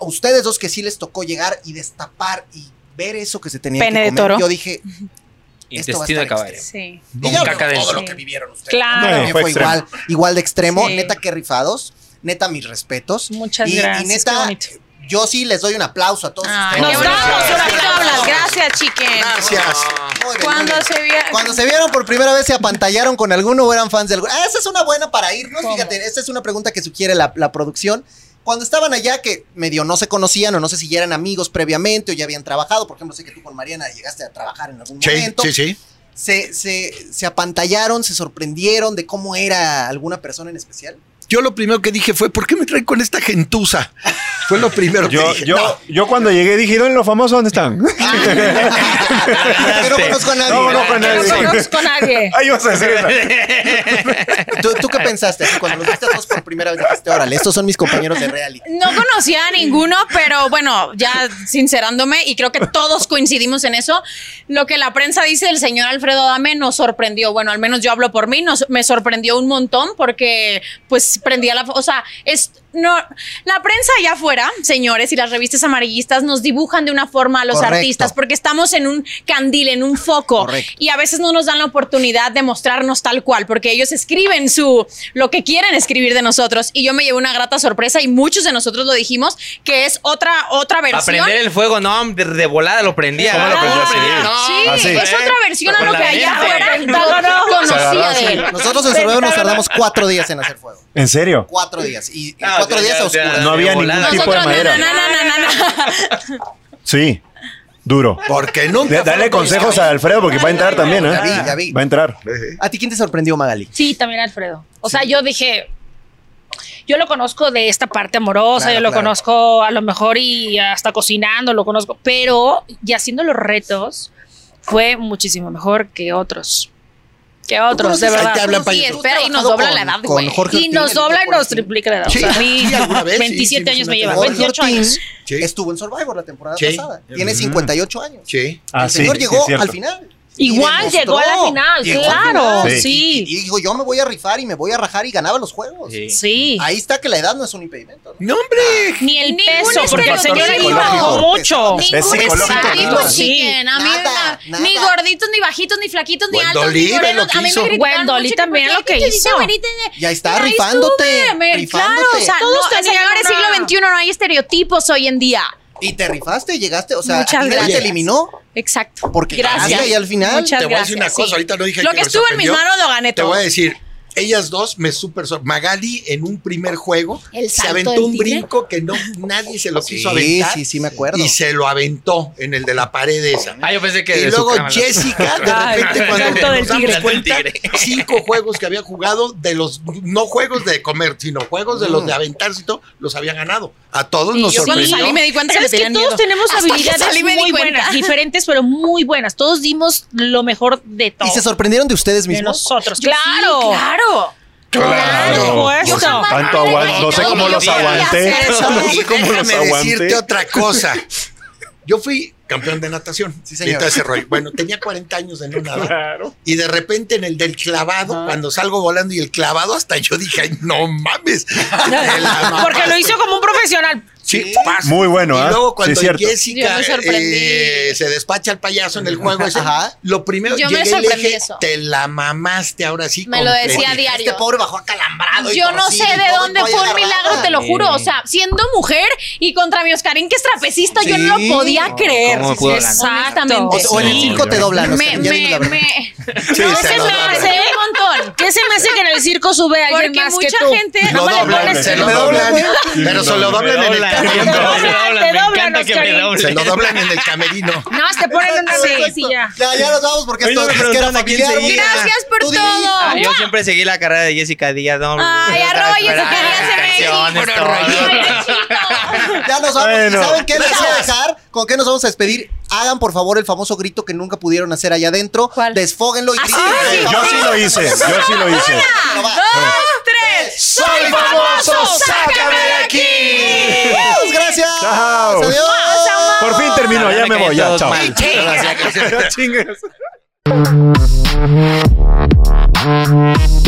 A: a ustedes dos que sí les tocó llegar y destapar y ver eso que se tenía
E: Pene
A: que
E: de
A: comer,
E: toro.
A: yo dije, Esto va a
B: Intestino
A: estar
B: de caballo.
E: Sí.
A: y
B: Con
A: ya
B: caca
A: veo todo
B: dentro.
A: lo que vivieron ustedes.
E: Claro.
A: También
C: No,
A: fue
C: fue extremo.
A: igual, igual de extremo,
E: Sí.
A: neta que rifados, neta mis respetos.
E: Muchas
A: Y- y
E: gracias.
A: neta,
E: qué bonito.
A: yo sí les doy un aplauso a todos.
F: Ay,
A: ustedes.
E: Ah, Nos
F: qué
E: vamos,
F: bonito.
E: ahora sí
F: Tú hablas. Gracias, chiquen.
D: Gracias.
A: Muy bien, muy
F: Cuando
A: bien.
F: se vea.
A: Cuando se vieron por primera vez, se apantallaron con alguno o eran fans de alguno. Ah, esa es una buena para irnos. Fíjate, esta es una pregunta que sugiere la, la producción. Cuando estaban allá, que medio no se conocían, o no sé si ya eran amigos previamente o ya habían trabajado. Por ejemplo, sé que tú con Mariana llegaste a trabajar en algún
D: Sí,
A: momento.
D: sí, sí.
A: Se, se, se apantallaron, se sorprendieron de cómo era alguna persona en especial.
D: Yo lo primero que dije fue, ¿por qué me traen con esta gentuza? Fue lo primero que
C: Yo,
D: dije.
C: yo,
D: No,
C: yo cuando llegué dije, ¿dónde los famosos dónde están?
A: Pero no conozco a nadie.
C: No conozco a
E: Que
C: nadie.
E: No conozco a nadie.
C: Ahí vas a decir eso.
A: ¿Tú, tú qué pensaste? Así, Cuando los viste a todos por primera vez, dijiste, órale, estos son mis compañeros de reality.
F: No conocía a ninguno, pero bueno, ya sincerándome, y creo que todos coincidimos en eso, lo que la prensa dice del señor Alfredo Adame nos sorprendió. Bueno, al menos yo hablo por mí, nos, me sorprendió un montón porque pues prendía la... fo- O sea, es... No, la prensa allá afuera, señores, y las revistas amarillistas nos dibujan de una forma a los
A: Correcto.
F: artistas porque estamos en un candil, en un foco,
A: Correcto.
F: y a veces no nos dan la oportunidad de mostrarnos tal cual, porque ellos escriben su lo que quieren escribir de nosotros. Y yo me llevé una grata sorpresa y muchos de nosotros lo dijimos que es otra otra
B: Para
F: versión.
B: prender el fuego, no, de, de volada lo prendía.
C: ¿Cómo lo
B: Ah,
C: prendías?
F: Sí,
C: Así.
F: es otra versión a
B: Con
F: lo
B: la
F: que allá
B: mente.
F: afuera
E: Pentágono.
F: no conocía de él.
A: Nosotros en Survivor nos tardamos cuatro días en hacer fuego.
C: ¿En serio?
A: Cuatro días. Y, y
B: Ah,
A: cuatro
B: ya,
A: días
B: ya,
A: a oscuras.
B: ya,
C: No había
B: de
C: ningún
B: volada.
C: tipo de
F: Nosotros, no,
C: madera.
F: no, no, no, no, no.
C: Sí. Duro.
D: porque nunca...
C: De- dale consejos a Alfredo porque va a entrar también, ¿eh?
A: Ya vi, ya vi.
C: Va a entrar.
A: ¿A ti quién te sorprendió, Magali?
E: Sí, también Alfredo. O sea, yo dije, yo lo conozco de esta parte amorosa,
A: Claro,
E: yo lo
A: claro.
E: conozco a lo mejor y hasta cocinando, lo conozco, pero y haciendo los retos fue muchísimo mejor que otros. Que otros, de
A: conoces- ahí
E: verdad.
D: te hablan
F: Tú sí,
D: payaso.
F: espera, y nos
A: Tú has
F: dobla la
A: trabajado
F: edad,
A: con-
F: güey.
A: con Jorge
E: Y
A: Ortiz,
E: nos
A: ¿no?
E: dobla y nos
A: Jorge
E: triplica la edad.
D: Sí,
E: o sea, a mí
D: sí, alguna vez, sí,
E: 27
D: sí, sí,
E: años me
D: me
E: lleva,
D: tocó.
E: 28
A: Ortiz
E: años.
D: Sí.
A: Estuvo en Survivor la temporada
D: Sí.
A: pasada. Tiene 58 años.
D: Sí.
C: Mm. Ah,
A: el
C: sí,
A: señor
C: sí,
A: llegó
C: es cierto.
A: al final.
E: Igual
A: Y
E: llegó a la
A: demostró.
E: final,
A: Llegó al
E: claro,
A: final.
C: Sí.
A: Y,
E: sí.
A: y dijo, yo me voy a rifar y me voy a rajar y ganaba los juegos.
B: Sí.
E: Sí.
A: Ahí está que la edad no es un impedimento. ¿no?
D: No, hombre.
E: Ni el
F: Ningún
E: peso, porque el
F: estereotipo
E: señor ahí
C: psicológico.
E: bajó mucho.
F: Ningún pues,
C: Es psicológico,
F: estereotipo,
A: claro.
F: chiquen. A mí
A: Nada,
F: na- ni
A: nada.
F: gorditos, ni bajitos, ni flaquitos, ni altos, ni
D: Gwendolyn, ve lo
F: morenos.
D: que
F: A mí
D: hizo.
F: me gritaban
E: Gwendolyn
F: mucho
E: también
F: ¿por
E: lo
F: qué
E: que
F: te dice
E: hizo.
F: güerita?
A: Ya está
F: Ay,
A: rifándote.
F: súper,
A: rifándote.
F: Claro, o sea,
E: Todos
F: no,
E: tenían
F: señores,
E: una-
F: siglo XXI no hay estereotipos hoy en día.
A: Y te rifaste, llegaste. O sea,
F: Muchas
A: a ti nadie
F: gracias.
A: te eliminó.
F: Exacto.
A: Porque
F: Gracias.
A: ganaste Y al final.
F: Muchas
D: Te voy a decir una
F: gracias,
D: cosa,
F: sí.
D: ahorita no dije
F: Lo
D: que
F: que
D: me
F: estuvo en mis
D: sorprendió.
F: manos lo gané
D: Te
F: todo.
D: voy a decir, ellas dos me super sor- Magali en un primer juego
F: El
D: se
F: salto
D: aventó
F: del
D: un
F: tigre.
D: brinco que no nadie se lo
A: Sí,
D: quiso aventar.
A: sí, sí, me acuerdo.
D: Y se lo aventó en el de la pared esa.
B: Ah, yo pensé que.
D: Y
B: de su
D: luego
B: cama, ¿no?
D: Jessica, de repente
B: Ay,
D: cuando
E: salto del
D: nos damos
E: tigre.
D: cuenta,
B: Salto del tigre.
D: cinco juegos que había jugado, de los, no juegos de comer, sino juegos de los de aventarse y todo, los había ganado. A todos nos
F: Yo cuando
D: sorprendió.
F: salí me di cuenta que me
E: Sabes que
F: tenían
E: todos
F: miedo.
E: tenemos
F: Hasta que salí
E: habilidades
F: me di
E: muy
F: cuenta.
E: buenas, diferentes, pero muy buenas. Todos dimos lo mejor de
A: Y
E: todos.
A: se sorprendieron de ustedes
E: de
A: mismos.
E: nosotros.
F: Claro.
E: claro.
F: claro.
C: Claro.
E: Por
C: No sé,
E: supuesto.
C: tanto aguante. No sé cómo los aguanté.
D: Déjame
C: No sé cómo los
D: decirte
C: aguanté.
D: otra cosa. Yo fui campeón de natación.
A: Sí, señor.
D: Y todo ese rollo. Bueno, tenía 40 años de no nadar. Y de repente en el del clavado, cuando salgo volando y el clavado, hasta yo dije, "Ay, no mames. Te la
E: Porque lo
D: mamaste.
E: hizo como un profesional.
D: Sí, pas.
C: Muy bueno, ¿ah?
D: Y luego
C: Sí, es
D: cuando
C: cierto.
D: Jessica
F: Yo me sorprendí.
D: eh, se despacha al payaso en el juego, ese,
A: Ajá.
D: lo primero
F: Yo me
D: llegué y le
F: sorprendí
D: dije,
F: eso.
D: te la mamaste ahora sí.
F: Me lo
D: completita".
F: decía diario.
A: Este pobre bajó
D: Ah,
A: acalambrado. y
F: Yo no sé
A: torcido y
F: de
A: todo, y
F: dónde
A: todavía
F: fue un
A: agarraba.
F: milagro, te lo juro. O sea, siendo mujer y contra mi Oscarín, que es trapecista, yo no
A: Sí.
F: lo podía creer.
B: ¿cómo pudo ganar?
F: Exactamente.
A: O, o en el
B: Sí,
A: circo te
B: yo-
A: doblan. o sea,
F: me,
A: ya dime la
F: me,
A: verdad.
F: me-
D: Sí,
E: No
D: se
E: se
D: lo
E: me
D: doblan.
E: hace un montón. ¿Qué se me hace que en el circo sube alguien
F: Porque
E: más que
F: mucha
E: tú?
F: gente. Nada
D: Lo
F: más le
D: doblan,
F: pones- ¿eh?
D: se lo
A: Me
D: doblan,
A: doblan,
C: güey.
D: pero se lo
C: Me
D: doblan en el
B: doblan, me
E: Te
D: camerino.
E: doblan,
B: doblan, me
E: te doblan,
B: encanta que me
E: Oscarín.
B: doblen.
D: Se lo doblan en el camerino.
E: No, te ponen una
A: Exacto,
E: vez y
A: exacto.
E: ya.
A: Ya, ya nos vamos porque
B: Oye,
A: esto
B: me
A: es que era
B: preguntaron a quién
A: familiar.
B: seguía.
A: mira.
F: Gracias por
A: Tú di.
F: todo.
B: Ah, yo siempre seguí la carrera de Jessica Díaz. No,
F: Ay,
B: no,
F: arroba
B: espera,
F: Jessica Díaz
B: las
F: MX,
B: canciones,
F: puro
B: todo.
A: Ya nos vamos.
C: Bueno.
A: ¿Y ¿Saben qué les voy a dejar? ¿Con qué nos vamos a despedir? Hagan, por favor, el famoso grito que nunca pudieron hacer allá adentro.
F: ¿Cuál?
A: Desfóguenlo y griten.
C: Yo Ah, sí Ah, lo hice, yo sí lo hice.
A: Bueno, va.
C: ¡Soy famoso! ¡Sácame de aquí!
A: Adiós, Gracias.
C: Chao.
A: Adiós.
C: Por fin terminó, ya me voy, ya,
B: Todos
C: chao.
B: mal.
C: Chingas.